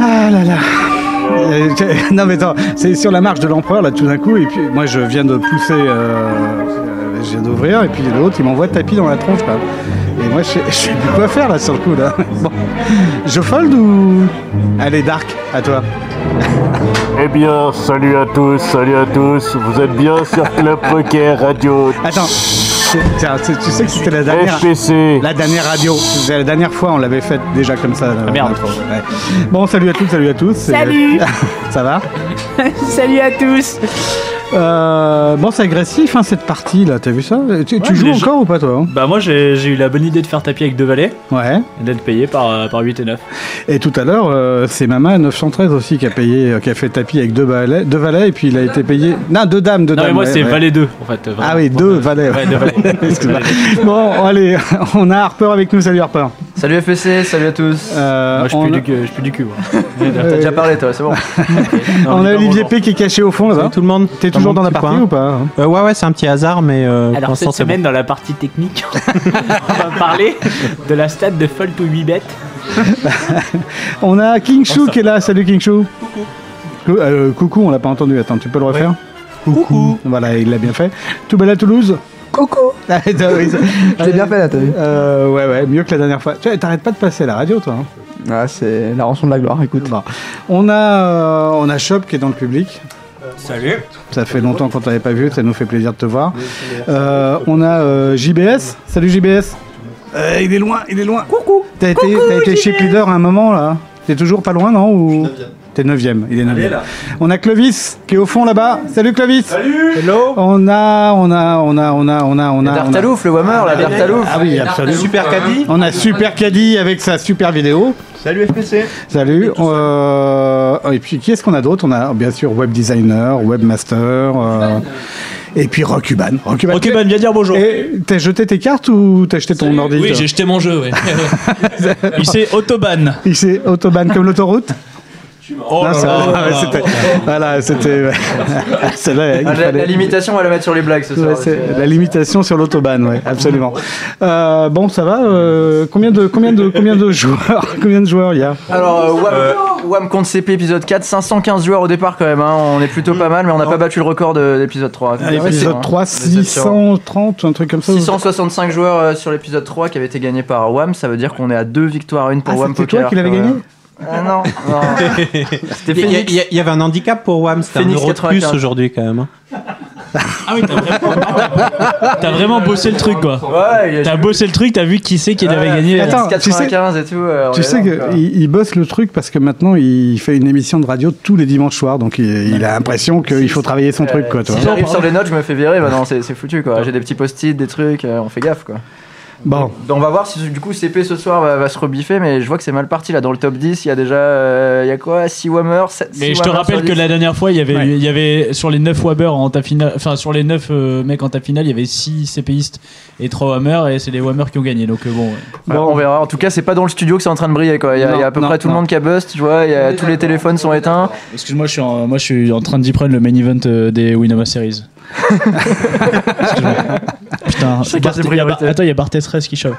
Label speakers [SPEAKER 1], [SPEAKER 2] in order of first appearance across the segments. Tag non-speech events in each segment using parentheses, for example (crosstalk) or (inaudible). [SPEAKER 1] Ah là là. Euh, j'ai- Non mais attends, c'est (laughs) sur la marche de l'empereur là tout d'un coup et puis moi je viens de pousser, euh, euh, je viens d'ouvrir et puis l'autre il m'envoie tapis dans la tronche là. Et moi je (laughs) sais, je sais plus quoi faire là sur le coup là. (laughs) Bon. Je fold ou Allez Dark, à toi.
[SPEAKER 2] Eh bien, salut à tous, salut à tous, vous êtes bien sur Club Poker Radio
[SPEAKER 1] Attends. c'est- tiens, c'est- tu sais que c'était la dernière.
[SPEAKER 3] Oh,
[SPEAKER 2] FPC.
[SPEAKER 1] La dernière radio, C'était la dernière fois on l'avait faite déjà comme ça. là.
[SPEAKER 3] Ah, merde.
[SPEAKER 1] Ouais. Bon salut à tous, salut à tous.
[SPEAKER 4] Salut.
[SPEAKER 1] (laughs) Ça va
[SPEAKER 4] Salut à
[SPEAKER 3] (laughs)
[SPEAKER 4] tous
[SPEAKER 1] Euh, bon, c'est agressif hein, cette partie là, t'as vu ça Tu, tu
[SPEAKER 3] Ouais,
[SPEAKER 1] joues
[SPEAKER 3] les gens-
[SPEAKER 1] encore ou pas toi
[SPEAKER 3] Bah moi j'ai j'ai eu la bonne idée de faire tapis avec deux valets
[SPEAKER 1] Ouais.
[SPEAKER 3] et d'être payé par, euh, par 8 et 9.
[SPEAKER 1] Et tout à l'heure, euh, c'est Mama 913 aussi qui a payé, euh, qui a fait tapis avec deux valets, deux valets et puis il a été payé. Non, deux dames, deux
[SPEAKER 3] Non
[SPEAKER 1] dames.
[SPEAKER 3] mais moi
[SPEAKER 1] ouais,
[SPEAKER 3] c'est
[SPEAKER 1] ouais.
[SPEAKER 3] valet 2 en fait. euh,
[SPEAKER 1] Ah
[SPEAKER 3] vraiment.
[SPEAKER 1] oui, deux valets.
[SPEAKER 3] Ouais, deux
[SPEAKER 1] (laughs)
[SPEAKER 3] valets.
[SPEAKER 1] Excuse-moi.
[SPEAKER 3] Valet.
[SPEAKER 1] Bon, allez, (laughs) on a Harper avec nous. Salut Harper.
[SPEAKER 5] Salut FPC, salut à tous.
[SPEAKER 1] Euh,
[SPEAKER 3] Moi je
[SPEAKER 1] on, Euh,
[SPEAKER 3] pue du cul. Je pue du
[SPEAKER 1] (laughs)
[SPEAKER 3] cul moi.
[SPEAKER 5] T'as déjà parlé toi, c'est bon.
[SPEAKER 3] Non,
[SPEAKER 1] on
[SPEAKER 3] mais
[SPEAKER 1] a
[SPEAKER 3] pas
[SPEAKER 1] Olivier
[SPEAKER 3] bonjour.
[SPEAKER 1] P qui est caché au fond là.
[SPEAKER 6] Salut tout le monde.
[SPEAKER 1] T'es toujours dans la
[SPEAKER 6] mon petit
[SPEAKER 1] partie
[SPEAKER 6] coin.
[SPEAKER 1] ou pas hein
[SPEAKER 6] Euh, Ouais, ouais, c'est un petit hasard, mais euh, pour
[SPEAKER 3] Alors
[SPEAKER 6] l'instant
[SPEAKER 3] cette
[SPEAKER 6] c'est bon.
[SPEAKER 3] semaine dans la partie technique, (laughs) on va parler de la stat de fold to 8 bet.
[SPEAKER 1] On a King
[SPEAKER 3] Oh,
[SPEAKER 1] Shu qui est là. Salut King Shu. Coucou. coucou, on l'a pas entendu. Attends, tu peux le refaire Coucou. Voilà, il l'a bien fait. Tout bel à Toulouse.
[SPEAKER 5] Coucou
[SPEAKER 1] (laughs) Ah, oui, ça-
[SPEAKER 5] Je l'ai bien fait là, t'as vu
[SPEAKER 1] Euh, ouais, ouais, mieux que la dernière fois. Tu vois, t'arrêtes pas de passer à la radio, toi. hein.
[SPEAKER 5] Ah, c'est la rançon de la gloire, écoute.
[SPEAKER 1] Bon. On a, euh, on a Shop qui est dans le public.
[SPEAKER 3] Salut.
[SPEAKER 1] Ça fait longtemps qu'on t'avait pas vu, ça nous fait plaisir de te voir. Euh, on a euh, JBS. Salut JBS. Euh, il est loin, il est loin. Coucou. T'as été, t'as été chip leader à un moment là. T'es toujours pas loin, non ou... T'es 9ème, il est 9 On a Clovis qui est au fond là-bas. Salut Clovis. Salut. Hello. On a, on a, on a, on a, on a, on a.
[SPEAKER 5] La
[SPEAKER 1] Ah, on
[SPEAKER 5] tarte
[SPEAKER 1] a-
[SPEAKER 5] à l'ouf, le Whammer, la tarte à l'ouf.
[SPEAKER 1] Ah oui, absolument.
[SPEAKER 6] Super caddie.
[SPEAKER 1] On a Super Caddy avec sa super vidéo. Salut FPC. Salut. euh, Et, puis qui est-ce qu'on a d'autre On a bien sûr web designer, webmaster. euh, et puis Rokuban. Rokuban.
[SPEAKER 7] Ok, Ben, viens dire bonjour.
[SPEAKER 1] Bah, Et T'as jeté tes cartes ou t'as jeté ton ordi
[SPEAKER 7] Oui, j'ai jeté mon
[SPEAKER 1] (laughs)
[SPEAKER 7] jeu, ouais. Il s'est Autoban.
[SPEAKER 1] Il s'est autoban comme l'autoroute
[SPEAKER 7] (laughs) Oh
[SPEAKER 1] Non,
[SPEAKER 7] là
[SPEAKER 1] c'est-
[SPEAKER 7] là.
[SPEAKER 1] ouais, c'était- Voilà, c'était.
[SPEAKER 7] (laughs)
[SPEAKER 1] c'est vrai, il
[SPEAKER 5] Ah, la,
[SPEAKER 1] fallait-
[SPEAKER 5] la limitation, on va la mettre sur les blagues ce soir.
[SPEAKER 1] Ouais, c'est la limitation sur l'autobahn, ouais, absolument. Euh, bon, ça va. euh, combien de combien de combien de (laughs) joueurs combien de joueurs il y a
[SPEAKER 5] Alors, euh, Wham, Wham contre CP épisode 4, 515 joueurs au départ quand même. hein. On est plutôt pas mal, mais on n'a pas battu le record de l'épisode 3.
[SPEAKER 1] Ah, Épisode 3,
[SPEAKER 5] hein.
[SPEAKER 1] 630, un truc comme ça.
[SPEAKER 5] 665 joueurs euh, sur l'épisode 3 qui avait été gagné par Wham, ça veut dire qu'on est à deux victoires, une pour
[SPEAKER 1] Ah,
[SPEAKER 5] Wham
[SPEAKER 1] c'était
[SPEAKER 5] Poker.
[SPEAKER 1] toi qui l'avais
[SPEAKER 5] quand
[SPEAKER 1] gagné
[SPEAKER 5] même. Ah non, non. C'était
[SPEAKER 6] Il y, a- il
[SPEAKER 5] Phoenix.
[SPEAKER 6] y a- il y avait un handicap pour WAM, c'était un
[SPEAKER 5] Phoenix
[SPEAKER 6] euro de plus
[SPEAKER 5] 95.
[SPEAKER 6] aujourd'hui quand même. hein.
[SPEAKER 7] Ah oui, t'as vraiment... t'as vraiment bossé le truc, quoi.
[SPEAKER 5] Ouais, il a-
[SPEAKER 7] T'as bossé le truc, t'as vu qui c'est qui l'avait
[SPEAKER 5] Ouais,
[SPEAKER 7] gagné. euh,
[SPEAKER 1] Attends, tu sais-
[SPEAKER 5] 95 et tout. euh,
[SPEAKER 1] Tu
[SPEAKER 5] on
[SPEAKER 1] sais
[SPEAKER 5] est là, quoi.
[SPEAKER 1] qu'il il bosse le truc parce que maintenant il fait une émission de radio tous les dimanches soirs, donc il, il a l'impression qu'il faut travailler son truc, quoi. Toi.
[SPEAKER 5] Si j'arrive sur les notes, je me fais virer. Bah non, c'est c'est foutu quoi. J'ai des petits post-it, des trucs, euh, on fait gaffe quoi.
[SPEAKER 1] Bon,
[SPEAKER 5] Donc, on va voir si du coup CP ce soir va, va se rebiffer, mais je vois que c'est mal parti là. Dans le top 10, il y a déjà. euh, Il y a quoi 6 Whammer 7
[SPEAKER 7] Mais je te rappelle que la dernière fois, il y avait, il y avait sur les 9 Wabers en ta finale, enfin sur les 9 mecs en ta finale, il y avait 6 CPistes et 3 Whammers et c'est les Whammers qui ont gagné. Donc euh, bon, ouais.
[SPEAKER 5] on verra. En tout cas, c'est pas dans le studio que c'est en train de briller quoi. Il y a,
[SPEAKER 1] Non,
[SPEAKER 5] il y a à peu
[SPEAKER 1] non,
[SPEAKER 5] près tout
[SPEAKER 1] non.
[SPEAKER 5] le monde qui a bust, tu vois. il y a- tous les téléphones sont éteints.
[SPEAKER 7] (laughs) excuse-moi, je suis en, moi je suis en train d'y prendre le main event euh, des Winama Series. Putain,
[SPEAKER 5] sais
[SPEAKER 7] Barthes-
[SPEAKER 5] qu'il
[SPEAKER 7] il
[SPEAKER 5] y a des
[SPEAKER 7] y a Bar-
[SPEAKER 5] priorités.
[SPEAKER 7] attends, il y a Barthes Reyes qui chauffe.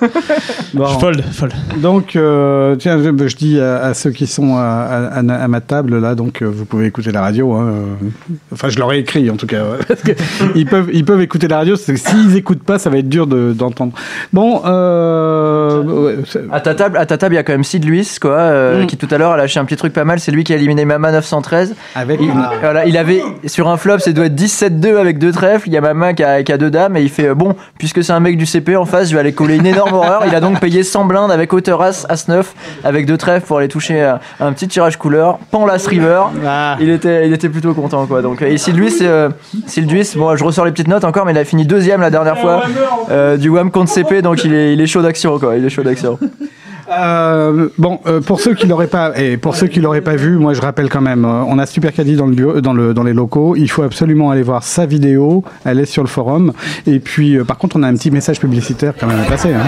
[SPEAKER 1] Bon.
[SPEAKER 7] Je fold, fold.
[SPEAKER 1] Donc, euh, tiens, je, je dis à, à ceux qui sont à, à- à- à ma table là, donc euh, vous pouvez écouter la radio. hein, euh. Enfin, je leur ai écrit en tout cas. ouais, (laughs) parce que ils peuvent, ils peuvent écouter la radio. c'est que S'ils écoutent pas, ça va être dur de- d'entendre. Bon, euh, ouais, c'est-
[SPEAKER 5] À ta table, à ta table, il y a quand même Sid Luis, quoi, euh,
[SPEAKER 1] Mm.
[SPEAKER 5] qui tout à l'heure a lâché un petit truc pas mal. C'est lui qui a éliminé Mama 913.
[SPEAKER 1] avec
[SPEAKER 5] Il,
[SPEAKER 1] une-
[SPEAKER 5] voilà, il avait sur un flop, ça doit être 17-2 avec deux trèfles. Il y a Mama qui a, qui a deux dames et il fait euh, bon, puisque c'est un mec du CP en face, je vais aller coller une énorme horreur. Il a donc payé 100 blindes avec hauteur As, As 9 avec deux trèfles pour aller toucher euh, un petit tirage couleur. Pan Las River.
[SPEAKER 1] Ah.
[SPEAKER 5] Il était, il était plutôt content quoi. Donc, euh, et Sid Luis, euh, Sid Luis, bon, je ressors les petites notes encore, mais il a fini deuxième la dernière fois euh, du WAM contre CP, donc il est, il est chaud d'action quoi. Il est chaud d'action.
[SPEAKER 1] Euh, bon, euh, pour ceux qui l'auraient pas et pour ceux qui l'auraient pas vu, moi je rappelle quand même, euh, on a Super Caddy dans le bureau, dans le dans les locaux. Il faut absolument aller voir sa vidéo. Elle est sur le forum. Et puis, euh, par contre, on a un petit message publicitaire quand même à passer. hein.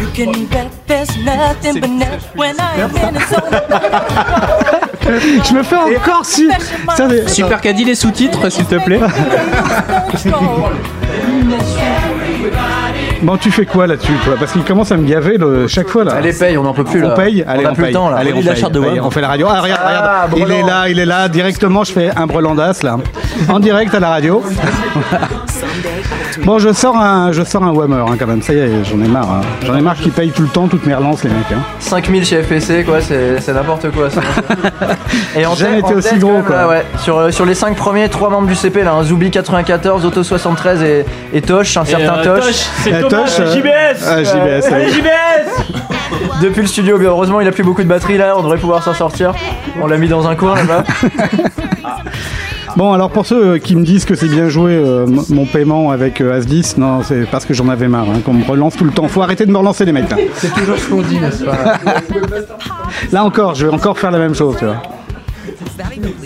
[SPEAKER 8] You can bet there's nothing but net when I am in it. So
[SPEAKER 1] Je me fais encore si. Ça, c'est-
[SPEAKER 8] Super
[SPEAKER 6] Caddy, les sous-titres, s'il te plaît.
[SPEAKER 1] Bon, tu fais quoi là-dessus, toi Parce qu'il commence à me gaver le... chaque fois là.
[SPEAKER 5] Allez paye, on en peut plus là.
[SPEAKER 1] on paye, allez,
[SPEAKER 5] on
[SPEAKER 1] on,
[SPEAKER 5] a plus
[SPEAKER 1] paye.
[SPEAKER 5] le temps là.
[SPEAKER 1] Allez, on,
[SPEAKER 5] Relis la
[SPEAKER 1] paye.
[SPEAKER 5] charte de
[SPEAKER 1] Allez,
[SPEAKER 5] Wam.
[SPEAKER 1] on fait la radio. Ah, regarde,
[SPEAKER 5] Ah,
[SPEAKER 1] regarde. Il
[SPEAKER 5] Brelan.
[SPEAKER 1] est là, il est là. Directement, je fais un brelandas là. En direct à la radio. bon, je sors un, je sors un Whammer hein, quand même. Ça y est, j'en ai marre. hein. J'en ai marre qu'ils payent tout le temps toutes mes relances, les mecs. hein.
[SPEAKER 5] 5000 chez FPC, quoi, c'est c'est n'importe
[SPEAKER 1] (laughs)
[SPEAKER 5] quoi. ça. Et en
[SPEAKER 1] Jamais
[SPEAKER 5] tête-
[SPEAKER 1] été
[SPEAKER 5] en
[SPEAKER 1] aussi
[SPEAKER 5] tête,
[SPEAKER 1] gros,
[SPEAKER 5] quand même,
[SPEAKER 1] quoi.
[SPEAKER 5] là, ouais. sur, euh, sur les 5 premiers, 3 membres du CP, là, un Zoubi 94, Auto 73 et, et Tosh, un certain
[SPEAKER 7] Et, euh,
[SPEAKER 5] Tosh.
[SPEAKER 7] c'est
[SPEAKER 1] Euh,
[SPEAKER 7] Thomas,
[SPEAKER 1] Tosh, euh,
[SPEAKER 7] JBS
[SPEAKER 1] Ah, JBS.
[SPEAKER 7] Allez,
[SPEAKER 1] allez.
[SPEAKER 7] JBS
[SPEAKER 5] Depuis le studio, bien heureusement, il a plus beaucoup de batterie là, on devrait pouvoir s'en sortir. On l'a mis dans un coin
[SPEAKER 1] (laughs)
[SPEAKER 5] là-bas.
[SPEAKER 1] Bon, alors pour ceux euh, qui me disent que c'est bien joué euh, m- mon paiement avec euh, As10, non, c'est parce que j'en avais marre, hein, qu'on me relance tout le temps. Faut arrêter de me relancer, les mecs. Là.
[SPEAKER 5] C'est toujours ce qu'on dit, n'est-ce pas
[SPEAKER 1] là encore, je vais encore faire la même chose, tu vois.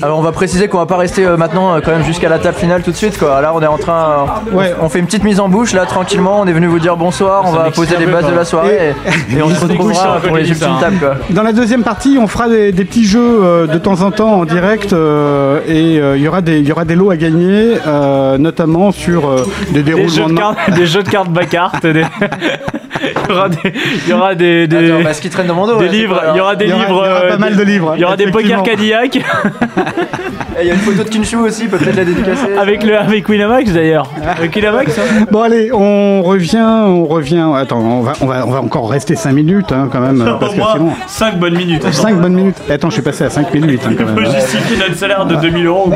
[SPEAKER 5] Alors on va préciser qu'on va pas rester euh, maintenant euh, quand même jusqu'à la table finale tout de suite quoi. Là on est en train, euh,
[SPEAKER 1] Ouais.
[SPEAKER 5] on fait une petite mise en bouche là tranquillement. On est venu vous dire bonsoir, on va poser les bases de la soirée et, et on se retrouvera pour les ultimes tables quoi.
[SPEAKER 1] Dans la deuxième partie, on fera des, des petits jeux euh, de temps en temps en direct euh, et euh, il y aura des il y aura des lots à gagner, euh, notamment sur euh, des
[SPEAKER 3] Des jeux,
[SPEAKER 1] déroulements.
[SPEAKER 3] de
[SPEAKER 1] main.
[SPEAKER 3] cartes, des jeux de cartes Bacarte, des... il y aura des, il y aura des, des-
[SPEAKER 5] Attends, bah, ce qui traîne dans mon dos.
[SPEAKER 3] des
[SPEAKER 5] là, c'est
[SPEAKER 3] livres,
[SPEAKER 5] quoi, là
[SPEAKER 3] il y aura des
[SPEAKER 1] Il y aura-
[SPEAKER 3] livres,
[SPEAKER 1] il y aura
[SPEAKER 3] euh,
[SPEAKER 1] pas mal de livres.
[SPEAKER 3] il y aura des
[SPEAKER 1] effectivement.
[SPEAKER 3] poker Cadillac
[SPEAKER 5] Et Il y a une photo de Kinshu aussi, peut-être la dédicacer.
[SPEAKER 3] avec le avec Winamax d'ailleurs. Avec Winamax. hein.
[SPEAKER 1] Bon allez, on revient, on revient. Attends, on va on va, on va encore rester 5 minutes hein, quand même euh, parce que sinon
[SPEAKER 7] 5 bonnes minutes.
[SPEAKER 1] 5 bonnes minutes. Attends, je suis passé à 5 minutes hein, quand même. hein.
[SPEAKER 7] justifier notre salaire de 2000 euros.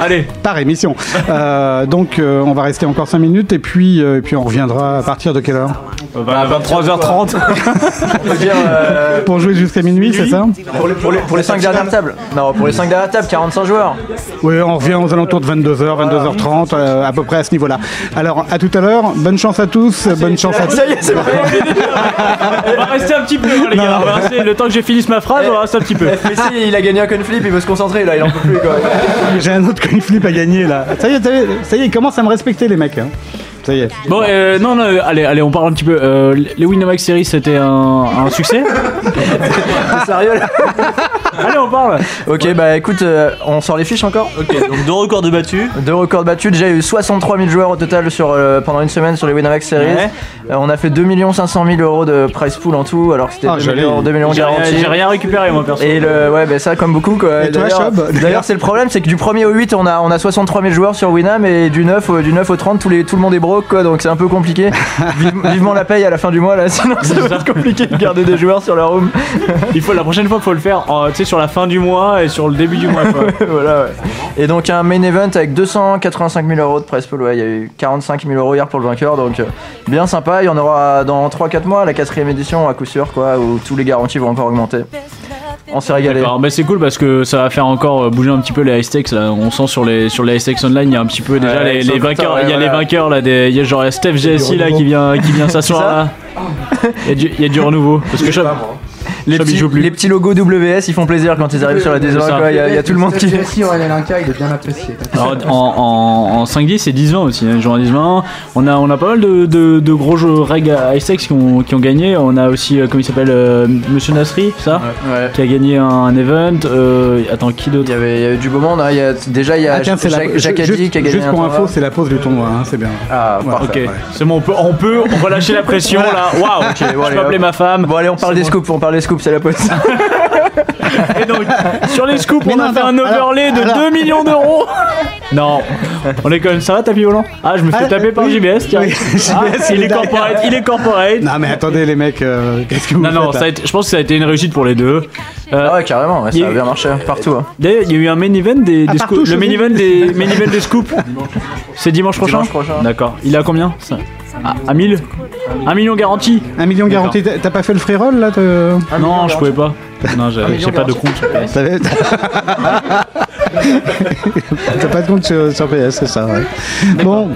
[SPEAKER 7] Allez,
[SPEAKER 1] par émission. Euh, donc euh, on va rester encore 5 minutes et puis euh, et puis on reviendra à partir de quelle heure
[SPEAKER 5] à partir de
[SPEAKER 7] 23h30.
[SPEAKER 5] On peut dire, euh,
[SPEAKER 1] Pour jouer jusqu'à minuit, c'est ça
[SPEAKER 5] (laughs) pour, les, pour, les, pour les 5 dernières tables. Non, pour les 5 dernières tables, 45 joueurs.
[SPEAKER 1] Oui, on revient aux alentours de 22h, 22h30, euh, à peu près à ce niveau-là. Alors, à tout à l'heure, bonne chance à tous, bonne chance à tous.
[SPEAKER 5] Ça y est, c'est vrai.
[SPEAKER 3] On va rester un petit peu hein, les gars. On va rester- le temps que je finisse ma phrase, on va rester un petit peu.
[SPEAKER 5] FPC, il a gagné un conflip, il veut se concentrer là, il en peut plus (laughs) quoi.
[SPEAKER 1] J'ai un autre coin flip à gagner là. Ça y est, ça y est, ça y est, ils commencent à me respecter les mecs. hein. Ça y est.
[SPEAKER 5] Bah,
[SPEAKER 3] Bon, euh, non, non, euh, allez, allez, on parle un petit peu. Euh, les Winamax Series, c'était un, un succès.
[SPEAKER 5] T'es sérieux là
[SPEAKER 3] allez, on parle.
[SPEAKER 5] Ok, bah écoute, euh, on sort les fiches encore
[SPEAKER 9] Ok, donc deux records de battus.
[SPEAKER 5] Deux records battus, déjà il y a eu 63 000 joueurs au total sur, euh, pendant une semaine sur les Winamax Series.
[SPEAKER 3] Ouais.
[SPEAKER 5] Euh, on a fait 2 500 000 euros de prize pool en tout, alors que c'était
[SPEAKER 1] Ah,
[SPEAKER 5] 2
[SPEAKER 1] joli.
[SPEAKER 5] millions, 2 millions
[SPEAKER 3] J'ai rien,
[SPEAKER 5] garantis.
[SPEAKER 3] j'ai rien récupéré, moi, perso.
[SPEAKER 5] Et le, ouais, bah ça, comme beaucoup, quoi.
[SPEAKER 1] Et toi,
[SPEAKER 5] D'ailleurs-
[SPEAKER 1] Chob
[SPEAKER 5] D'ailleurs, c'est le problème, c'est que du 1er au 8, on a, on a 63 000 joueurs sur Winam, et du 9 au, du 9 au 30, tous les, tout le monde est broke, quoi, donc c'est un peu compliqué. Vive- vivement la paye à la fin du mois, là, sinon ça va être compliqué de garder des joueurs sur la room.
[SPEAKER 3] Il faut, la prochaine fois, faut le faire, euh, tu sais, sur la fin du mois et sur le début du mois,
[SPEAKER 1] (laughs)
[SPEAKER 3] quoi.
[SPEAKER 5] (laughs) voilà, ouais. Et donc un main event avec 285 000 euros de press pool, ouais, il y a eu 45 000 euros hier pour le vainqueur, donc euh, bien sympa, il y en aura dans 3-4 mois, la quatrième édition à coup sûr, quoi, où tous les garanties vont encore augmenter. On s'est régalé.
[SPEAKER 3] D'accord, bah c'est cool parce que ça va faire encore euh, bouger un petit peu les high-stakes là. On sent sur les sur les high-stakes online, il y a un petit peu déjà
[SPEAKER 5] Ouais,
[SPEAKER 3] les,
[SPEAKER 5] ils sont
[SPEAKER 3] les vainqueurs,
[SPEAKER 5] contents, ouais,
[SPEAKER 3] il y a
[SPEAKER 5] voilà.
[SPEAKER 3] les vainqueurs là, des, il y a genre il y a Steph
[SPEAKER 5] (laughs)
[SPEAKER 3] GSI là qui vient qui vient s'asseoir
[SPEAKER 5] ça
[SPEAKER 3] là. Il y, a du- il y a du renouveau parce que je-
[SPEAKER 5] les,
[SPEAKER 10] Chum, il
[SPEAKER 5] petits,
[SPEAKER 10] joue plus.
[SPEAKER 5] les petits logos WS, ils font plaisir quand ils arrivent sur la
[SPEAKER 10] C'est
[SPEAKER 5] 2
[SPEAKER 10] ça.
[SPEAKER 5] Il y, a- il y a tout le monde qui.
[SPEAKER 11] Merci Aurélien Linka, il est bien apprécié.
[SPEAKER 10] Alors, en, en, en 5-10 et 10-20 aussi, hein, genre 10-20. On a, on a pas mal de, de, de gros jeux reg à Ice qui ont, qui ont gagné. On a aussi, euh, comment il s'appelle, euh, Monsieur Nasri, ça
[SPEAKER 5] Ouais.
[SPEAKER 10] Qui a gagné un, un event. Euh, attends, qui d'autre
[SPEAKER 5] Il y avait, il y avait du beau monde. hein. Il y a, déjà, il y a
[SPEAKER 1] Ah, tiens, c'est la-
[SPEAKER 5] Jacques, Jacques
[SPEAKER 1] ju-
[SPEAKER 5] Addy
[SPEAKER 1] juste,
[SPEAKER 5] qui a gagné
[SPEAKER 1] juste
[SPEAKER 5] un
[SPEAKER 1] pour info,
[SPEAKER 5] tournoi.
[SPEAKER 1] c'est la pause du tournoi, hein, c'est bien.
[SPEAKER 5] Ah,
[SPEAKER 1] Ouais.
[SPEAKER 5] parfait.
[SPEAKER 10] Ok, c'est bon, on peut, on (laughs) peut, on va lâcher la pression là. Waouh,
[SPEAKER 5] bon,
[SPEAKER 10] je
[SPEAKER 5] allez,
[SPEAKER 10] peux appeler
[SPEAKER 5] hop.
[SPEAKER 10] ma femme.
[SPEAKER 5] Bon, allez, on parle des scoops. On parle des scoops, c'est la pote.
[SPEAKER 10] Et donc, sur les scoops,
[SPEAKER 1] Mais
[SPEAKER 10] on a
[SPEAKER 1] non,
[SPEAKER 10] fait
[SPEAKER 1] non,
[SPEAKER 10] un
[SPEAKER 1] alors,
[SPEAKER 10] overlay de
[SPEAKER 1] alors.
[SPEAKER 10] 2 millions d'euros. (laughs) Non, on est quand même, ça va, tapis volant Ah, je me fais
[SPEAKER 1] Ah,
[SPEAKER 10] taper par
[SPEAKER 1] oui.
[SPEAKER 10] JBS, tiens.
[SPEAKER 1] Oui,
[SPEAKER 10] Ah,
[SPEAKER 1] JBS,
[SPEAKER 10] il
[SPEAKER 1] il
[SPEAKER 10] est
[SPEAKER 1] est
[SPEAKER 10] corporate, il est corporate.
[SPEAKER 1] Non mais attendez les mecs, euh, qu'est-ce que vous
[SPEAKER 10] Non,
[SPEAKER 1] faites
[SPEAKER 10] non, ça a
[SPEAKER 1] là
[SPEAKER 10] été- je pense que ça a été une réussite pour les deux. Euh,
[SPEAKER 5] Ah ouais, carrément. ouais,
[SPEAKER 10] Il-
[SPEAKER 5] ça a bien marché hein, partout. hein.
[SPEAKER 10] D'ailleurs, il y a eu un main event des, des
[SPEAKER 1] partout,
[SPEAKER 10] scoops. Le
[SPEAKER 1] je
[SPEAKER 10] main
[SPEAKER 1] sais.
[SPEAKER 10] event des, main event des scoops. C'est dimanche prochain
[SPEAKER 5] Dimanche prochain.
[SPEAKER 10] D'accord. Il est à combien ça À à 1000 1 million garanti
[SPEAKER 1] Un million garanti, t'as t'as pas fait le free roll là te-
[SPEAKER 10] Non, je pouvais pas. Non, j'avais- j'ai pas de compte.
[SPEAKER 5] Ah,
[SPEAKER 1] T'avais- (laughs) T'as pas de compte sur, sur PS, c'est ça, ouais. Bon,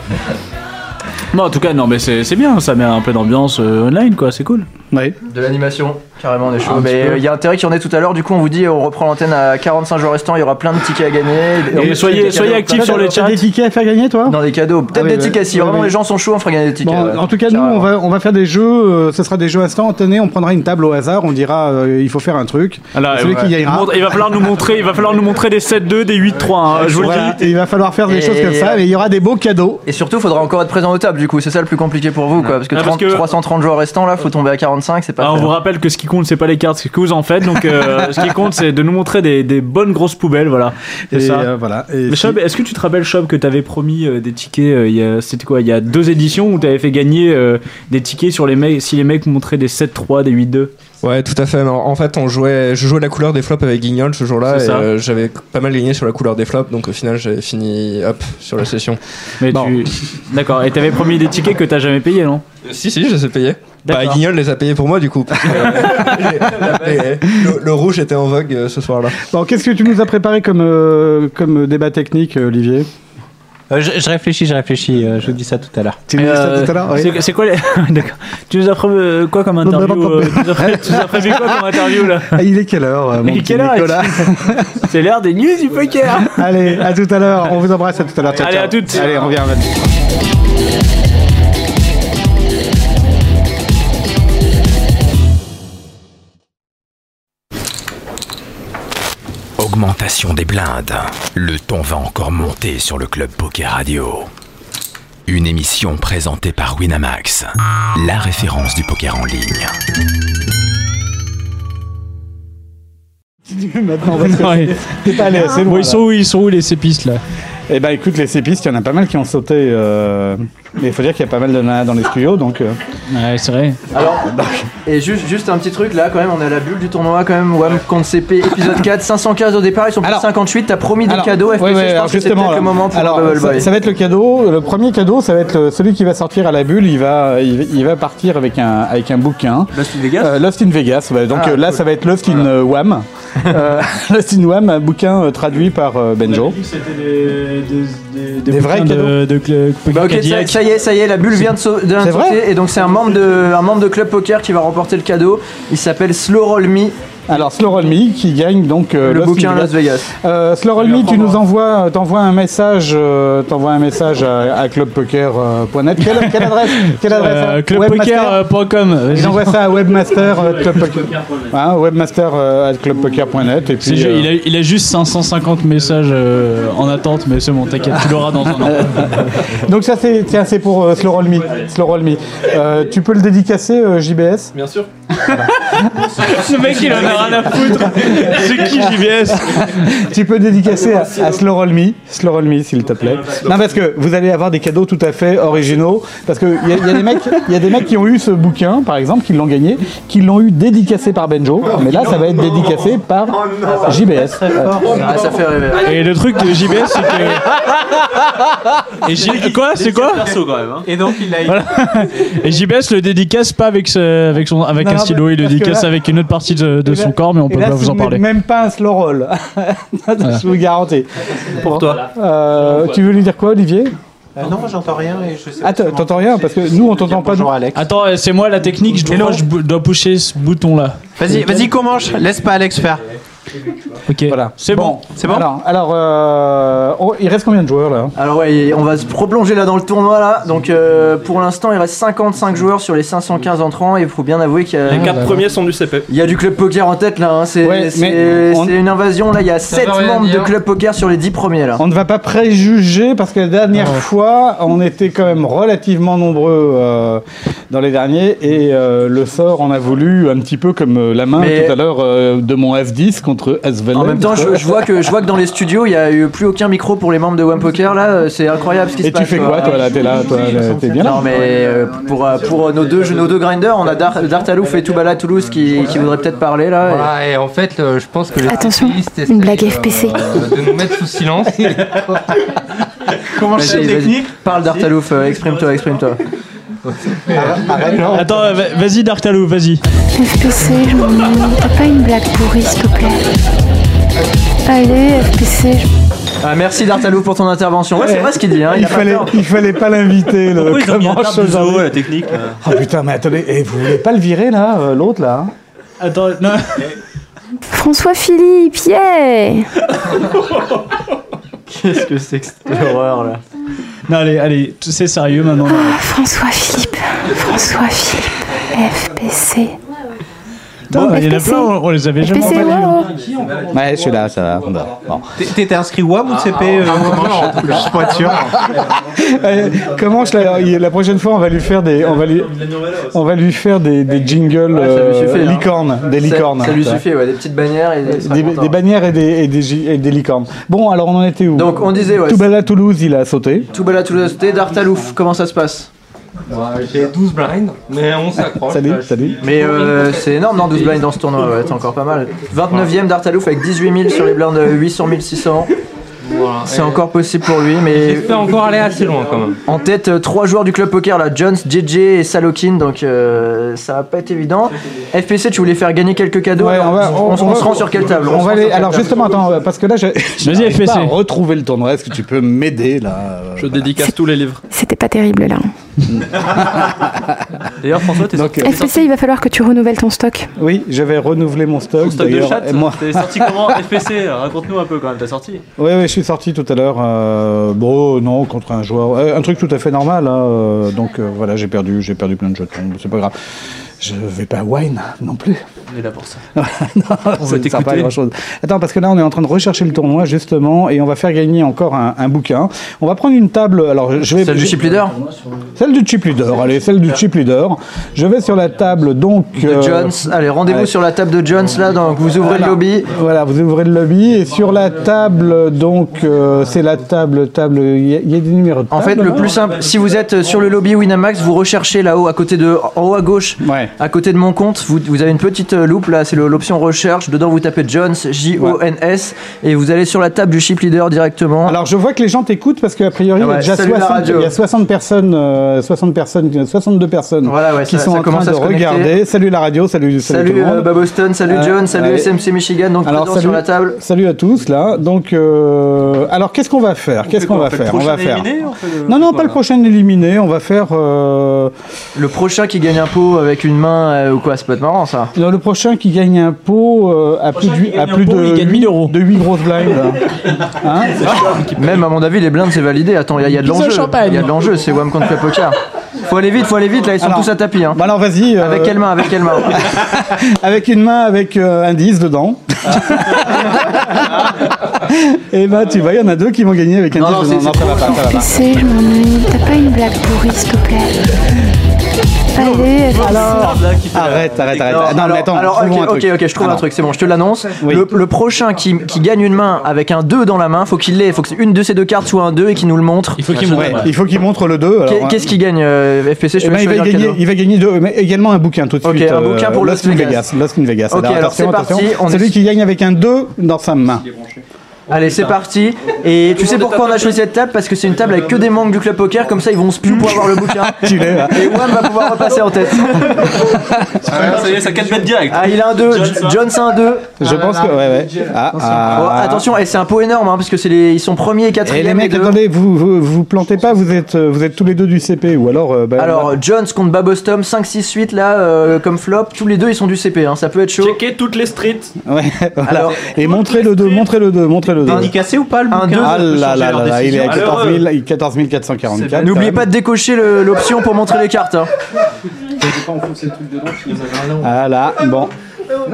[SPEAKER 10] Non, en tout cas, non, mais c'est c'est bien. Ça met un peu d'ambiance euh, online, quoi. C'est cool.
[SPEAKER 1] oui.
[SPEAKER 5] De l'animation, carrément, des choses.
[SPEAKER 10] Un petit
[SPEAKER 5] mais
[SPEAKER 10] peu.
[SPEAKER 5] euh, il y a intérêt qu'il y en ait tout à l'heure. Du coup, on vous dit, euh, on reprend l'antenne à 45 jours restants. Il y aura plein de tickets à gagner.
[SPEAKER 10] Et
[SPEAKER 5] on-
[SPEAKER 10] soyez-
[SPEAKER 5] des
[SPEAKER 10] soyez
[SPEAKER 5] cadeaux.
[SPEAKER 10] actifs sur le
[SPEAKER 1] T'as
[SPEAKER 10] chat.
[SPEAKER 1] des tickets à faire gagner toi
[SPEAKER 5] Dans des cadeaux, peut-être
[SPEAKER 1] Ah oui,
[SPEAKER 5] des tickets.
[SPEAKER 1] ouais.
[SPEAKER 5] Si
[SPEAKER 1] Ouais,
[SPEAKER 5] vraiment
[SPEAKER 1] ouais.
[SPEAKER 5] les gens sont chauds, on fera gagner des tickets.
[SPEAKER 1] Bon,
[SPEAKER 5] ouais.
[SPEAKER 1] en tout cas, nous,
[SPEAKER 5] Carrément.
[SPEAKER 1] on va, on va faire des jeux. euh, ce sera des jeux instants. Cette année, on prendra une table au hasard. On dira, euh, il faut faire un truc.
[SPEAKER 10] Alors,
[SPEAKER 1] Celui
[SPEAKER 10] euh,
[SPEAKER 1] qui gagnera.
[SPEAKER 10] montre- il va falloir nous montrer, il va falloir nous montrer des 7-2, des 8-3. hein, je vous le
[SPEAKER 1] Voilà.
[SPEAKER 10] dis.
[SPEAKER 1] Et il va falloir faire des
[SPEAKER 5] Et-
[SPEAKER 1] choses comme ça. Mais il y aura des beaux cadeaux.
[SPEAKER 5] Et surtout, faudra encore être présent au table, du coup. C'est ça le plus compliqué pour vous, quoi. Parce que,
[SPEAKER 10] Ah, parce
[SPEAKER 5] 30
[SPEAKER 10] que-
[SPEAKER 5] 330 joueurs restants, là, faut tomber à 45, c'est pas
[SPEAKER 1] Ah,
[SPEAKER 10] Alors, on
[SPEAKER 5] fait.
[SPEAKER 10] vous rappelle que ce qui compte, c'est pas les cartes, c'est ce que vous en faites. Donc, euh, (laughs) ce qui compte, c'est de nous montrer des, des bonnes grosses poubelles, voilà. C'est
[SPEAKER 1] Et,
[SPEAKER 10] ça.
[SPEAKER 1] euh, voilà. Et
[SPEAKER 10] Mais
[SPEAKER 1] si-
[SPEAKER 10] Chob, est-ce que tu te rappelles, Chob, que t'avais promis euh, des tickets euh, il y a- C'était quoi Il y a deux éditions où t'avais fait gagner euh, des tickets sur les mecs si les mecs montraient des 7-3, des 8-2.
[SPEAKER 12] Ouais, tout à fait. Non, en fait, on jouait, je jouais la couleur des flops avec Guignol ce jour-là
[SPEAKER 10] C'est
[SPEAKER 12] et
[SPEAKER 10] ça.
[SPEAKER 12] euh, j'avais pas mal gagné sur la couleur des flops, donc au final, j'avais fini hop sur la session.
[SPEAKER 10] Mais
[SPEAKER 12] Non.
[SPEAKER 10] tu. D'accord. Et t'avais promis des tickets que t'as jamais payé, non
[SPEAKER 12] Si, si, je les ai payés. Bah,
[SPEAKER 10] D'accord.
[SPEAKER 12] Guignol les a payés pour moi, du coup. parce que, euh, le, le rouge était en vogue euh, ce soir-là.
[SPEAKER 1] Bon, qu'est-ce que tu nous as préparé comme, euh, comme débat technique, euh, Olivier
[SPEAKER 12] Euh, je, réfléchis, je réfléchis, euh, je vous dis ça tout à l'heure.
[SPEAKER 1] Tu nous as dit ça tout à l'heure oui.
[SPEAKER 10] Euh, C'est- C'est quoi les... (laughs) D'accord. Tu nous as prévu euh, quoi comme interview euh, tu, nous as prévu, (laughs) tu nous as prévu quoi comme
[SPEAKER 1] (laughs)
[SPEAKER 10] interview là
[SPEAKER 1] Ah, Il est quelle heure, euh, mon
[SPEAKER 10] Il est
[SPEAKER 1] petit
[SPEAKER 10] quelle heure
[SPEAKER 1] Nicolas
[SPEAKER 10] C'est l'heure des news du poker.
[SPEAKER 1] Allez, à tout à l'heure. On vous embrasse, à tout à l'heure. Ciao,
[SPEAKER 10] Allez,
[SPEAKER 1] ciao.
[SPEAKER 10] à toutes.
[SPEAKER 1] Allez, on revient à votre-
[SPEAKER 13] Augmentation des blindes. Le ton va encore monter sur le Club Poker Radio. Une émission présentée par Winamax, la référence du poker en ligne.
[SPEAKER 1] (laughs) Maintenant, on va se (laughs) casser. T'es pas allé, c'est
[SPEAKER 7] Bon,
[SPEAKER 1] bon.
[SPEAKER 7] ils sont où, ils sont où les sépistes là
[SPEAKER 1] Eh ben écoute, les sépistes, il y en a pas mal qui ont sauté. euh, Mais il faut dire qu'il y a pas mal de nanas dans les studios, donc. euh,
[SPEAKER 7] Ouais, c'est vrai.
[SPEAKER 5] Alors,
[SPEAKER 1] (laughs)
[SPEAKER 5] et juste, juste un petit truc là, quand même, on est à la bulle du tournoi quand même. WAM contre CP, épisode 4, 515 au départ, ils sont plus
[SPEAKER 1] Alors-
[SPEAKER 5] 58. T'as promis des
[SPEAKER 1] Alors,
[SPEAKER 5] cadeaux, FPC,
[SPEAKER 1] ouais, ouais,
[SPEAKER 5] je
[SPEAKER 1] alors
[SPEAKER 5] pense que c'est peut-être
[SPEAKER 1] là.
[SPEAKER 5] le moment pour
[SPEAKER 1] alors,
[SPEAKER 5] Bubble
[SPEAKER 1] ça,
[SPEAKER 5] Boy.
[SPEAKER 1] ça va être le cadeau. Le premier cadeau, ça va être le- celui qui va sortir à la bulle. Il va, il, va- il va partir avec un, avec un bouquin.
[SPEAKER 5] Lost in Vegas
[SPEAKER 1] Euh, Lost in Vegas. ouais. donc
[SPEAKER 5] Ah,
[SPEAKER 1] euh, là,
[SPEAKER 5] cool.
[SPEAKER 1] ça va être Lost in euh, Wham. Euh, (laughs) Lost in Wham, un bouquin euh, traduit par euh, Benjo.
[SPEAKER 7] C'était des,
[SPEAKER 1] Des vrais
[SPEAKER 7] bouquins
[SPEAKER 1] cadeaux.
[SPEAKER 7] de, de cl-
[SPEAKER 5] Bah ok, ça,
[SPEAKER 7] Cadillac.
[SPEAKER 5] ça y est, ça y est, la bulle vient de sau- de
[SPEAKER 1] C'est
[SPEAKER 5] sauter,
[SPEAKER 1] vrai
[SPEAKER 5] et donc c'est un membre de un membre de club poker qui va remporter le cadeau. Il s'appelle Slow Roll Me,
[SPEAKER 1] Alors, Slow Roll Me qui gagne donc euh,
[SPEAKER 5] le
[SPEAKER 1] Lost in
[SPEAKER 5] bouquin
[SPEAKER 1] Vegas.
[SPEAKER 5] Las Vegas.
[SPEAKER 1] Euh, Slow Roll
[SPEAKER 7] lui
[SPEAKER 1] Me, tu
[SPEAKER 7] apprendra.
[SPEAKER 1] nous envoies, euh, t'envoies un message, euh, t'envoies un message à, à clubpoker.net. Quelle, quelle adresse, quelle adresse hein
[SPEAKER 7] Euh,
[SPEAKER 1] Webmaster
[SPEAKER 7] Clubpoker.com.
[SPEAKER 1] Il
[SPEAKER 7] vas-y.
[SPEAKER 1] envoie ça à webmaster (laughs) euh, club poker- hein, webmaster euh, at clubpoker.net et
[SPEAKER 7] C'est
[SPEAKER 1] puis
[SPEAKER 7] ju-
[SPEAKER 1] euh,
[SPEAKER 7] il, a, il a juste 550 messages euh, en attente, mais c'est bon, t'inquiète, tu l'auras dans un an. (laughs)
[SPEAKER 1] donc ça c'est tiens c'est pour euh, Slow Roll Me, Slow Roll Me. Euh, tu peux le dédicacer euh, JBS
[SPEAKER 12] Bien sûr.
[SPEAKER 7] Ce mec, il en a rien à foutre. C'est qui JBS
[SPEAKER 1] tu peux dédicacer à, à Slow Roll Me Slow Roll Me s'il te plaît non parce que vous allez avoir des cadeaux tout à fait originaux parce que il y, a- il y a des mecs il y a des mecs qui ont eu ce bouquin par exemple qui l'ont gagné qui l'ont eu dédicacé par Benjo
[SPEAKER 12] Oh,
[SPEAKER 1] mais là ça va être dédicacé par JBS
[SPEAKER 5] Ah, ça fait rêver.
[SPEAKER 7] Et le truc de JBS, c'est que. Et J- Quoi C'est quoi hein. Et JBS le dédicace pas avec, ce- avec, son, avec
[SPEAKER 1] Non,
[SPEAKER 7] un
[SPEAKER 1] non,
[SPEAKER 7] stylo,
[SPEAKER 1] mais
[SPEAKER 7] il le
[SPEAKER 1] parce que
[SPEAKER 7] dédicace
[SPEAKER 1] là-
[SPEAKER 7] avec une autre partie de, de
[SPEAKER 1] Et là-
[SPEAKER 7] son corps, mais on
[SPEAKER 1] et
[SPEAKER 7] peut
[SPEAKER 1] là,
[SPEAKER 7] pas vous
[SPEAKER 1] ce
[SPEAKER 7] en
[SPEAKER 1] n'est
[SPEAKER 7] parler.
[SPEAKER 1] Même pas un slow roll. (laughs) Euh, Je vous le garantis. Pour toi. tu veux lui dire quoi, Olivier
[SPEAKER 14] Euh, non, moi j'entends rien et je sais
[SPEAKER 1] Attends, t'entends rien parce que nous on t'entend pas. Bonjour
[SPEAKER 14] Alex.
[SPEAKER 7] Attends, euh, c'est moi la technique, je dois, je bou- dois pousser ce bouton-là.
[SPEAKER 14] Vas-y, vas-y, commence. Laisse pas Alex faire.
[SPEAKER 7] Ok,
[SPEAKER 1] voilà.
[SPEAKER 7] C'est bon. Ah.
[SPEAKER 14] C'est bon
[SPEAKER 1] Alors, alors, euh, oh, il reste combien de joueurs là
[SPEAKER 5] Alors ouais, on va se prolonger là dans le tournoi là. Donc euh, pour l'instant, il reste 55 joueurs sur les 515 entrants et il faut bien avouer qu'il y a
[SPEAKER 10] Les quatre premiers sont du E. CP.
[SPEAKER 5] Il y a du club poker en tête là, hein. c'est
[SPEAKER 10] Ouais,
[SPEAKER 5] c'est-
[SPEAKER 10] mais on-
[SPEAKER 5] c'est une invasion là, il y a
[SPEAKER 1] Ça
[SPEAKER 5] 7
[SPEAKER 1] veut rien
[SPEAKER 5] membres
[SPEAKER 1] dire.
[SPEAKER 5] de club poker sur les 10 premiers là.
[SPEAKER 1] On ne va pas préjuger parce que la dernière
[SPEAKER 7] Ah.
[SPEAKER 1] fois, on était quand même relativement nombreux euh, dans les derniers et euh, le sort, on a voulu un petit peu comme euh, la main
[SPEAKER 5] Mais-
[SPEAKER 1] tout à l'heure euh, de mon F10 contre Asvelen.
[SPEAKER 5] En même
[SPEAKER 1] (laughs)
[SPEAKER 5] temps, je, je vois que, je vois que dans les studios, il n'y a eu plus aucun micro pour les membres de One Poker là, euh, c'est incroyable ce qui
[SPEAKER 1] Et
[SPEAKER 5] se passe.
[SPEAKER 1] tu fais quoi, toi, là T'es là, toi, là, t'es bien là
[SPEAKER 5] Non mais euh, pour, euh, pour euh, nos deux jeux- nos deux grinders, on a Dar- Dartalouf et Toubala Toulouse qui, qui voudraient peut-être parler là.
[SPEAKER 12] Voilà, et en fait, euh, je pense que les
[SPEAKER 5] Attention,
[SPEAKER 12] spécialistes
[SPEAKER 5] une
[SPEAKER 12] essaient,
[SPEAKER 5] blague
[SPEAKER 12] euh,
[SPEAKER 5] FPC.
[SPEAKER 12] de nous mettre sous silence.
[SPEAKER 5] Comment Parle Dartalouf, euh, exprime-toi, exprime-toi.
[SPEAKER 7] Attends, euh, va- vas-y Dartalou, vas-y.
[SPEAKER 15] FPC, je m'en ai- T'as pas une blague pourrie, s'il te plaît Allez, FPC, je
[SPEAKER 5] Ah, merci Dartalouf pour ton intervention. Ouais, c'est vrai ce qu'il dit. Hein,
[SPEAKER 1] il,
[SPEAKER 5] a pas
[SPEAKER 1] fallait,
[SPEAKER 5] tort.
[SPEAKER 1] il fallait pas l'inviter. Le
[SPEAKER 5] Pourquoi ils ont mis un
[SPEAKER 1] comment
[SPEAKER 5] table
[SPEAKER 1] chose
[SPEAKER 5] de zoo
[SPEAKER 1] arrive
[SPEAKER 5] à la technique, hein là
[SPEAKER 1] Oh putain, mais attendez, et vous voulez pas le virer là, euh, l'autre là hein
[SPEAKER 7] Attends, Euh, non. (laughs)
[SPEAKER 15] François Philippe, yeah
[SPEAKER 7] Qu'est-ce que c'est que cette horreur là Non, allez, allez, tout- c'est sérieux maintenant.
[SPEAKER 15] François Philippe, François Philippe, FPC.
[SPEAKER 7] Putain,
[SPEAKER 15] Bon,
[SPEAKER 7] il y en a
[SPEAKER 15] FPC.
[SPEAKER 7] plein, on, on les avait jamais
[SPEAKER 15] FPC,
[SPEAKER 7] entendus.
[SPEAKER 15] wow.
[SPEAKER 1] Ouais, celui-là, ça va. on va- bon.
[SPEAKER 14] T'étais inscrit WAM ou
[SPEAKER 12] Ah,
[SPEAKER 14] CP euh, Juste pour être sûr.
[SPEAKER 1] Euh, Comment je la, il- la prochaine fois on va lui faire des on va lui on va lui faire des, des jingles euh,
[SPEAKER 5] suffit, hein.
[SPEAKER 1] licornes des
[SPEAKER 5] Ça-
[SPEAKER 1] licornes
[SPEAKER 5] Ça, lui suffit, ouais, des petites bannières et il sera
[SPEAKER 1] des,
[SPEAKER 5] content.
[SPEAKER 1] des bannières et des, et des gi- et des licornes bon alors on en était où
[SPEAKER 5] Donc, on disait, ouais,
[SPEAKER 1] Toubala Toulouse il a sauté
[SPEAKER 5] Toubala Toulouse, t'es Dartalouf, comment ça se passe
[SPEAKER 12] J'ai 12 blinds, mais on s'accroche.
[SPEAKER 5] Salut,
[SPEAKER 12] Là, je-
[SPEAKER 1] salut.
[SPEAKER 5] Mais euh, c'est énorme, non 12 blinds dans ce tournoi, ouais, c'est encore pas mal. 29ème Dartalouf avec 18 000 sur les blinds euh, 800 600.
[SPEAKER 12] Voilà.
[SPEAKER 5] C'est
[SPEAKER 12] Et-
[SPEAKER 5] encore possible pour lui, mais.
[SPEAKER 12] J'espère encore aller assez loin quand même.
[SPEAKER 5] En tête, euh, trois joueurs du club poker là, Jones, JJ et Salokin, donc euh, ça va pas être évident. FPC, tu voulais faire gagner quelques cadeaux
[SPEAKER 1] Ouais,
[SPEAKER 5] alors,
[SPEAKER 1] on, va,
[SPEAKER 5] on- on
[SPEAKER 1] va-
[SPEAKER 5] se rend sur quelle table
[SPEAKER 1] on
[SPEAKER 5] se
[SPEAKER 1] va
[SPEAKER 5] rend
[SPEAKER 1] aller-
[SPEAKER 5] sur quelle
[SPEAKER 1] alors
[SPEAKER 5] table
[SPEAKER 1] justement attends parce que là je je
[SPEAKER 7] Vas-y,
[SPEAKER 1] n'arrive
[SPEAKER 7] FSC.
[SPEAKER 1] pas à retrouver le tournoi est-ce que tu peux m'aider là
[SPEAKER 10] Je dédicace tous les livres.
[SPEAKER 15] C'était pas terrible là.
[SPEAKER 10] D'ailleurs, François, t'es sorti- t'es sorti-
[SPEAKER 15] FPC, il va falloir que tu renouvelles ton stock.
[SPEAKER 1] oui je vais renouveler mon stock
[SPEAKER 10] Ton stock de
[SPEAKER 1] d'ailleurs,
[SPEAKER 10] chat,
[SPEAKER 1] et moi
[SPEAKER 10] t'es sorti
[SPEAKER 1] (laughs)
[SPEAKER 10] comment FPC Raconte-nous un peu quand même, t'as sorti
[SPEAKER 1] Ouais, ouais, je suis sorti tout à l'heure. euh, bon, non, contre un joueur, euh, un truc tout à fait normal. hein, euh, donc euh, voilà, j'ai perdu, j'ai perdu plein de jetons. mais C'est pas grave. Je vais pas wine non plus. (laughs)
[SPEAKER 10] On est là pour ça.
[SPEAKER 1] non,
[SPEAKER 10] On
[SPEAKER 1] ça
[SPEAKER 10] va
[SPEAKER 1] ne sert pas à
[SPEAKER 10] t'écouter.
[SPEAKER 1] grand chose. Attends, parce que là, on est en train de rechercher le tournoi justement, et on va faire gagner encore un, un bouquin. On va prendre une table. Alors, je vais.
[SPEAKER 5] Celle du chip leader
[SPEAKER 1] Celle du chip leader. Allez, celle du chip leader. Je vais sur la table. Donc.
[SPEAKER 5] De
[SPEAKER 1] euh,
[SPEAKER 5] Jones, allez, rendez-vous
[SPEAKER 1] ouais.
[SPEAKER 5] sur la table de Jones là, donc vous ouvrez le lobby.
[SPEAKER 1] Voilà, vous ouvrez le lobby et sur la table, donc euh, c'est la table, table. Il y, a- il y a des numéros. De
[SPEAKER 5] En fait,
[SPEAKER 1] table, hein.
[SPEAKER 5] le
[SPEAKER 1] là
[SPEAKER 5] plus simple, si vous êtes sur le lobby Winamax, vous recherchez là-haut, à côté de, en haut à gauche, à côté de mon compte, vous, vous avez une petite euh, loupe là, c'est le- l'option recherche. Dedans, vous tapez Jones, J-O-N-S, et vous allez sur la table du chip leader directement.
[SPEAKER 1] Alors, je vois que les gens t'écoutent parce qu'a priori,
[SPEAKER 5] Ah
[SPEAKER 1] il y a
[SPEAKER 5] ouais,
[SPEAKER 1] déjà
[SPEAKER 5] salut la
[SPEAKER 1] 60,
[SPEAKER 5] radio.
[SPEAKER 1] il y a 60 personnes, euh, 60 personnes, 62 personnes
[SPEAKER 5] ouais,
[SPEAKER 1] qui
[SPEAKER 5] ça-
[SPEAKER 1] sont
[SPEAKER 5] ça
[SPEAKER 1] en
[SPEAKER 5] commence
[SPEAKER 1] train de
[SPEAKER 5] à se connecter.
[SPEAKER 1] regarder. Salut la radio, salut, salut, tout
[SPEAKER 5] Salut
[SPEAKER 1] le monde.
[SPEAKER 5] euh, Baboston, salut
[SPEAKER 1] Euh,
[SPEAKER 5] John, salut
[SPEAKER 1] allez.
[SPEAKER 5] SMC Michigan, donc
[SPEAKER 1] Alors,
[SPEAKER 5] présent
[SPEAKER 1] salut,
[SPEAKER 5] sur la table.
[SPEAKER 1] salut à tous là. Donc, euh, alors qu'est-ce qu'on va faire Qu'est-ce qu'on va faire On va faire. Non, non, pas le prochain éliminé. On va faire. euh,
[SPEAKER 5] Le prochain qui gagne un pot avec une main euh, ou quoi, ça peut être marrant ça.
[SPEAKER 1] Non, le prochain qui gagne un pot euh, à plus, du- à plus de, 8, de 8 grosses blindes. Hein
[SPEAKER 5] Même à mon avis, les blindes c'est validé. Attends, il y, a- il y a de
[SPEAKER 1] Ils ont
[SPEAKER 5] l'enjeu.
[SPEAKER 1] champagne.
[SPEAKER 5] Il y a de l'enjeu, c'est Wham contre le poker. Faut aller vite, faut aller vite, là ils sont
[SPEAKER 1] Alors,
[SPEAKER 5] tous à tapis. Hein.
[SPEAKER 1] Bah alors vas-y. euh,
[SPEAKER 5] Avec quelle main, avec quelle main
[SPEAKER 1] (laughs) Avec une main avec euh, un 10 dedans.
[SPEAKER 5] Ah.
[SPEAKER 1] (laughs) Et bah tu vois, il y en a deux qui vont gagner avec un 10 dedans. Non, ça va pas, ça va pas.
[SPEAKER 15] FPC,
[SPEAKER 12] ah.
[SPEAKER 15] je m'en ai- T'as pas une blague pourrie, s'il te plaît Allez, FPC.
[SPEAKER 1] Arrête, arrête, arrête. Non, mais Ah, attends,
[SPEAKER 5] alors,
[SPEAKER 1] trouvons
[SPEAKER 5] ok,
[SPEAKER 1] un truc.
[SPEAKER 5] ok, ok, je trouve un
[SPEAKER 1] Alors.
[SPEAKER 5] truc, c'est bon, je te l'annonce. Le, le prochain qui, qui gagne une main avec un 2 dans la main, faut qu'il l'ait, faut que une de ces deux cartes soit un 2 et qu'il nous le montre. Il faut
[SPEAKER 1] qu'il montre. Ouais, il faut qu'il montre le 2. alors, hein.
[SPEAKER 5] Qu'est-ce qu'il gagne, euh, FPC Je
[SPEAKER 1] Eh
[SPEAKER 5] te
[SPEAKER 1] ben,
[SPEAKER 5] laisse
[SPEAKER 1] il, va
[SPEAKER 5] choisir le
[SPEAKER 1] gagner,
[SPEAKER 5] cadeau.
[SPEAKER 1] il va gagner deux, mais également un bouquin tout de
[SPEAKER 5] Ok,
[SPEAKER 1] suite.
[SPEAKER 5] un bouquin pour Las Vegas.
[SPEAKER 1] Lost in Vegas.
[SPEAKER 5] Ok, alors, c'est parti, on est-
[SPEAKER 1] Celui qui gagne avec un 2 dans sa main.
[SPEAKER 5] Allez, c'est parti. Et tu sais pourquoi on a choisi cette table Parce que c'est une table avec que des membres du club poker, comme ça ils vont se plus pour avoir
[SPEAKER 1] (laughs)
[SPEAKER 5] le bouquin.
[SPEAKER 1] Tu l'es, hein. là.
[SPEAKER 5] Et Wam va pouvoir repasser
[SPEAKER 1] (laughs)
[SPEAKER 5] en tête.
[SPEAKER 10] Ah, ça y est, ça 4 bêtes direct. hein.
[SPEAKER 5] Ah, il a un 2, John c'est un 2.
[SPEAKER 1] Je pense que. Ouais, ouais. Ah, ah.
[SPEAKER 5] Oh, attention, et c'est un pot énorme hein, parce que c'est les... ils sont premiers et
[SPEAKER 1] Et
[SPEAKER 5] quatrième.
[SPEAKER 1] les mecs,
[SPEAKER 5] deux.
[SPEAKER 1] attendez, vous, vous vous plantez pas, vous êtes euh, vous êtes tous les deux du CP ou alors. euh, bah,
[SPEAKER 5] Alors, Jones contre Babostom, 5, 6, 8 là, euh, comme flop. Tous les deux ils sont du CP, hein, ça peut être chaud.
[SPEAKER 10] Checker toutes les streets.
[SPEAKER 5] (laughs)
[SPEAKER 1] Ouais, voilà. et montrez le 2, montrez le 2, montrez le 2.
[SPEAKER 5] Indicacé ou pas le
[SPEAKER 1] Ah
[SPEAKER 5] bouquin
[SPEAKER 1] là là là là, il est à 14, 000, il est 14
[SPEAKER 5] euh, C'est vrai.
[SPEAKER 1] 444.
[SPEAKER 5] N'oubliez pas de décocher le- l'option pour montrer les cartes. hein.
[SPEAKER 14] pas enfoncé le truc dedans, si vous avez un
[SPEAKER 1] Ah là, bon.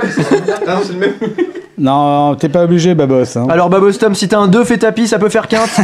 [SPEAKER 14] c'est le même.
[SPEAKER 1] Non, t'es pas obligé, Babos. hein.
[SPEAKER 5] Alors Babostom, si t'as un 2 fait tapis, ça peut faire quinte.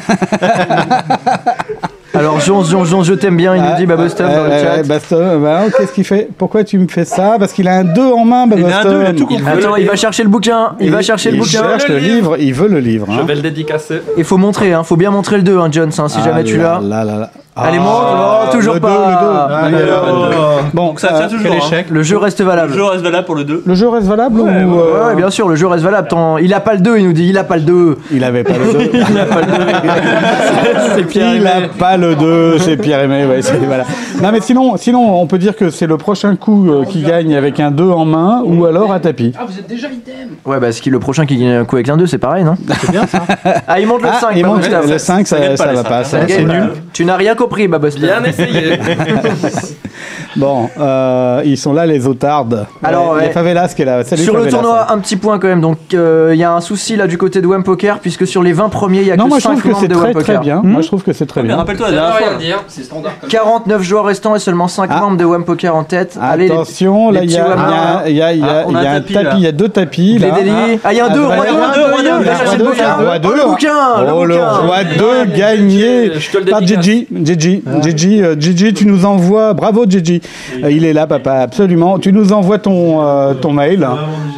[SPEAKER 5] Alors Jones, Jones, Jones, je t'aime bien, il
[SPEAKER 1] Ah,
[SPEAKER 5] nous dit Babostom
[SPEAKER 1] Ouais,
[SPEAKER 5] dans le
[SPEAKER 1] ouais,
[SPEAKER 5] chat.
[SPEAKER 1] ouais, Babostom, euh, bah, oh, qu'est-ce qu'il fait Pourquoi tu me fais ça Parce qu'il a un 2 en main, Babostom.
[SPEAKER 5] Attends, il va chercher le bouquin. Il, va chercher le bouquin.
[SPEAKER 1] Il cherche le livre, il veut le livre. hein.
[SPEAKER 10] le dédicacer.
[SPEAKER 5] Il faut montrer, hein, faut bien montrer le 2, hein, Jones, hein, si
[SPEAKER 1] Ah
[SPEAKER 5] jamais tu
[SPEAKER 1] là Ah,
[SPEAKER 5] l'as. Allez, montre, oh, toujours
[SPEAKER 1] le deux,
[SPEAKER 5] pas.
[SPEAKER 1] le deux.
[SPEAKER 5] Allez, oh.
[SPEAKER 1] alors.
[SPEAKER 5] Bon,
[SPEAKER 10] Donc
[SPEAKER 1] Euh,
[SPEAKER 10] ça tient toujours. hein.
[SPEAKER 5] Le jeu reste valable.
[SPEAKER 10] Le jeu reste valable pour le 2.
[SPEAKER 1] Le jeu reste valable ou
[SPEAKER 5] Ouais,
[SPEAKER 1] euh,
[SPEAKER 5] ouais, bien sûr, le jeu reste valable. Tant- Il a pas le 2, il nous dit, il a pas le 2.
[SPEAKER 1] Il avait pas le 2.
[SPEAKER 5] (laughs) il a pas le 2. (laughs) C'est Pierre
[SPEAKER 1] Il a pas le 2, c'est Pierre Aimé. ouais, c'est- voilà. Non, mais sinon, sinon, on peut dire que c'est le prochain coup euh, qui gagne avec un 2 en main ou alors à tapis.
[SPEAKER 14] Ah, vous êtes déjà idem.
[SPEAKER 5] Ouais, bah, ce qui, le prochain qui gagne un coup avec un 2, c'est pareil, non C'est bien ça. (laughs) Ah, il monte le
[SPEAKER 1] Ah,
[SPEAKER 5] 5.
[SPEAKER 1] il
[SPEAKER 5] pas
[SPEAKER 1] monte
[SPEAKER 5] Gustave.
[SPEAKER 1] le 5, ça, ça, va pas. ça, c'est nul.
[SPEAKER 5] Tu n'as rien compris, Babos. Bien essayé.
[SPEAKER 1] Bon, euh, ils sont là, les otardes.
[SPEAKER 5] Alors,
[SPEAKER 1] Ouais,
[SPEAKER 5] ouais.
[SPEAKER 1] Les favelas qui est là. Salut,
[SPEAKER 5] sur le
[SPEAKER 1] favelas.
[SPEAKER 5] tournoi, un petit point quand même. Donc, euh, il y a un souci là du côté de Wem Poker, puisque sur les 20 premiers, il y a
[SPEAKER 1] Non,
[SPEAKER 5] que
[SPEAKER 1] moi je
[SPEAKER 5] 5
[SPEAKER 1] trouve que
[SPEAKER 5] membres
[SPEAKER 1] c'est
[SPEAKER 5] de Hmm
[SPEAKER 1] très
[SPEAKER 5] Wem
[SPEAKER 1] très
[SPEAKER 5] Poker.
[SPEAKER 1] bien. Moi je trouve que c'est très bien.
[SPEAKER 10] (laughs) Rappelle-toi la dernière fois.
[SPEAKER 12] dire, c'est standard.
[SPEAKER 5] 49 joueurs restants et seulement 5
[SPEAKER 1] Ah.
[SPEAKER 5] membres de Wem Poker en tête. Allez, les-
[SPEAKER 1] Attention,
[SPEAKER 5] les
[SPEAKER 1] là il y
[SPEAKER 5] petits Wem
[SPEAKER 1] a-
[SPEAKER 5] Poker.
[SPEAKER 1] il y a il y a-
[SPEAKER 5] Ah,
[SPEAKER 1] il
[SPEAKER 5] on
[SPEAKER 1] y
[SPEAKER 5] a
[SPEAKER 1] a
[SPEAKER 5] un
[SPEAKER 1] un
[SPEAKER 5] tapis, là.
[SPEAKER 1] tapis, il y a deux tapis.
[SPEAKER 5] Les
[SPEAKER 1] là.
[SPEAKER 5] déliés. Ah, il y a un deux,
[SPEAKER 1] bah,
[SPEAKER 5] roi
[SPEAKER 1] il y a un
[SPEAKER 5] deux, roi
[SPEAKER 1] deux,
[SPEAKER 5] deux,
[SPEAKER 1] roi
[SPEAKER 5] roi deux.
[SPEAKER 1] deux,
[SPEAKER 5] Là, cherchez le
[SPEAKER 1] roi
[SPEAKER 5] bouquin.
[SPEAKER 1] deux, roi
[SPEAKER 5] Oh,
[SPEAKER 1] deux.
[SPEAKER 5] le bouquin, le
[SPEAKER 1] Oh, le
[SPEAKER 5] bouquin.
[SPEAKER 1] roi 2 gagné par Gigi. Gigi, Gigi, euh, Gigi, tu nous envoies. Bravo Gigi. Euh, Il est là, papa, absolument. Tu nous envoies ton euh, ton mail.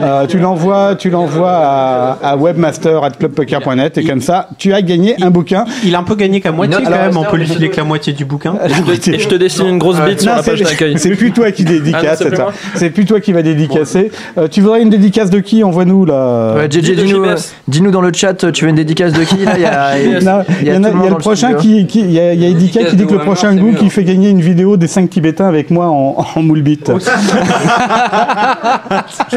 [SPEAKER 1] Euh, Tu l'envoies, tu l'envoies à à webmaster@clubpoker.net et comme ça, tu as gagné un bouquin.
[SPEAKER 16] Il a un peu gagné qu'à moitié quand même, on peut lui filer que la moitié du bouquin.
[SPEAKER 1] Et
[SPEAKER 16] je te dessine une grosse bite sur la page d'accueil.
[SPEAKER 1] (laughs) C'est plus toi qui
[SPEAKER 16] Ah non,
[SPEAKER 1] dédicace,
[SPEAKER 16] c'est
[SPEAKER 1] c'est
[SPEAKER 16] plus
[SPEAKER 1] ça.
[SPEAKER 16] moi.
[SPEAKER 1] C'est plus toi qui va dédicacer. Euh, tu voudrais une dédicace de qui Envoie-nous là.
[SPEAKER 5] Ouais, JJ, dis-nous dis-nous dans le chat, tu veux une dédicace de qui là Il
[SPEAKER 1] (laughs)
[SPEAKER 5] y a,
[SPEAKER 1] Il y, en a- il y en a- il y a
[SPEAKER 5] tout monde
[SPEAKER 1] le
[SPEAKER 5] dans
[SPEAKER 1] prochain
[SPEAKER 5] studio.
[SPEAKER 1] qui, qui- il y a, il y a Edika qui dit que le prochain goût qui fait gagner une vidéo des 5 Tibétains avec moi en, en moule bite.
[SPEAKER 10] (laughs)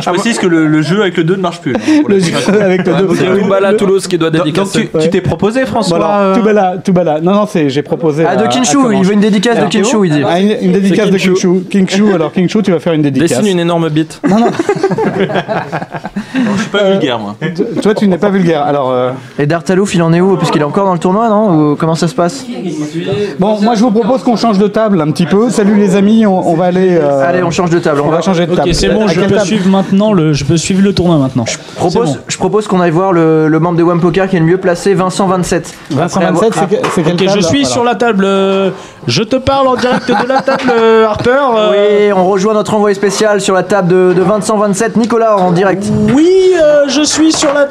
[SPEAKER 10] Je précise que le, le jeu avec le 2 ne marche plus. hein,
[SPEAKER 1] Le jeu (laughs) avec le deux.
[SPEAKER 16] C'est Toubala Toulouse qui doit
[SPEAKER 1] Donc-
[SPEAKER 16] dédicacer.
[SPEAKER 1] donc tu- tu
[SPEAKER 16] t'es proposé
[SPEAKER 1] Voilà, Toubala, Toubala. Non, non, c'est, j'ai proposé.
[SPEAKER 5] euh Ah, de Kinshu,
[SPEAKER 1] Euh, comment-
[SPEAKER 5] il veut une dédicace de
[SPEAKER 1] Alors,
[SPEAKER 5] Kinshu, il dit.
[SPEAKER 1] Ah, une, une
[SPEAKER 16] C'est
[SPEAKER 1] dédicace de
[SPEAKER 16] Kinshu.
[SPEAKER 1] Kinshu. Kinshu, alors Kinshu, tu vas faire une dédicace.
[SPEAKER 16] Dessine une énorme bite. (laughs)
[SPEAKER 10] Je suis
[SPEAKER 1] Euh,
[SPEAKER 10] pas vulgaire, moi.
[SPEAKER 1] Toi, tu n'es pas vulgaire. Alors. euh,
[SPEAKER 5] Et Dartalouf, il en est où Parce qu'il est encore dans le tournoi, non Ou Comment ça se passe
[SPEAKER 1] Bon, moi je vous propose qu'on change de table un petit peu. Salut les amis, on, on va aller. euh,
[SPEAKER 5] Allez, on change de table.
[SPEAKER 1] On va changer de
[SPEAKER 5] Ok,
[SPEAKER 1] table.
[SPEAKER 5] c'est bon,
[SPEAKER 1] À
[SPEAKER 5] je
[SPEAKER 1] quelle
[SPEAKER 5] peux
[SPEAKER 1] table
[SPEAKER 7] suivre maintenant le, je peux suivre le tournoi maintenant.
[SPEAKER 5] Je propose, je propose qu'on aille voir le, le membre de One Poker qui est le mieux placé, Vincent 27.
[SPEAKER 1] Vincent
[SPEAKER 5] Après
[SPEAKER 1] 27,
[SPEAKER 5] avoir-
[SPEAKER 1] c'est que- c'est quelle
[SPEAKER 7] Ok, je suis sur la table. euh, je te parle en direct de la table, euh, Harper.
[SPEAKER 5] Oui, on rejoint notre envoyé spécial sur la table de, de Vincent 27, Nicolas en direct.
[SPEAKER 7] Oui, euh, je suis sur la.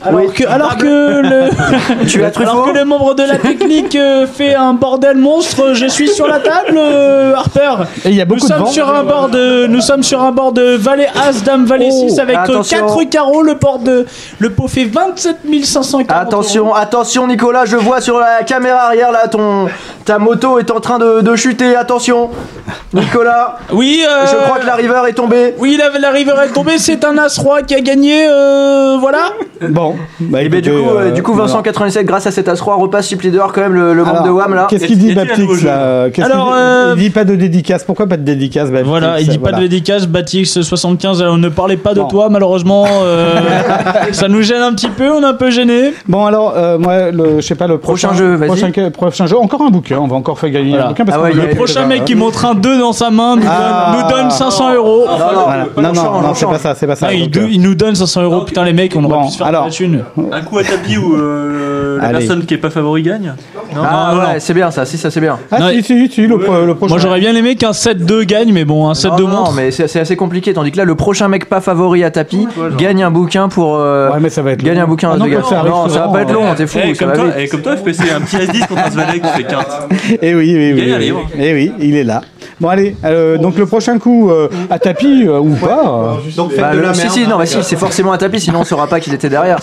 [SPEAKER 7] Alors que, alors que
[SPEAKER 1] (laughs)
[SPEAKER 7] le,
[SPEAKER 5] Tu as Truffaut
[SPEAKER 7] (laughs) alors que le membre de la technique euh, fait un bordel monstre, je suis sur la table, euh, Harper.
[SPEAKER 1] Et il y a
[SPEAKER 7] nous
[SPEAKER 1] beaucoup de
[SPEAKER 7] sommes
[SPEAKER 1] vent.
[SPEAKER 7] sur un bord de, nous sommes sur un bord de valet as dame valet
[SPEAKER 5] Oh,
[SPEAKER 7] 6 avec euh,
[SPEAKER 5] attention.
[SPEAKER 7] 4 carreaux, le port de, le pot fait 27 500
[SPEAKER 5] Ah, Attention, attention Nicolas, je vois sur la caméra arrière là ton ta moto est en train de, de chuter, attention. Nicolas.
[SPEAKER 7] Oui, euh,
[SPEAKER 5] je crois que la river est tombée.
[SPEAKER 7] Oui, la, la river est tombée, c'est un as roi qui a gagné, euh, voilà.
[SPEAKER 1] Bon, bah,
[SPEAKER 5] Et ben, du
[SPEAKER 1] écoutez,
[SPEAKER 5] coup, euh,
[SPEAKER 1] euh,
[SPEAKER 5] du coup Vincent
[SPEAKER 1] alors.
[SPEAKER 5] 87 grâce à cet as roi repasse chip leader quand même le, le membre de WAM là.
[SPEAKER 1] Qu'est-ce qu'il dit Baptiste là Qu'est-ce qu'il
[SPEAKER 7] Alors,
[SPEAKER 1] dit
[SPEAKER 7] euh,
[SPEAKER 1] Il dit pas de dédicace. Pourquoi pas de dédicace Baptiste
[SPEAKER 7] Voilà, il dit pas de dédicace, Batix 75, on euh, ne parlait pas de toi malheureusement, euh, (laughs) ça nous gêne un petit peu, on est un peu gêné.
[SPEAKER 1] Bon alors, euh, moi, le- je sais pas le prochain,
[SPEAKER 7] Prochain jeu, vas-y.
[SPEAKER 1] prochain, prochain jeu, encore un bouquin. On va encore faire gagner un bouquin
[SPEAKER 5] Ah
[SPEAKER 1] parce qu'on
[SPEAKER 7] le prochain mec qui montre un 2 dans sa main nous,
[SPEAKER 1] Ah.
[SPEAKER 7] donne, nous donne 500 euros.
[SPEAKER 1] Voilà. Non, non, non, c'est pas ça, c'est pas ça.
[SPEAKER 7] Ah, il,
[SPEAKER 1] Donc, euh,
[SPEAKER 7] il nous donne 500 euros, putain les mecs, on aurait pu se faire de la thune.
[SPEAKER 10] Un coup à tapis où euh, la
[SPEAKER 7] Allez.
[SPEAKER 10] personne qui est pas favori gagne Non,
[SPEAKER 5] Ah
[SPEAKER 10] non, non.
[SPEAKER 5] ouais, c'est bien ça, si ça c'est bien.
[SPEAKER 1] Ah si, si, si, le, pro- le prochain.
[SPEAKER 7] Moi j'aurais bien aimé qu'un 7-2 gagne, mais bon, un 7-2
[SPEAKER 5] Non, non,
[SPEAKER 7] montre.
[SPEAKER 5] mais c'est c'est assez compliqué tandis que là le prochain mec pas favori à tapis gagne un bouquin pour euh, gagne un bouquin à
[SPEAKER 1] Ah, non,
[SPEAKER 5] ce
[SPEAKER 1] quand
[SPEAKER 5] gars.
[SPEAKER 1] ça arrive
[SPEAKER 5] non, ça va
[SPEAKER 1] souvent,
[SPEAKER 5] pas être long,
[SPEAKER 1] ouais.
[SPEAKER 5] t'es fou,
[SPEAKER 10] Eh,
[SPEAKER 5] ça
[SPEAKER 10] comme
[SPEAKER 5] va
[SPEAKER 10] toi,
[SPEAKER 5] vite.
[SPEAKER 10] eh, comme toi, FPC, un petit S10 contre un Svanek qui fait 4.
[SPEAKER 1] Et oui, oui, oui.
[SPEAKER 10] Il y a un
[SPEAKER 1] oui.
[SPEAKER 10] livre.
[SPEAKER 1] Eh oui, il est là. Bon allez, euh, donc le prochain coup euh, à tapis euh, ou pas. euh,
[SPEAKER 5] Bah, le- si, si,
[SPEAKER 1] hein.
[SPEAKER 5] non, bah, si, c'est forcément un tapis, sinon on saura pas qu'il était derrière.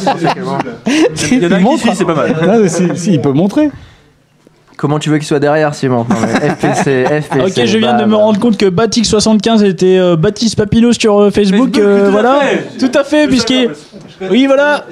[SPEAKER 1] Il y en a un qui suit, c'est pas mal. Non, mais si, si, il peut montrer.
[SPEAKER 5] Comment tu veux qu'il soit derrière, Simon Non, mais FPC, FPC.
[SPEAKER 7] Ok, je viens
[SPEAKER 5] bah,
[SPEAKER 7] de me rendre compte que Batik75 était euh, Baptiste Papineau sur euh, Facebook. euh, voilà, tout à fait, puisqu'il. Oui, voilà.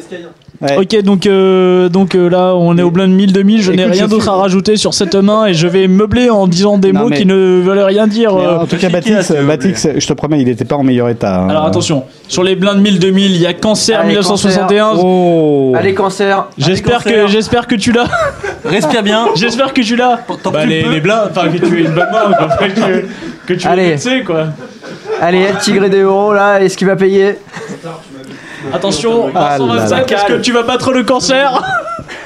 [SPEAKER 7] Ok, donc, euh, donc euh, là, on est au blind 1000 2000. Je n'ai
[SPEAKER 1] Écoute,
[SPEAKER 7] rien
[SPEAKER 1] je
[SPEAKER 7] d'autre
[SPEAKER 1] suis-
[SPEAKER 7] à rajouter sur cette main et je vais meubler en disant des
[SPEAKER 1] Non,
[SPEAKER 7] mots
[SPEAKER 1] mais-
[SPEAKER 7] qui ne veulent rien dire.
[SPEAKER 1] Mais
[SPEAKER 7] euh,
[SPEAKER 1] en tout cas, Batix, Batix, je te promets, il n'était pas en meilleur état. hein.
[SPEAKER 7] Alors attention, sur les blindes 1000 2000, il y a Cancer
[SPEAKER 5] Allez,
[SPEAKER 7] 1971.
[SPEAKER 5] Cancer.
[SPEAKER 1] Oh.
[SPEAKER 5] Allez, cancer.
[SPEAKER 7] J'espère
[SPEAKER 5] Allez,
[SPEAKER 7] que j'espère que tu l'as.
[SPEAKER 10] Respire bien.
[SPEAKER 7] (laughs) J'espère que tu l'as. Bah,
[SPEAKER 10] tu
[SPEAKER 7] les,
[SPEAKER 10] peux.
[SPEAKER 7] les blindes, enfin que tu aies une bonne main, quoi. Enfin, que, que tu
[SPEAKER 5] Allez.
[SPEAKER 7] tu sais quoi.
[SPEAKER 5] Allez, El Tigre des euros, là, est-ce qu'il va payer
[SPEAKER 7] Attention,
[SPEAKER 5] Ah là
[SPEAKER 7] 125,
[SPEAKER 5] là.
[SPEAKER 7] est-ce que tu vas battre le cancer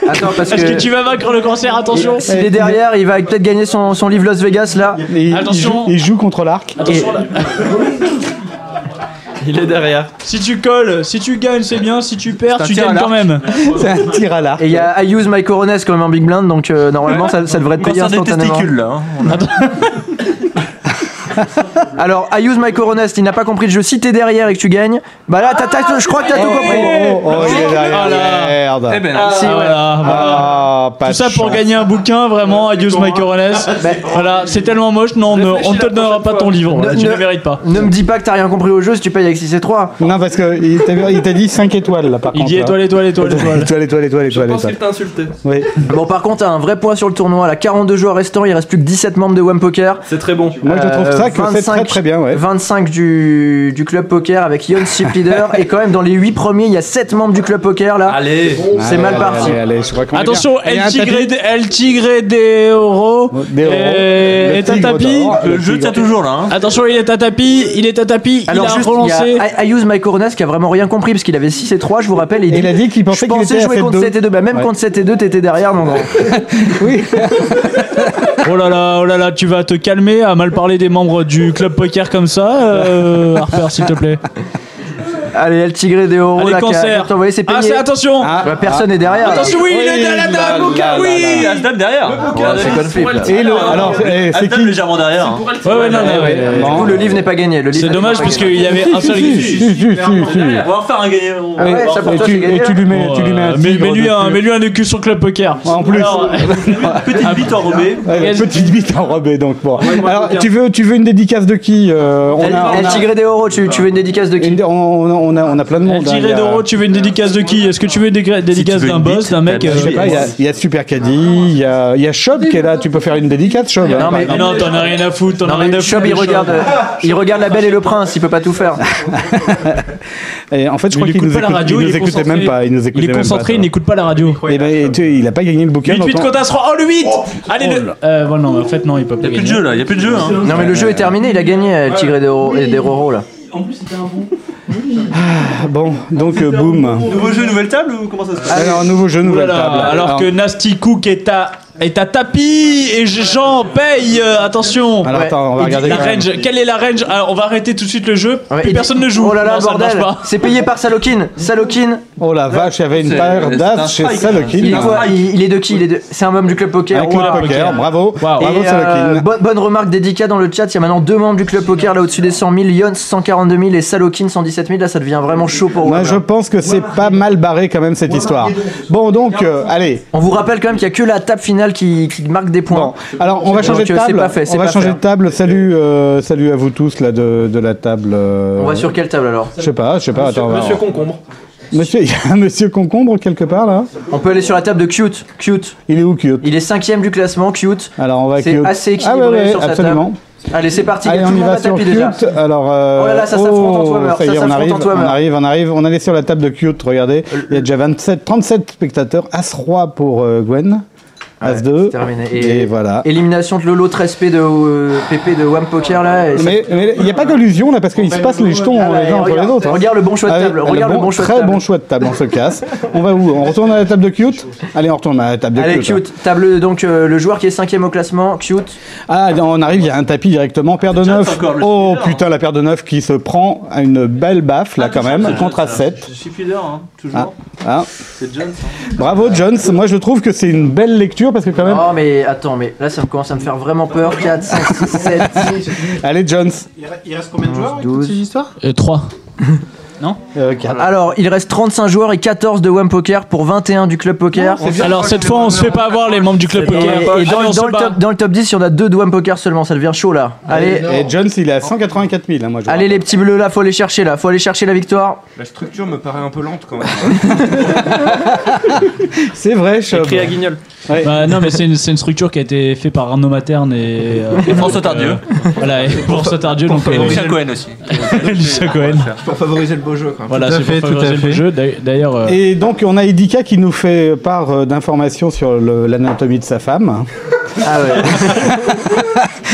[SPEAKER 5] Attends, parce
[SPEAKER 7] Est-ce que...
[SPEAKER 5] que-
[SPEAKER 7] tu vas vaincre le cancer Attention.
[SPEAKER 5] S'il est derrière, il va peut-être gagner son, son livre Las Vegas, là.
[SPEAKER 1] Il, Attention. Il joue contre l'arc.
[SPEAKER 7] Attention, là.
[SPEAKER 16] Il est derrière.
[SPEAKER 7] Si tu colles, si tu gagnes, c'est bien. Si tu perds,
[SPEAKER 5] C'est un
[SPEAKER 7] tu
[SPEAKER 5] tir à
[SPEAKER 7] gagnes quand
[SPEAKER 5] l'arc.
[SPEAKER 7] même.
[SPEAKER 1] (laughs) C'est un tir à l'arc.
[SPEAKER 5] Et il y a I use my coronas quand même en big blind, donc euh, normalement ça, ça devrait être payé
[SPEAKER 10] Cancer des
[SPEAKER 5] instantanément.
[SPEAKER 10] testicules, là. hein.
[SPEAKER 5] Alors, I use my coronas, il n'a pas compris le jeu. Si t'es derrière et que tu gagnes, bah là, t'as- t'as- je crois que t'as tout compris.
[SPEAKER 1] Oh, oh, il est derrière. Merde.
[SPEAKER 5] Eh ben non.
[SPEAKER 7] Ah,
[SPEAKER 5] Si,
[SPEAKER 7] voilà, voilà.
[SPEAKER 1] Ah, pas
[SPEAKER 7] Tout
[SPEAKER 1] de
[SPEAKER 7] ça pour
[SPEAKER 1] chance.
[SPEAKER 7] gagner un bouquin, vraiment, Adios My Coronas.
[SPEAKER 5] (laughs) Bah,
[SPEAKER 7] voilà, c'est tellement moche, non, on ne- on ne te donnera pas ton livre, voilà, tu ne le mérites pas.
[SPEAKER 5] Ne me dis pas que t'as rien compris au jeu si tu payes avec 6 et 3.
[SPEAKER 1] Non, parce qu'il t'a il t'a dit 5 étoiles là par
[SPEAKER 7] Il
[SPEAKER 1] contre.
[SPEAKER 7] dit étoile, étoile,
[SPEAKER 5] (laughs)
[SPEAKER 7] étoile, étoile.
[SPEAKER 1] étoile, étoile, étoile, étoile.
[SPEAKER 5] t'a insulté.
[SPEAKER 1] Oui.
[SPEAKER 5] Bon, par contre, t'as un vrai point sur le tournoi. Là, 42 joueurs restants, il reste plus que 17 membres de WAM Poker.
[SPEAKER 16] C'est très bon.
[SPEAKER 1] Moi, je trouve
[SPEAKER 5] Euh,
[SPEAKER 1] ça que c'est très, très bien, ouais.
[SPEAKER 5] 25 du, du club poker avec Yon Ship
[SPEAKER 1] (laughs)
[SPEAKER 5] Leader. et quand même, dans les 8 premiers, il y a 7 membres du club poker là.
[SPEAKER 16] Allez.
[SPEAKER 5] C'est
[SPEAKER 1] Allez,
[SPEAKER 5] mal
[SPEAKER 1] allez,
[SPEAKER 5] parti.
[SPEAKER 1] allez, allez, je crois qu'on est
[SPEAKER 7] Attention,
[SPEAKER 1] bien. Et il y a
[SPEAKER 7] El
[SPEAKER 1] un
[SPEAKER 7] Tigre,
[SPEAKER 1] tapis.
[SPEAKER 7] de- El Tigre de Oro
[SPEAKER 1] De Oro.
[SPEAKER 7] euh,
[SPEAKER 1] Le
[SPEAKER 7] est à
[SPEAKER 1] tigre
[SPEAKER 7] tapis. Euh,
[SPEAKER 1] d'Oro. Le Le jeu tigre. tient toujours,
[SPEAKER 10] là. hein.
[SPEAKER 7] Attention, il est à tapis, il est à tapis,
[SPEAKER 5] Alors,
[SPEAKER 7] il a
[SPEAKER 5] juste,
[SPEAKER 7] relancé.
[SPEAKER 5] il y a I- I use my coronas qui a vraiment rien compris parce qu'il avait 6 et 3, je vous rappelle. Et
[SPEAKER 1] Il a dit qu'il pensait
[SPEAKER 5] Je
[SPEAKER 1] qu'il
[SPEAKER 5] pensais
[SPEAKER 1] était à
[SPEAKER 5] jouer contre 7 et 2. Bah, même
[SPEAKER 1] Ouais.
[SPEAKER 5] contre 7 et 2, t'étais
[SPEAKER 7] (laughs)
[SPEAKER 5] derrière, non, non.
[SPEAKER 7] Oh là là, oh là là, tu vas te calmer à mal parler des membres du club poker comme ça, euh, Harper, s'il
[SPEAKER 1] (laughs)
[SPEAKER 7] te plaît.
[SPEAKER 5] Allez, El Tigre des Oro,
[SPEAKER 7] Allez,
[SPEAKER 5] là, qui a-
[SPEAKER 7] cancer.
[SPEAKER 5] qui a envoyé, c'est
[SPEAKER 7] Ah,
[SPEAKER 5] payé.
[SPEAKER 7] c'est- attention.
[SPEAKER 5] Bah, personne n'est derrière.
[SPEAKER 7] Attention, oui, il est à la table,
[SPEAKER 10] là,
[SPEAKER 7] Boca,
[SPEAKER 10] là,
[SPEAKER 7] oui
[SPEAKER 10] là, là. Asdam derrière.
[SPEAKER 5] Ouais, c'est Goldflip, là.
[SPEAKER 1] Et le- alors, eh, c'est
[SPEAKER 10] Asdam
[SPEAKER 1] qui
[SPEAKER 10] légèrement derrière. hein.
[SPEAKER 7] Ouais, ouais, non, non, ouais.
[SPEAKER 5] Du coup, le livre n'est pas gagné. le livre
[SPEAKER 7] C'est
[SPEAKER 5] n'est
[SPEAKER 7] dommage
[SPEAKER 5] pas
[SPEAKER 7] parce
[SPEAKER 5] gagné.
[SPEAKER 7] qu'il y avait un seul.
[SPEAKER 1] Si, si, si, si, si.
[SPEAKER 10] On va en faire un gagnant.
[SPEAKER 5] Ah ouais, ça pour
[SPEAKER 1] Et
[SPEAKER 5] toi, c'est
[SPEAKER 1] tu,
[SPEAKER 5] gagné.
[SPEAKER 1] et tu lui mets,
[SPEAKER 7] Bon,
[SPEAKER 1] tu lui mets un
[SPEAKER 7] euh, mais,
[SPEAKER 1] tigre
[SPEAKER 7] mais lui, un,
[SPEAKER 1] dessus.
[SPEAKER 7] mais lui un écu sur le club poker.
[SPEAKER 1] En plus.
[SPEAKER 7] Alors, Ah,
[SPEAKER 10] Petite bite enrobée.
[SPEAKER 1] Ouais,
[SPEAKER 7] Yes.
[SPEAKER 1] petite bite enrobée donc bon.
[SPEAKER 10] Ouais, moi,
[SPEAKER 1] Alors
[SPEAKER 10] bien.
[SPEAKER 1] tu veux tu veux une dédicace de qui euh, on,
[SPEAKER 5] El,
[SPEAKER 1] a, on,
[SPEAKER 5] El
[SPEAKER 1] a,
[SPEAKER 5] Tigre des Oro, tu, tu veux une dédicace de qui
[SPEAKER 1] une- on, on a, on a on a plein de
[SPEAKER 7] El
[SPEAKER 1] monde. hein, il y
[SPEAKER 7] Tigre
[SPEAKER 1] a-
[SPEAKER 7] d'Oro, tu veux une dédicace de qui Est-ce que tu veux une dégra- dédicace d'un boss, d'un mec
[SPEAKER 1] Je
[SPEAKER 7] euh,
[SPEAKER 1] sais pas, il y a- il y, a Super Caddy, il y a il y a Chob qui est là. Tu peux faire une dédicace Chob. hein,
[SPEAKER 5] Non, mais-
[SPEAKER 1] par
[SPEAKER 7] Ah
[SPEAKER 1] exemple.
[SPEAKER 7] non, t'en as rien à foutre, t'en as rien à foutre.
[SPEAKER 5] Chob, il
[SPEAKER 7] Chob.
[SPEAKER 5] regarde, euh, il regarde La Belle et le Prince, il peut pas tout faire.
[SPEAKER 7] (laughs)
[SPEAKER 1] Et en fait je
[SPEAKER 7] Mais
[SPEAKER 1] crois
[SPEAKER 7] il
[SPEAKER 1] qu'il
[SPEAKER 7] écoute
[SPEAKER 1] nous
[SPEAKER 7] pas la
[SPEAKER 1] écoute,
[SPEAKER 7] radio,
[SPEAKER 1] il
[SPEAKER 7] il
[SPEAKER 1] nous
[SPEAKER 7] est
[SPEAKER 1] écoutait
[SPEAKER 7] concentré.
[SPEAKER 1] même pas. Il nous écoutait
[SPEAKER 7] Il est
[SPEAKER 1] même pas,
[SPEAKER 7] concentré,
[SPEAKER 1] ça.
[SPEAKER 7] il n'écoute pas la radio.
[SPEAKER 1] Eh ben, tu- il a pas gagné le bouquin.
[SPEAKER 7] 8-8
[SPEAKER 1] donc on-
[SPEAKER 7] contre As-3, oh le 8 Allez, le. Euh, bon, non, en fait, non, il peut
[SPEAKER 10] Y
[SPEAKER 7] pas.
[SPEAKER 10] a plus de
[SPEAKER 7] gagner.
[SPEAKER 10] jeu là, y a plus de jeu. hein.
[SPEAKER 5] Non, mais le jeu est terminé, il a gagné, El Tigre des Oro- et des Roro là.
[SPEAKER 1] Ah, Bon, donc euh, boum.
[SPEAKER 10] Nouveau jeu, nouvelle table ou comment ça se passe
[SPEAKER 1] Alors nouveau jeu, nouvelle
[SPEAKER 7] Voilà,
[SPEAKER 1] table.
[SPEAKER 7] Alors que Nasty Cook est à. Est à tapis et Jean paye. euh, attention.
[SPEAKER 1] Alors, attends, on va
[SPEAKER 7] Il dit
[SPEAKER 1] regarder
[SPEAKER 7] la
[SPEAKER 1] quand même.
[SPEAKER 7] range. Quelle est la range Alors, On va arrêter tout de suite le jeu.
[SPEAKER 5] Ouais,
[SPEAKER 7] Plus
[SPEAKER 5] il-
[SPEAKER 7] personne ne joue.
[SPEAKER 5] Oh là là,
[SPEAKER 7] Non, ça ne marche
[SPEAKER 5] bordel
[SPEAKER 7] pas.
[SPEAKER 5] C'est payé par Salokin Salokin
[SPEAKER 1] Oh la vache, il y avait une
[SPEAKER 10] C'est-
[SPEAKER 1] paire
[SPEAKER 10] c'est un
[SPEAKER 1] d'as chez
[SPEAKER 10] strike,
[SPEAKER 1] Salokin.
[SPEAKER 5] Il est quoi il, il est de qui Il est de- C'est un homme du club poker.
[SPEAKER 1] Un club
[SPEAKER 5] Ouah.
[SPEAKER 1] poker, bravo, bravo
[SPEAKER 5] Et, euh,
[SPEAKER 1] Salokin.
[SPEAKER 5] bonne, bonne remarque dédicat dans le chat. Il y a maintenant deux membres du club poker là au-dessus des 100 000, Yon 142 000 et Salokin 117 000. Là, ça devient vraiment chaud pour
[SPEAKER 1] Moi,
[SPEAKER 5] Wam,
[SPEAKER 1] je
[SPEAKER 5] là.
[SPEAKER 1] pense que c'est pas mal barré quand même cette histoire. Bon, donc, euh, allez.
[SPEAKER 5] On vous rappelle quand même qu'il n'y a que la table finale qui, qui marque des points.
[SPEAKER 1] Bon, alors on va changer
[SPEAKER 5] Donc,
[SPEAKER 1] de
[SPEAKER 5] euh, c'est
[SPEAKER 1] table.
[SPEAKER 5] pas fait, c'est
[SPEAKER 1] on va
[SPEAKER 5] pas
[SPEAKER 1] changer
[SPEAKER 5] fait. hein.
[SPEAKER 1] de table. Salut, euh, salut à vous tous là de, de la table. euh,
[SPEAKER 5] On va sur quelle table alors
[SPEAKER 1] Je sais pas, je sais pas. attends, on va-
[SPEAKER 16] Monsieur Concombre.
[SPEAKER 1] Monsieur, il y a un Monsieur concombre quelque part là.
[SPEAKER 5] On peut aller sur la table de Cute. Cute.
[SPEAKER 1] Il est où cute
[SPEAKER 5] Il est cinquième du classement, Cute.
[SPEAKER 1] Alors on va
[SPEAKER 5] C'est
[SPEAKER 1] cute.
[SPEAKER 5] assez
[SPEAKER 1] ah
[SPEAKER 5] équilibré
[SPEAKER 1] ouais, ouais,
[SPEAKER 5] sur sa
[SPEAKER 1] absolument.
[SPEAKER 5] table. Allez, c'est parti.
[SPEAKER 1] Allez,
[SPEAKER 5] Tout
[SPEAKER 1] on
[SPEAKER 5] le
[SPEAKER 1] y
[SPEAKER 5] monde
[SPEAKER 1] va
[SPEAKER 5] à
[SPEAKER 1] sur
[SPEAKER 5] tapis
[SPEAKER 1] cute.
[SPEAKER 5] déjà.
[SPEAKER 1] Alors, euh,
[SPEAKER 5] Oh là là, ça s'affronte en toi, meurt.
[SPEAKER 1] ça y
[SPEAKER 5] Ça
[SPEAKER 1] est, on
[SPEAKER 5] s'affronte
[SPEAKER 1] arrive,
[SPEAKER 5] en toi, Euh,
[SPEAKER 1] on
[SPEAKER 5] meurt.
[SPEAKER 1] arrive, on arrive. On est sur la table de cute. Regardez, il y a déjà 27, 37 spectateurs. As roi pour euh, Gwen. As 2
[SPEAKER 5] Terminé.
[SPEAKER 1] et, voilà.
[SPEAKER 5] Élimination de Lolo 13P de euh, PP de Wham Poker là. et ça-
[SPEAKER 1] Mais il n'y a pas collusion là parce qu'il se passe les jetons
[SPEAKER 5] Ah,
[SPEAKER 1] euh, les uns entre les
[SPEAKER 5] regarde,
[SPEAKER 1] autres. hein.
[SPEAKER 5] regarde le bon choix de
[SPEAKER 1] Ah oui,
[SPEAKER 5] table. Regarde le bon choix de
[SPEAKER 1] très
[SPEAKER 5] table.
[SPEAKER 1] bon choix de table, on se casse. on va où On retourne à la table de cute Allez, on retourne à la table de
[SPEAKER 5] Allez,
[SPEAKER 1] cute.
[SPEAKER 5] cute. Table donc euh, le joueur qui est cinquième au classement, cute.
[SPEAKER 1] Ah, on arrive, il y a un tapis directement, paire de
[SPEAKER 10] Déjà,
[SPEAKER 1] 9.
[SPEAKER 10] c'est encore le
[SPEAKER 1] Oh
[SPEAKER 10] leader, hein. Ah,
[SPEAKER 1] putain, la paire de 9 qui se prend à une belle baffe là quand même, contre à 7.
[SPEAKER 10] Je suis leader, hein, toujours.
[SPEAKER 1] Ah,
[SPEAKER 10] C'est Jones. hein.
[SPEAKER 1] Bravo Jones, moi je trouve que c'est une belle lecture dur parce que quand même.
[SPEAKER 5] Oh, mais attends, mais là ça me commence à me faire vraiment peur. 4,
[SPEAKER 1] (laughs)
[SPEAKER 5] 5, 6, 7,
[SPEAKER 10] Ah.
[SPEAKER 1] Allez, Jones.
[SPEAKER 14] Il reste combien de joueurs
[SPEAKER 5] 12.
[SPEAKER 14] ces histoires
[SPEAKER 7] Euh,
[SPEAKER 5] 3.
[SPEAKER 3] Non
[SPEAKER 1] Euh,
[SPEAKER 5] Alors, il reste 35 joueurs et 14 de WAM Poker pour 21 du club poker.
[SPEAKER 7] Alors cette fois, on se fait pas avoir les membres du club
[SPEAKER 5] Et,
[SPEAKER 7] poker.
[SPEAKER 5] et dans, Ah,
[SPEAKER 7] Allez, on
[SPEAKER 5] dans
[SPEAKER 7] se
[SPEAKER 5] le
[SPEAKER 7] bat.
[SPEAKER 5] top, dans le top 10, il y en a deux de WAM Poker seulement, ça devient chaud là. Allez,
[SPEAKER 1] Et Jones, il est à 184 000. hein, moi, je
[SPEAKER 5] allez les petits bleus là, faut aller chercher là, faut aller chercher la victoire.
[SPEAKER 10] La structure me paraît un peu lente quand même.
[SPEAKER 1] (laughs) C'est vrai, je
[SPEAKER 10] Écrit à Guignol.
[SPEAKER 7] Bah, non, mais c'est une, c'est une structure qui a été faite par Arnaud Materne et, euh,
[SPEAKER 10] Et François
[SPEAKER 7] donc,
[SPEAKER 10] Tardieu.
[SPEAKER 7] euh, voilà,
[SPEAKER 10] (laughs)
[SPEAKER 7] et François Tardieu. donc, euh,
[SPEAKER 10] Lucien Cohen aussi.
[SPEAKER 7] Lucien Cohen.
[SPEAKER 6] Pour favoriser le beau jeu. Quoi.
[SPEAKER 7] Voilà, c'est pour favoriser le jeu. D'ailleurs- D'ailleurs, euh,
[SPEAKER 1] Et donc, on a Edika qui nous fait part euh, d'informations sur le- l'anatomie de sa femme.
[SPEAKER 5] Ah
[SPEAKER 7] (laughs)
[SPEAKER 5] ouais.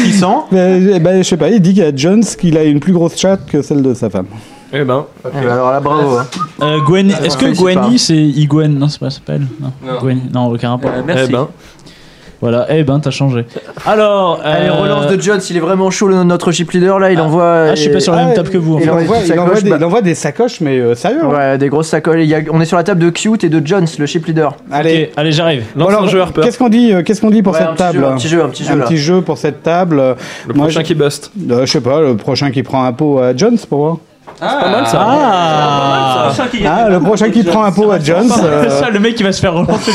[SPEAKER 1] Qui sent eh ben, Je sais pas, il dit qu'il y a Jones qu'il a une plus grosse chatte que celle de sa femme.
[SPEAKER 10] Eh ben.
[SPEAKER 7] bah
[SPEAKER 5] alors là, bravo. hein.
[SPEAKER 7] euh, Gwen-
[SPEAKER 5] Ah,
[SPEAKER 7] est-ce
[SPEAKER 5] ouais,
[SPEAKER 7] que
[SPEAKER 5] je sais pas.
[SPEAKER 7] Gwenny, c'est Igwen Non, c'est pas ça s'appelle. Non,
[SPEAKER 10] Non.
[SPEAKER 7] Gwenny. non aucun rapport.
[SPEAKER 10] Euh, merci.
[SPEAKER 7] Eh ben. Voilà, eh ben, t'as changé. Alors,
[SPEAKER 5] Allez,
[SPEAKER 7] euh,
[SPEAKER 5] relance de Jones, il est vraiment chaud le- notre chip leader là, il envoie.
[SPEAKER 7] ah, je suis pas sur la même table que vous, en
[SPEAKER 5] Il
[SPEAKER 7] fait.
[SPEAKER 5] envoie,
[SPEAKER 7] Il envoie-
[SPEAKER 5] des petites
[SPEAKER 7] il envoie
[SPEAKER 5] sacoches,
[SPEAKER 7] des-
[SPEAKER 5] bah-
[SPEAKER 1] Il envoie des sacoches, mais euh, sérieux. hein.
[SPEAKER 5] Ouais, des grosses sacoches. Il y a- On est sur la table de Cute et de Jones, le chip leader.
[SPEAKER 1] Allez.
[SPEAKER 7] allez, j'arrive.
[SPEAKER 1] Bon, alors, qu'est-ce qu'on dit, euh, qu'est-ce qu'on dit pour
[SPEAKER 5] Ouais,
[SPEAKER 1] cette
[SPEAKER 5] un petit
[SPEAKER 1] table
[SPEAKER 5] jeu, un petit jeu, un petit jeu, là.
[SPEAKER 1] jeu pour cette table. Le
[SPEAKER 16] prochain qui buste.
[SPEAKER 1] je sais pas, le prochain qui prend un pot à Jones pour voir.
[SPEAKER 16] C'est pas mal ça.
[SPEAKER 1] Ah,
[SPEAKER 16] C'est pas mal, ça.
[SPEAKER 1] Ah, le prochain qui prend un pot à Jones, euh,
[SPEAKER 7] Ça, le mec, il va se faire relancer.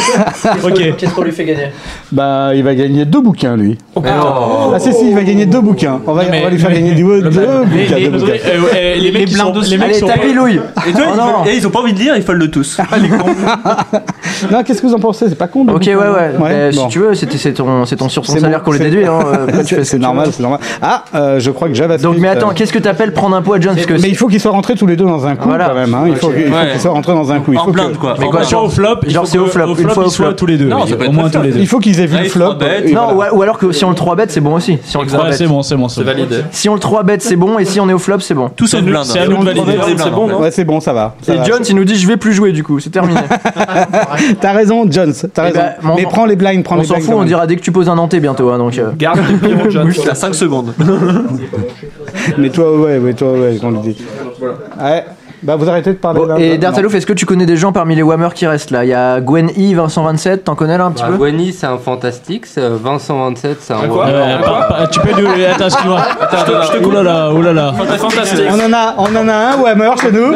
[SPEAKER 7] ok.
[SPEAKER 5] Qu'est-ce qu'on lui fait gagner
[SPEAKER 1] bah il va gagner deux bouquins lui. Ah si si, il va gagner deux bouquins. On va, on va lui faire gagner deux, deux bouquins. deux bouquins.
[SPEAKER 7] euh, les mecs qui sont- les mecs
[SPEAKER 5] Allez,
[SPEAKER 7] sont-
[SPEAKER 5] tapis louille
[SPEAKER 10] Et toi,
[SPEAKER 5] Oh
[SPEAKER 10] ils,
[SPEAKER 5] non.
[SPEAKER 10] veulent- eh, ils ont pas envie de lire, ils follent le tous.
[SPEAKER 1] Non, qu'est-ce que vous en pensez C'est pas con. deux
[SPEAKER 5] Ok, ouais,
[SPEAKER 1] bouquins,
[SPEAKER 5] ouais.
[SPEAKER 1] non
[SPEAKER 5] Mais
[SPEAKER 1] bon.
[SPEAKER 5] Si tu veux, c'était- c'est ton, c'est ton sur ton
[SPEAKER 1] C'est
[SPEAKER 5] salaire
[SPEAKER 1] mon-
[SPEAKER 5] qu'on les
[SPEAKER 1] c'est-
[SPEAKER 5] déduit.
[SPEAKER 1] (laughs)
[SPEAKER 5] Hein. euh, après,
[SPEAKER 1] C'est
[SPEAKER 5] tu fais ce que
[SPEAKER 1] c'est
[SPEAKER 5] tu
[SPEAKER 1] normal,
[SPEAKER 5] veux.
[SPEAKER 1] c'est normal. Ah, euh, je crois que JavaScript.
[SPEAKER 5] Donc, mais attends,
[SPEAKER 1] euh,
[SPEAKER 5] qu'est-ce que t'appelles prendre un pot à Jones Parce que
[SPEAKER 1] mais
[SPEAKER 5] c'est-
[SPEAKER 1] il faut qu'ils soient rentrés tous les deux dans un coup
[SPEAKER 5] Voilà.
[SPEAKER 1] quand même. hein. Il faut
[SPEAKER 5] Ok.
[SPEAKER 1] qu'il il faut
[SPEAKER 5] Ouais.
[SPEAKER 1] qu'ils soient rentrés dans un coup. Il
[SPEAKER 10] En
[SPEAKER 1] faut
[SPEAKER 10] blinde,
[SPEAKER 1] que-
[SPEAKER 10] quoi.
[SPEAKER 5] Mais
[SPEAKER 10] En
[SPEAKER 5] quoi,
[SPEAKER 10] blinde.
[SPEAKER 7] Soit au flop, il
[SPEAKER 5] Genre,
[SPEAKER 7] faut
[SPEAKER 5] c'est au
[SPEAKER 7] que-
[SPEAKER 5] flop, une
[SPEAKER 7] ils
[SPEAKER 5] fois au
[SPEAKER 7] soient
[SPEAKER 5] flop.
[SPEAKER 7] tous les deux.
[SPEAKER 10] Non,
[SPEAKER 7] oui,
[SPEAKER 10] ça peut
[SPEAKER 7] au
[SPEAKER 10] être
[SPEAKER 7] moins
[SPEAKER 10] très
[SPEAKER 7] tous les
[SPEAKER 10] fun.
[SPEAKER 7] deux.
[SPEAKER 1] Il faut qu'ils aient vu
[SPEAKER 10] Là,
[SPEAKER 1] le
[SPEAKER 10] il
[SPEAKER 1] flop.
[SPEAKER 10] se rebête,
[SPEAKER 1] Et
[SPEAKER 5] Non,
[SPEAKER 1] voilà.
[SPEAKER 5] ouais, ou alors que si on le 3 bet, c'est bon aussi. Si on le 3
[SPEAKER 7] Ouais, c'est
[SPEAKER 5] bet.
[SPEAKER 7] bon, c'est bon, c'est bon.
[SPEAKER 16] validé.
[SPEAKER 5] Si on le 3 bet, c'est bon. Et si on est au flop, c'est bon.
[SPEAKER 10] Tous sont blindes.
[SPEAKER 7] C'est à nous de valider.
[SPEAKER 10] C'est bon, non
[SPEAKER 1] Ouais, c'est bon, ça va. ça
[SPEAKER 5] Et
[SPEAKER 1] va.
[SPEAKER 5] Jones, il nous dit je vais plus jouer du coup, c'est terminé.
[SPEAKER 1] T'as raison, Jones. T'as
[SPEAKER 5] Eh
[SPEAKER 1] raison.
[SPEAKER 5] ben, mon-
[SPEAKER 1] mais prends les blinds, prends
[SPEAKER 5] on
[SPEAKER 1] les
[SPEAKER 5] s'en
[SPEAKER 1] blinds.
[SPEAKER 5] fout,
[SPEAKER 1] quand
[SPEAKER 5] on
[SPEAKER 1] même.
[SPEAKER 5] dira dès que tu poses un Nantais bientôt. hein, donc, euh.
[SPEAKER 16] Garde les pions, John. à 5 secondes.
[SPEAKER 1] Mais toi, ouais, mais toi, ouais, qu'on le dit. Ouais. Bah, vous arrêtez de parler.
[SPEAKER 5] Bon,
[SPEAKER 1] là,
[SPEAKER 5] et
[SPEAKER 1] maintenant.
[SPEAKER 5] Dartalouf, est-ce que tu connais des gens parmi les Whammer qui restent là Il y a Gwen E, Vincent 27, t'en connais là un petit
[SPEAKER 17] Bah,
[SPEAKER 5] peu
[SPEAKER 17] Guani, c'est un fantastique. c'est, euh, Vincent 27, c'est un.
[SPEAKER 12] Ah,
[SPEAKER 7] Ouais,
[SPEAKER 17] Warhammer.
[SPEAKER 7] par- par- tu peux nous. Attends, excuse-moi. Oh là là, oh là là.
[SPEAKER 10] Fantastique.
[SPEAKER 1] On en a, on en a un Whammer chez nous.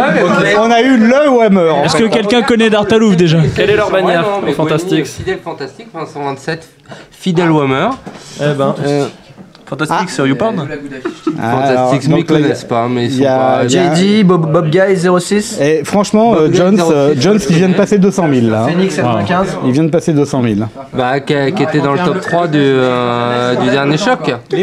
[SPEAKER 1] On a eu le Whammer. en
[SPEAKER 7] Est-ce
[SPEAKER 1] fait.
[SPEAKER 7] que quelqu'un connaît Dartalouf déjà
[SPEAKER 16] Quelle est leur
[SPEAKER 17] Ouais,
[SPEAKER 16] bannière
[SPEAKER 17] non, mais
[SPEAKER 16] au
[SPEAKER 17] Guani,
[SPEAKER 16] Fantastique
[SPEAKER 17] Fidèle fantastique, Vincent 27, fidèle
[SPEAKER 1] Ah.
[SPEAKER 17] Warhammer.
[SPEAKER 16] Eh ben.
[SPEAKER 17] Euh,
[SPEAKER 16] Fantastique sur YouPorn
[SPEAKER 1] Ah, Alors,
[SPEAKER 17] Fantastique,
[SPEAKER 1] donc
[SPEAKER 17] mais ils
[SPEAKER 1] là,
[SPEAKER 17] connaissent pas, mais ils
[SPEAKER 1] il y
[SPEAKER 17] sont
[SPEAKER 1] a-
[SPEAKER 17] pas.
[SPEAKER 1] il y a-
[SPEAKER 5] JD, Bob, Bob Guy 06,
[SPEAKER 1] Et
[SPEAKER 10] Bah,
[SPEAKER 1] franchement, euh, Jones, euh, Jones, il vient de passer 200 000 là. hein.
[SPEAKER 5] Phoenix 95.
[SPEAKER 1] Il vient de passer 200 000.
[SPEAKER 17] Bah, qui, a- qui était dans le top 3 du, euh, du dernier choc.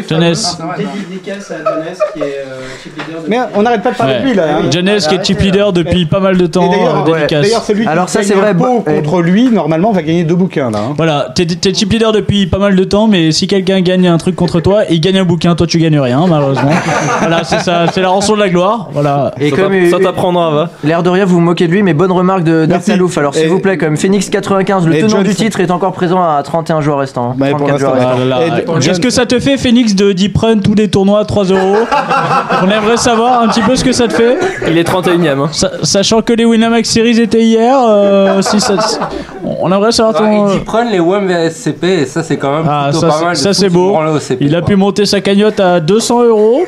[SPEAKER 7] Jeunesse.
[SPEAKER 14] dédicace à Donnes qui est
[SPEAKER 10] euh,
[SPEAKER 14] chip leader
[SPEAKER 1] Mais on n'arrête pas de parler de lui là. hein.
[SPEAKER 7] Jeunesse qui est chip leader depuis pas mal de
[SPEAKER 1] Et
[SPEAKER 7] temps,
[SPEAKER 1] D'ailleurs,
[SPEAKER 7] euh, dédicace.
[SPEAKER 1] d'ailleurs, celui qui
[SPEAKER 5] Alors ça,
[SPEAKER 1] gagne
[SPEAKER 5] c'est vrai,
[SPEAKER 1] un pot
[SPEAKER 5] bah,
[SPEAKER 1] contre lui, normalement, va gagner deux bouquins là. hein.
[SPEAKER 7] Voilà, t'es t'es chip leader depuis pas mal de temps, mais si quelqu'un gagne un truc contre toi, il gagne un bouquin, toi tu gagnes rien, malheureusement. (laughs) voilà, c'est ça, c'est la rançon de la gloire. Voilà.
[SPEAKER 5] Et
[SPEAKER 16] Ça
[SPEAKER 5] comme
[SPEAKER 16] t'a-
[SPEAKER 5] euh,
[SPEAKER 16] ça t'apprendra, va.
[SPEAKER 5] l'air de rien, vous vous moquez de lui, mais bonne remarque de
[SPEAKER 1] Merci.
[SPEAKER 5] Dartalouf. Alors s'il
[SPEAKER 1] Et-
[SPEAKER 5] vous plaît, comme Phoenix 95, le
[SPEAKER 1] Et
[SPEAKER 5] tenant
[SPEAKER 1] Jones-
[SPEAKER 5] du titre est encore présent à 31 joueurs restants.
[SPEAKER 1] Ouais, pour
[SPEAKER 5] 34 joueurs
[SPEAKER 1] l'instant,
[SPEAKER 5] restants.
[SPEAKER 7] Ah là là.
[SPEAKER 1] Et John-
[SPEAKER 7] Qu'est-ce que ça te fait, Phoenix, de deep run tous les tournois à 3 euros On aimerait savoir un petit peu ce que ça te fait.
[SPEAKER 16] Il est 31ème. Hein.
[SPEAKER 7] Sa- sachant que les Winamax Series étaient hier, euh, si ça, si- on aimerait savoir
[SPEAKER 17] Ah,
[SPEAKER 7] ton. euh,
[SPEAKER 17] ils y prennent les WAM VSCP et ça c'est quand même
[SPEAKER 7] Ah,
[SPEAKER 17] plutôt
[SPEAKER 7] ça,
[SPEAKER 17] pas mal.
[SPEAKER 7] ça, c'est beau. Il a pu monter sa cagnotte à 200 euros.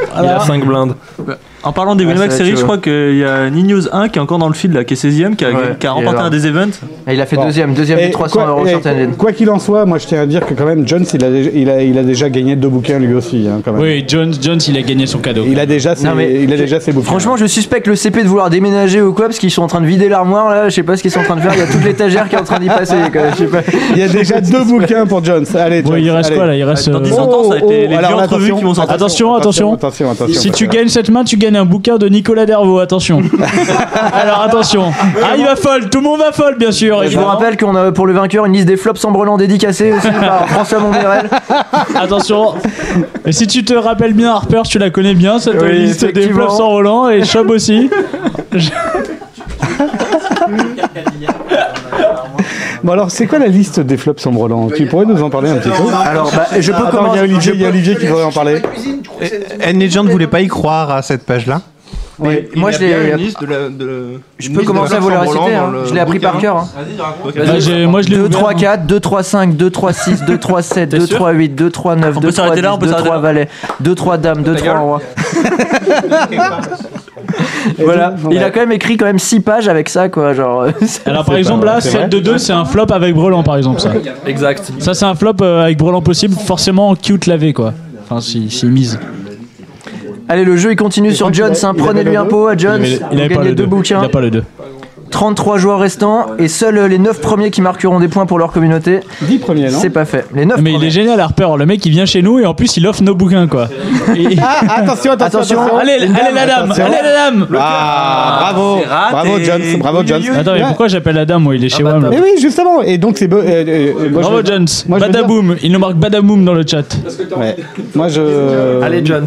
[SPEAKER 16] Il
[SPEAKER 7] Voilà.
[SPEAKER 16] a 5 blindes.
[SPEAKER 10] Ah. En parlant des
[SPEAKER 5] Ouais,
[SPEAKER 10] Winamax
[SPEAKER 5] ça, tu
[SPEAKER 10] Series, je
[SPEAKER 5] vois.
[SPEAKER 10] crois qu'il y a Ninoz 1 qui est encore dans le field là, qui est 16ème, qui a,
[SPEAKER 5] Ouais,
[SPEAKER 10] qui a
[SPEAKER 5] il est
[SPEAKER 10] remporté
[SPEAKER 5] là.
[SPEAKER 10] un des events.
[SPEAKER 5] Et il a fait
[SPEAKER 1] Bon.
[SPEAKER 5] deuxième, deuxième
[SPEAKER 1] bah. Et
[SPEAKER 5] du 300
[SPEAKER 1] quoi-
[SPEAKER 5] euros
[SPEAKER 1] et
[SPEAKER 5] sur Tanned.
[SPEAKER 1] Quoi qu'il en soit, moi je tiens à dire que quand même Jones il a, déjà- il a, il a déjà gagné deux bouquins lui aussi. hein, quand même.
[SPEAKER 7] Oui, Jones, Jones, il a gagné son cadeau.
[SPEAKER 1] Il a déjà ses,
[SPEAKER 5] Non, mais-
[SPEAKER 1] il a déjà ses bouquins.
[SPEAKER 5] Franchement, je suspecte le CP de vouloir déménager ou quoi, parce qu'ils sont en train de vider l'armoire là. Je sais pas ce qu'ils sont en train de faire. Il y a toute l'étagère qui est en train d'y passer. quoi, je sais pas.
[SPEAKER 1] il y a
[SPEAKER 5] (laughs)
[SPEAKER 1] déjà deux bouquins pour Jones. Allez,
[SPEAKER 7] Bon,
[SPEAKER 1] Jones,
[SPEAKER 7] il reste
[SPEAKER 1] allez. Oh,
[SPEAKER 7] quoi là Il reste.
[SPEAKER 10] Dans
[SPEAKER 7] euh,
[SPEAKER 10] 10 ans, ça va être les, les
[SPEAKER 1] alors,
[SPEAKER 10] vieux entrevues
[SPEAKER 1] attention,
[SPEAKER 10] qui vont sortir.
[SPEAKER 7] Attention, attention.
[SPEAKER 1] Attention, attention.
[SPEAKER 7] Si tu gagnes cette main, tu gagnes un bouquin de Nicolas Dervaux, attention. Alors attention. Ah, il va folle, tout le monde va folle, bien sûr.
[SPEAKER 5] Je vous
[SPEAKER 7] évidemment.
[SPEAKER 5] rappelle qu'on a pour le vainqueur une liste des flops branlant dédicacés aussi par François Mondérel.
[SPEAKER 7] Attention. Et si tu te rappelles bien, Harper, tu la connais bien, cette
[SPEAKER 5] Oui,
[SPEAKER 7] liste des
[SPEAKER 5] effectivement.
[SPEAKER 7] flops sans Roland et Chob aussi.
[SPEAKER 1] Bon alors, c'est quoi la liste des flops sans brelan Tu pourrais nous en parler un petit peu
[SPEAKER 5] Alors, bah, je peux
[SPEAKER 1] Attends, il y
[SPEAKER 5] commencer.
[SPEAKER 1] a Olivier, il y a Olivier qui voudrait en parler.
[SPEAKER 14] N Legend voulait pas y croire à cette page là.
[SPEAKER 5] Ouais.
[SPEAKER 6] Il
[SPEAKER 5] Moi,
[SPEAKER 6] y a
[SPEAKER 5] je l'ai-
[SPEAKER 6] bien une liste de la- de la-
[SPEAKER 5] Je
[SPEAKER 6] une liste
[SPEAKER 5] peux
[SPEAKER 6] de
[SPEAKER 5] commencer à vous la
[SPEAKER 6] Vincent
[SPEAKER 5] réciter.
[SPEAKER 6] Roland
[SPEAKER 5] hein.
[SPEAKER 6] dans le
[SPEAKER 5] Je l'ai appris
[SPEAKER 6] bouquin.
[SPEAKER 5] par cœur. hein.
[SPEAKER 6] Vas-y, raconte.
[SPEAKER 7] Bah,
[SPEAKER 5] Vas-y. 2, 3, 4, 2, 3, 5, 2,
[SPEAKER 6] (laughs)
[SPEAKER 5] 3, 6, 2, 3, 7, 2, 3, 8, 2, 3, 9, 2, 3,
[SPEAKER 16] s'arrêter
[SPEAKER 5] 10,
[SPEAKER 16] là, on peut
[SPEAKER 5] 2,
[SPEAKER 16] s'arrêter
[SPEAKER 5] 3,
[SPEAKER 16] là.
[SPEAKER 5] valet, 2, 3, dame, 2,
[SPEAKER 6] (laughs)
[SPEAKER 5] 3, roi. voilà.
[SPEAKER 7] Ouais.
[SPEAKER 5] Il a quand même écrit quand même 6 pages avec ça, quoi. Genre. euh,
[SPEAKER 7] Alors par exemple là, 7 de 2 c'est un flop avec Brelan par exemple ça.
[SPEAKER 16] Exact.
[SPEAKER 7] Ça c'est un flop euh, avec Brelan possible, forcément cute lavé quoi. Enfin si, si mise.
[SPEAKER 5] (laughs) Allez, le jeu il continue sur Jones. hein. Prenez-lui un pot à Jones.
[SPEAKER 7] Il
[SPEAKER 5] Vous
[SPEAKER 7] avait pas
[SPEAKER 5] gagnez
[SPEAKER 7] le
[SPEAKER 5] deux
[SPEAKER 7] 2. Il
[SPEAKER 5] bouquins.
[SPEAKER 7] a pas le 2.
[SPEAKER 5] 33 joueurs restants et seuls euh, les 9 premiers qui marqueront des points pour leur communauté.
[SPEAKER 1] 10 premiers,
[SPEAKER 5] C'est pas fait. Les 9
[SPEAKER 7] Mais il est génial Harper, le mec il vient chez nous et en plus il offre nos
[SPEAKER 1] (laughs)
[SPEAKER 7] bouquins quoi. Et-
[SPEAKER 1] Ah, attention, attention, attention.
[SPEAKER 7] (laughs) Allez, allez, la dame,
[SPEAKER 1] Attention.
[SPEAKER 7] allez la dame.
[SPEAKER 1] Ah, bravo.
[SPEAKER 7] c'est raté.
[SPEAKER 1] Bravo, Jones, bravo, Jones.
[SPEAKER 7] Attends, mais
[SPEAKER 1] Ouais.
[SPEAKER 7] pourquoi j'appelle la dame Moi, il est
[SPEAKER 5] Ah,
[SPEAKER 7] chez WAM. là.
[SPEAKER 1] Mais oui, justement. Et donc, c'est. beau- euh, euh, euh, moi, je
[SPEAKER 7] Bravo
[SPEAKER 1] veux dire-
[SPEAKER 7] Jones,
[SPEAKER 1] Moi, je veux dire-
[SPEAKER 7] badaboom, il nous marque badaboom dans le chat.
[SPEAKER 1] Ouais. Moi, je.
[SPEAKER 16] Allez, Jones.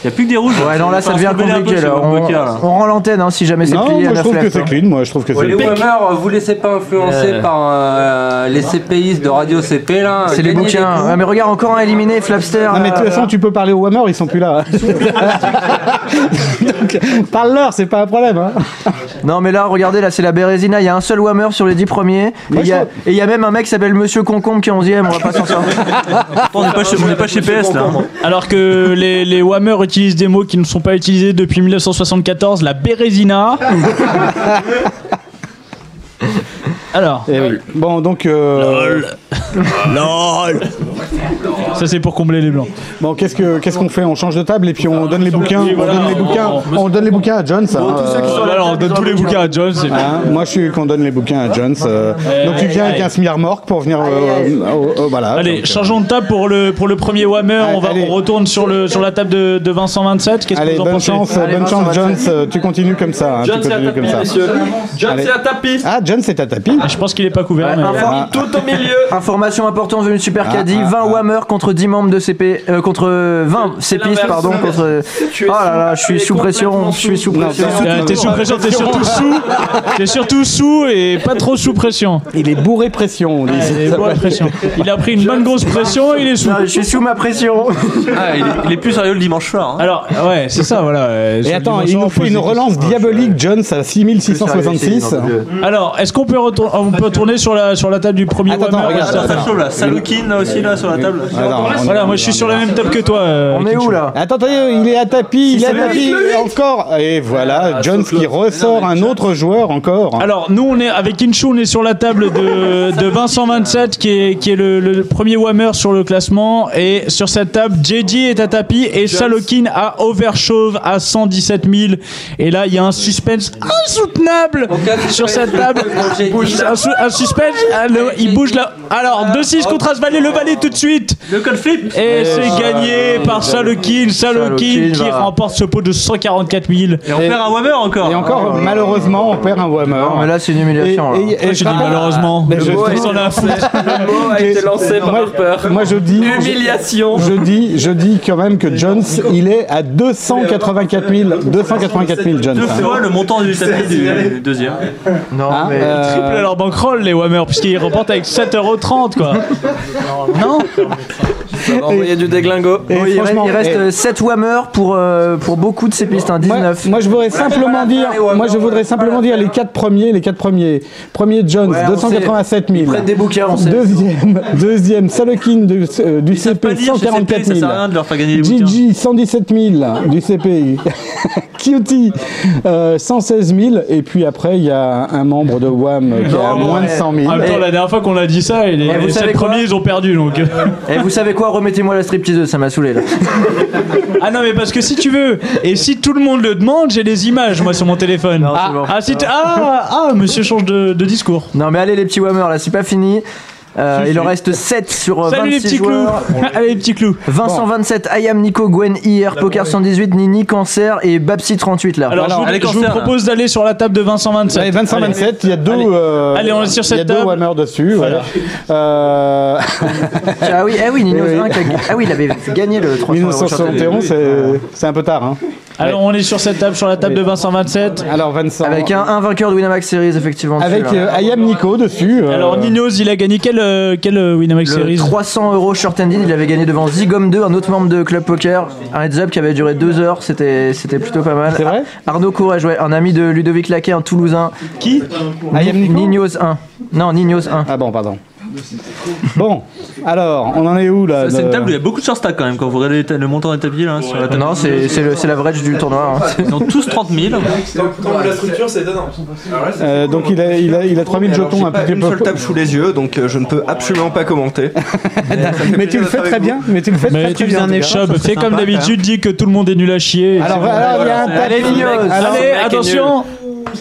[SPEAKER 10] Il n'y a plus que des rouges.
[SPEAKER 5] Ouais, non, là ça
[SPEAKER 10] Enfin,
[SPEAKER 5] devient
[SPEAKER 10] se rebeller un peu
[SPEAKER 5] compliqué.
[SPEAKER 10] sur
[SPEAKER 5] là.
[SPEAKER 10] le
[SPEAKER 5] On,
[SPEAKER 10] poker, là.
[SPEAKER 5] on rend l'antenne hein, si jamais c'est
[SPEAKER 1] Non,
[SPEAKER 5] plié à
[SPEAKER 1] moi, je
[SPEAKER 5] neuf
[SPEAKER 1] trouve que
[SPEAKER 5] left,
[SPEAKER 1] c'est
[SPEAKER 5] hein.
[SPEAKER 1] clean. Moi, je trouve que
[SPEAKER 10] Ouais,
[SPEAKER 1] c'est.
[SPEAKER 10] les
[SPEAKER 12] Whammer, euh, vous laissez pas influencer
[SPEAKER 5] Ouais.
[SPEAKER 12] par euh, les CPIs de Radio CP là.
[SPEAKER 5] C'est les
[SPEAKER 12] Gagnez des
[SPEAKER 5] bouquins.
[SPEAKER 12] coups.
[SPEAKER 5] Ah, mais regarde, encore un éliminé, Flapster. euh,
[SPEAKER 1] Non, mais de toute façon, tu peux parler aux Whammer, ils sont plus là. Donc, (laughs) parle-leur, c'est pas un problème. Hein.
[SPEAKER 5] Non, mais là, regardez, là, c'est la Bérésina. Il y a un seul Whammer sur les 10 premiers. Et
[SPEAKER 1] Moi,
[SPEAKER 5] il y, a-
[SPEAKER 1] je
[SPEAKER 5] et il y a même un mec qui s'appelle Monsieur Concombre qui est 11ème. On va pas
[SPEAKER 1] (laughs)
[SPEAKER 5] s'en sortir.
[SPEAKER 10] On n'est pas, chez- on est pas chez PS là.
[SPEAKER 7] Alors que les, les Whammer utilisent des mots qui ne sont pas utilisés depuis 1974, la bérésina. Alors.
[SPEAKER 1] Et Eh oui. Bon, donc. euh,
[SPEAKER 7] Ça, c'est pour combler les blancs.
[SPEAKER 1] Bon, qu'est-ce que qu'est-ce qu'on fait On change de table et puis on donne les bouquins.
[SPEAKER 7] Oui,
[SPEAKER 1] On
[SPEAKER 7] voilà,
[SPEAKER 1] donne les
[SPEAKER 7] on-
[SPEAKER 1] bouquins.
[SPEAKER 7] on-
[SPEAKER 1] On donne les bouquins à Jones. hein, euh,
[SPEAKER 7] Voilà, on donne tous les bouquins à Jones. c'est
[SPEAKER 1] hein, moi, je suis qu'on donne les bouquins à Jones. euh. donc tu viens avec un semi-remorque pour venir. euh, euh, euh, voilà.
[SPEAKER 7] Allez,
[SPEAKER 1] Donc,
[SPEAKER 7] changeons de table pour le, pour le premier Whammer. on, va, on retourne sur, le, sur la table de, de Vincent 27. Qu'est-ce que
[SPEAKER 1] Allez,
[SPEAKER 7] vous en
[SPEAKER 1] bonne
[SPEAKER 7] pensez
[SPEAKER 1] chance, bonne chance, Jones. euh, Tu continues comme ça. hein, tu
[SPEAKER 7] Jones, c'est à
[SPEAKER 1] continues
[SPEAKER 7] taper,
[SPEAKER 1] comme ça.
[SPEAKER 7] messieurs. Jones,
[SPEAKER 1] Allez.
[SPEAKER 7] c'est à
[SPEAKER 1] Ah, Jones, c'est à tapis.
[SPEAKER 7] Je pense qu'il est pas couvert. mais-
[SPEAKER 5] Inform-
[SPEAKER 16] Tout au milieu.
[SPEAKER 5] Information importante venue de Super
[SPEAKER 1] Ah,
[SPEAKER 5] Caddy
[SPEAKER 1] ah,
[SPEAKER 5] 20 Whammer contre 10 membres de CP. euh, contre 20 CPistes,
[SPEAKER 16] l'inverse.
[SPEAKER 10] (laughs)
[SPEAKER 5] pardon. Contre... Oh là là, je suis sous pression. Je suis sous pression.
[SPEAKER 7] Euh, T'es sous pression, t'es surtout sous, t'es surtout sous et pas trop sous pression.
[SPEAKER 1] Il est bourré pression. on dit.
[SPEAKER 7] Il est bourré pression. Il a pris une bonne grosse pression, il est sous.
[SPEAKER 5] Non, je suis sous ma pression.
[SPEAKER 10] (laughs) Ah, il, est, il est plus sérieux le dimanche soir. hein.
[SPEAKER 7] Alors Ah ouais, c'est ça, voilà. euh,
[SPEAKER 1] Et
[SPEAKER 7] sur le
[SPEAKER 1] attends,
[SPEAKER 7] dimanche,
[SPEAKER 1] il
[SPEAKER 7] on
[SPEAKER 1] nous fait
[SPEAKER 7] pose
[SPEAKER 1] une
[SPEAKER 7] des questions.
[SPEAKER 1] relance diabolique, Jones, à 6666.
[SPEAKER 7] Alors, est-ce qu'on peut retourner, on peut tourner sur la sur la table du premier
[SPEAKER 1] Attends, attends,
[SPEAKER 7] Whammer,
[SPEAKER 5] Ah,
[SPEAKER 1] regarde,
[SPEAKER 7] là, ça-
[SPEAKER 10] Ça chauffe là. Saloukin là aussi là sur la table.
[SPEAKER 1] Attends,
[SPEAKER 7] Voilà, moi je suis sur la même table que toi. euh,
[SPEAKER 5] On est
[SPEAKER 7] Kincho.
[SPEAKER 5] où là
[SPEAKER 1] Attends, attendez, il est à tapis, il est à
[SPEAKER 7] c'est
[SPEAKER 1] tapis,
[SPEAKER 7] lui,
[SPEAKER 1] et encore. Et
[SPEAKER 7] Ah,
[SPEAKER 1] voilà, Jones qui ressort un autre joueur encore.
[SPEAKER 7] Alors nous on est avec Kincho, on est sur la table de, de Vincent 27 qui est, qui est le, le premier Whammer sur le classement et sur cette table JD est à tapis et Salokin à Overchauve à 117 000 et là il y a un suspense insoutenable sur cette table un, sou- un suspense ah, le- il bouge là alors 2-6 contre Asvalet le valet tout de suite
[SPEAKER 10] Le col flip.
[SPEAKER 7] et c'est gagné par Salokin Salokin
[SPEAKER 5] Salokin,
[SPEAKER 7] qui
[SPEAKER 5] va.
[SPEAKER 7] remporte ce pot de 144 000
[SPEAKER 10] Et on perd un Whammer encore.
[SPEAKER 1] Et encore,
[SPEAKER 7] euh,
[SPEAKER 1] malheureusement, on perd un Whammer.
[SPEAKER 5] Non, mais là, c'est une
[SPEAKER 1] Et,
[SPEAKER 5] humiliation. là.
[SPEAKER 1] et- et je
[SPEAKER 7] Pourquoi tu dis
[SPEAKER 1] rappelle-
[SPEAKER 7] malheureusement
[SPEAKER 1] Mais je-
[SPEAKER 7] Ils sont là à foutre.
[SPEAKER 16] mot a été lancé par
[SPEAKER 1] Moi-
[SPEAKER 16] Harper.
[SPEAKER 1] Moi je dis,
[SPEAKER 16] Humiliation.
[SPEAKER 1] je dis, je dis quand même que Jones, il est à 284 000, 284 000 Jones.
[SPEAKER 10] Deux
[SPEAKER 1] hein.
[SPEAKER 10] fois le montant du tapis du deuxième.
[SPEAKER 5] Non,
[SPEAKER 1] Hein,
[SPEAKER 5] mais.
[SPEAKER 1] euh,
[SPEAKER 7] triple à leur bankroll les Whammer puisqu'ils remportent avec 7,30€ quoi.
[SPEAKER 5] Non
[SPEAKER 16] On va envoyer du déglingo.
[SPEAKER 1] et
[SPEAKER 5] Oui, il reste,
[SPEAKER 1] franchement,
[SPEAKER 5] il reste,
[SPEAKER 1] et-
[SPEAKER 5] euh, 7 Whammer pour, euh, pour beaucoup de CPistes. Hein,
[SPEAKER 1] Moi,
[SPEAKER 5] 19.
[SPEAKER 1] moi, je voudrais simplement dire, moi je voudrais simplement dire les quatre premiers, les quatre premiers. Premier Jones,
[SPEAKER 5] Ouais, on
[SPEAKER 1] 287 000.
[SPEAKER 5] Ils prennent des bouquins, on sait.
[SPEAKER 1] Deuxième, deuxième Salokin du, euh, du
[SPEAKER 10] Pas
[SPEAKER 1] CP
[SPEAKER 10] dire chez
[SPEAKER 1] 144
[SPEAKER 10] CP, ça
[SPEAKER 1] 000.
[SPEAKER 10] sert à rien de leur faire gagner les bouquins.
[SPEAKER 1] Gigi 117 000 du CP, Cutie euh, 116 000 et puis après il y a un membre de WAM qui a
[SPEAKER 5] Non,
[SPEAKER 1] moins de
[SPEAKER 5] ouais.
[SPEAKER 1] 100 000.
[SPEAKER 7] En même temps la dernière fois qu'on a dit ça et les,
[SPEAKER 5] Et vous
[SPEAKER 7] les
[SPEAKER 5] savez
[SPEAKER 7] sept
[SPEAKER 5] quoi Euh,
[SPEAKER 7] premiers ils ont perdu donc.
[SPEAKER 5] Et Eh, vous savez quoi Remettez-moi la stripteaseuse, ça m'a saoulé là.
[SPEAKER 7] ah non mais parce que si tu veux et si tout le monde le demande j'ai les images moi sur mon téléphone.
[SPEAKER 5] c'est
[SPEAKER 7] ah,
[SPEAKER 5] bon.
[SPEAKER 7] ah, si tu- ah ah monsieur change de, de discours.
[SPEAKER 5] Non mais allez les petits Whammer là, c'est pas fini. Euh, il en reste 7 sur euh,
[SPEAKER 7] Salut les
[SPEAKER 5] 26
[SPEAKER 7] petits clous. (laughs)
[SPEAKER 5] joueurs.
[SPEAKER 7] Allez les petits clous.
[SPEAKER 5] Vincent 27, Ayam Nico, Gwen IR, Poker 118, Nini, Cancer et Babsi 38 là.
[SPEAKER 7] Alors, je vous-
[SPEAKER 10] allez,
[SPEAKER 7] je vous,
[SPEAKER 10] cancer, là.
[SPEAKER 7] propose d'aller sur la table de Vincent 27.
[SPEAKER 1] Allez, 25
[SPEAKER 7] Allez.
[SPEAKER 1] 27, il y a deux
[SPEAKER 7] Allez.
[SPEAKER 1] euh,
[SPEAKER 7] Allez, on est sur
[SPEAKER 1] il y a
[SPEAKER 7] cette
[SPEAKER 1] deux
[SPEAKER 7] table.
[SPEAKER 1] Whammer dessus, voilà. Euh,
[SPEAKER 5] Ah oui, ah oui, Nino
[SPEAKER 1] Eh oui.
[SPEAKER 5] Zerin qui a- Ah oui, il avait gagné le 300 euros.
[SPEAKER 1] 1971, c'est- c'est un peu tard hein.
[SPEAKER 7] Alors on est sur cette table, sur la table de Vincent
[SPEAKER 5] Euh,
[SPEAKER 7] 27.
[SPEAKER 1] Alors Vincent.
[SPEAKER 5] Avec un, un vainqueur de Winamax Series, effectivement.
[SPEAKER 1] Avec euh, I am Nico dessus. euh,
[SPEAKER 7] Alors Ninos, il a gagné quel, euh, quel euh, Winamax
[SPEAKER 5] Le
[SPEAKER 7] Series
[SPEAKER 5] 300 euros short ending, il avait gagné devant Zigom 2, un autre membre de Club Poker, un heads up qui avait duré 2 heures, c'était c'était plutôt pas mal. C'est vrai Arnaud Courage, ouais, un ami de Ludovic Laquet, un Toulousain.
[SPEAKER 7] Qui
[SPEAKER 5] Ninos 1. Non, Ninos 1.
[SPEAKER 1] Ah bon, pardon. Bon, alors, on en est où là
[SPEAKER 10] C'est
[SPEAKER 1] le-
[SPEAKER 10] une table où il y a beaucoup de surstacks quand même. Quand vous regardez le montant des tabliers là, hein, sur la table.
[SPEAKER 5] Non, c'est c'est le- c'est l'average du tournoi. hein. (laughs)
[SPEAKER 10] Ils ont tous 30 000.
[SPEAKER 17] Tant que la structure, c'est dedans.
[SPEAKER 1] Euh, donc il a, il a, il a 3000
[SPEAKER 17] Alors,
[SPEAKER 1] jetons
[SPEAKER 17] j'ai
[SPEAKER 1] un
[SPEAKER 17] pas
[SPEAKER 1] petit
[SPEAKER 17] une
[SPEAKER 1] peu.
[SPEAKER 17] seule
[SPEAKER 6] tape sous les yeux, donc euh, je ne peux absolument pas commenter.
[SPEAKER 1] Mais tu le fais très bien. Mais tu le fais très,
[SPEAKER 7] Mais
[SPEAKER 1] très
[SPEAKER 7] tu
[SPEAKER 1] bien.
[SPEAKER 7] faisais un échoppe, fais comme
[SPEAKER 5] hein.
[SPEAKER 7] d'habitude, dis que tout le monde est nul à chier.
[SPEAKER 1] Alors, voilà, il y a un tac.
[SPEAKER 7] Allez, Ninos
[SPEAKER 1] Alors,
[SPEAKER 7] Allez, attention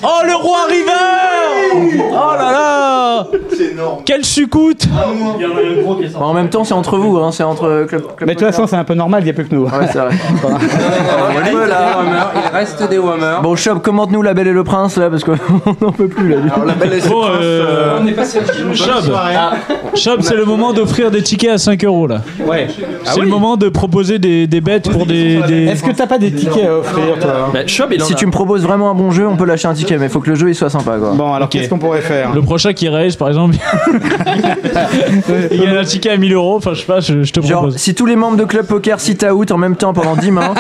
[SPEAKER 7] Oh, le roi River Oh là là C'est énorme Quel succoute
[SPEAKER 5] Bah, en même temps, c'est entre vous, hein, c'est entre Club, Club
[SPEAKER 1] Mais de toute façon, c'est un peu normal, il n'y a plus que nous.
[SPEAKER 5] Ouais, c'est vrai.
[SPEAKER 12] Il reste des Warhammer, il reste des Warhammer.
[SPEAKER 5] Ah Bon, Shop, commente-nous La Belle et le Prince là, (laughs) parce qu'on n'en peut plus là.
[SPEAKER 17] Alors, la belle et le
[SPEAKER 7] Bon,
[SPEAKER 17] prince,
[SPEAKER 7] euh,
[SPEAKER 17] euh,
[SPEAKER 7] on est passé à Chob,
[SPEAKER 1] Ah,
[SPEAKER 7] Chob, c'est le moment d'offrir des tickets à 5 euros là.
[SPEAKER 1] Ouais. Ah
[SPEAKER 7] C'est le moment de proposer des, des bêtes pour des. des-
[SPEAKER 1] Est-ce que t'as pas des tickets à offrir, toi
[SPEAKER 5] si tu me proposes vraiment un bon jeu, on peut lâcher un ticket, mais faut que le jeu il soit sympa quoi.
[SPEAKER 1] Bon, alors
[SPEAKER 7] Ok.
[SPEAKER 1] qu'est-ce qu'on pourrait faire
[SPEAKER 7] Le prochain qui raise
[SPEAKER 1] (laughs)
[SPEAKER 7] par exemple, il y a un ticket à 1000 euros, enfin je sais pas, je, je te
[SPEAKER 5] Genre,
[SPEAKER 7] propose.
[SPEAKER 5] si tous les membres de Club Poker citent out en même temps pendant 10 mains,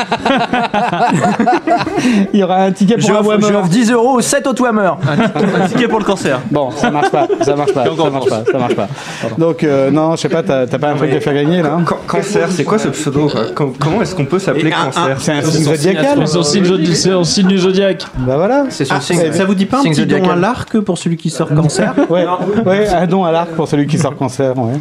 [SPEAKER 1] Il y aura un ticket pour un
[SPEAKER 5] j'offre
[SPEAKER 1] Whammer.
[SPEAKER 5] j'offre 10 euros aux 7 au Whammer.
[SPEAKER 10] Un ticket pour le cancer.
[SPEAKER 1] Bon, ça marche pas, ça marche
[SPEAKER 7] (laughs)
[SPEAKER 1] pas, ça marche pas, ça marche pas. Donc, euh, non, je sais pas, t'as t'as pas un truc à faire gagner là hein
[SPEAKER 6] Can- cancer, c'est quoi ce pseudo quoi Com- Comment est-ce qu'on peut s'appeler cancer
[SPEAKER 1] C'est un signe zodiacal
[SPEAKER 7] Son signe zodi- c'est son signe du zodiaque.
[SPEAKER 1] Bah voilà.
[SPEAKER 14] C'est son
[SPEAKER 1] Ah,
[SPEAKER 14] signe.
[SPEAKER 1] c'est-
[SPEAKER 14] Ça vous dit pas un
[SPEAKER 5] Signe
[SPEAKER 14] petit don
[SPEAKER 5] zodiacal.
[SPEAKER 14] à l'arc pour celui qui sort cancer
[SPEAKER 1] Ouais, ouais, un don à l'arc pour celui qui sort cancer, ouais.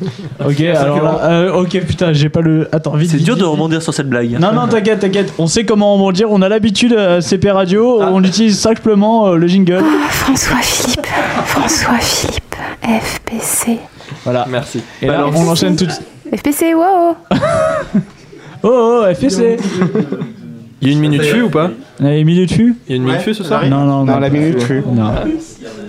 [SPEAKER 7] Ok, alors là, euh, ok, putain, j'ai pas le. Attends, vite.
[SPEAKER 10] C'est
[SPEAKER 7] vite,
[SPEAKER 10] dur de
[SPEAKER 7] vite.
[SPEAKER 10] rebondir sur cette blague.
[SPEAKER 7] Non, non, t'inquiète, t'inquiète. On sait comment rebondir. On a l'habitude euh, à CP Radio.
[SPEAKER 1] Ah.
[SPEAKER 7] On utilise simplement euh, le jingle.
[SPEAKER 15] François Philippe, François Philippe, FPC.
[SPEAKER 7] Voilà.
[SPEAKER 10] Ah, Merci.
[SPEAKER 7] Et là, on enchaîne tout.
[SPEAKER 15] FPC, wow
[SPEAKER 7] (laughs) Oh, oh, FPC.
[SPEAKER 16] Il y a une minute fue ou pas
[SPEAKER 7] On avait mis le dessus
[SPEAKER 16] Il y a une minute fue ce soir
[SPEAKER 7] Non, non,
[SPEAKER 1] Non, la minute fut.
[SPEAKER 7] Non.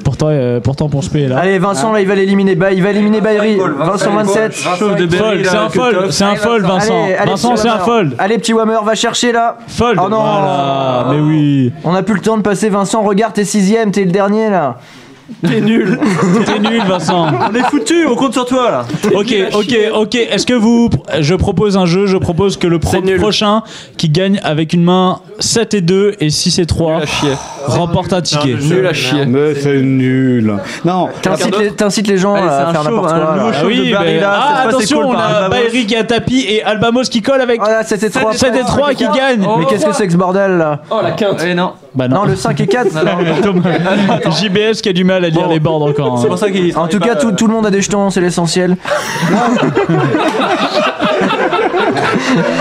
[SPEAKER 7] Pourtant, euh, pourtant, Ponce P est là.
[SPEAKER 5] Ah. Allez, Vincent là, il va l'éliminer. Bah, il va éliminer Bayri. Vincent 27.
[SPEAKER 10] Chauve de
[SPEAKER 7] Fold,
[SPEAKER 10] Berry,
[SPEAKER 7] c'est un
[SPEAKER 10] là, que
[SPEAKER 7] fold,
[SPEAKER 10] top.
[SPEAKER 7] c'est un fold, Vincent.
[SPEAKER 5] Allez, allez,
[SPEAKER 7] Vincent,
[SPEAKER 5] petit
[SPEAKER 7] c'est un
[SPEAKER 5] Whammer.
[SPEAKER 7] fold.
[SPEAKER 5] Allez, petit Whammer, va chercher là.
[SPEAKER 7] Fold.
[SPEAKER 5] Oh non.
[SPEAKER 7] Voilà, mais oui.
[SPEAKER 5] On a plus le temps de passer. Vincent, regarde, t'es 6ème, t'es le dernier là.
[SPEAKER 10] T'es nul.
[SPEAKER 7] T'es nul, Vincent.
[SPEAKER 16] (laughs)
[SPEAKER 10] On est foutu, on compte sur toi là.
[SPEAKER 7] Ok, ok, ok. Est-ce que vous. Je propose un jeu, je propose que le pro- prochain qui gagne avec une main 7 et 2 et 6 et 3 remporte un ticket.
[SPEAKER 16] Nul à chier.
[SPEAKER 1] Mais c'est nul. Non,
[SPEAKER 5] T'incites les, t'incites les gens
[SPEAKER 10] Allez,
[SPEAKER 5] là,
[SPEAKER 10] c'est
[SPEAKER 5] à
[SPEAKER 10] un
[SPEAKER 5] faire
[SPEAKER 10] show,
[SPEAKER 5] n'importe
[SPEAKER 10] hein,
[SPEAKER 5] quoi.
[SPEAKER 10] le nouveau
[SPEAKER 5] là.
[SPEAKER 10] show. de
[SPEAKER 7] oui,
[SPEAKER 10] Barry,
[SPEAKER 7] mais-
[SPEAKER 10] là,
[SPEAKER 7] ah,
[SPEAKER 10] cette fois, c'est
[SPEAKER 7] attention,
[SPEAKER 10] cool,
[SPEAKER 7] on
[SPEAKER 10] par
[SPEAKER 7] a
[SPEAKER 10] Albamos.
[SPEAKER 7] Bayery qui a tapis et Albamos qui colle avec
[SPEAKER 5] Voilà, c'était 3.
[SPEAKER 7] 7 et 3 qui gagne.
[SPEAKER 5] Mais qu'est-ce que c'est que ce bordel là
[SPEAKER 16] Oh la quinte
[SPEAKER 10] Eh non.
[SPEAKER 7] Bah
[SPEAKER 5] Non, le 5 et 4.
[SPEAKER 7] JBS qui a du mal à lire les bords encore. hein.
[SPEAKER 10] C'est pour ça euh, qu'il.
[SPEAKER 5] En tout cas, tout, tout le monde a des jetons, c'est l'essentiel.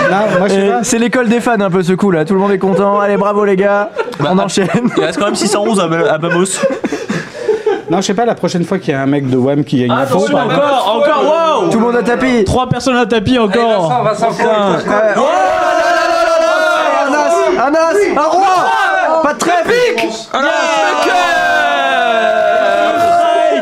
[SPEAKER 1] là, moi je
[SPEAKER 7] Euh,
[SPEAKER 1] sais
[SPEAKER 5] Et
[SPEAKER 1] pas.
[SPEAKER 5] Euh, C'est l'école des fans un peu ce coup là, tout le monde est content. Allez, bravo les gars, on enchaîine.
[SPEAKER 10] Il reste quand même 611 Bah, à Ba- à Bamos.
[SPEAKER 1] Non, je sais pas, la prochaine fois qu'il y a un mec de Wham qui gagne la
[SPEAKER 7] Attention,
[SPEAKER 1] faute.
[SPEAKER 7] encore, encore, wow
[SPEAKER 5] Tout le monde a
[SPEAKER 10] euh,
[SPEAKER 5] tapé.
[SPEAKER 7] 3 personnes à tapis encore.
[SPEAKER 12] Eh, Vincent, Vincent,
[SPEAKER 5] Ouais. Oh là là là là là là là là là Un as, un as, un roi, pas de Ah, trèfle.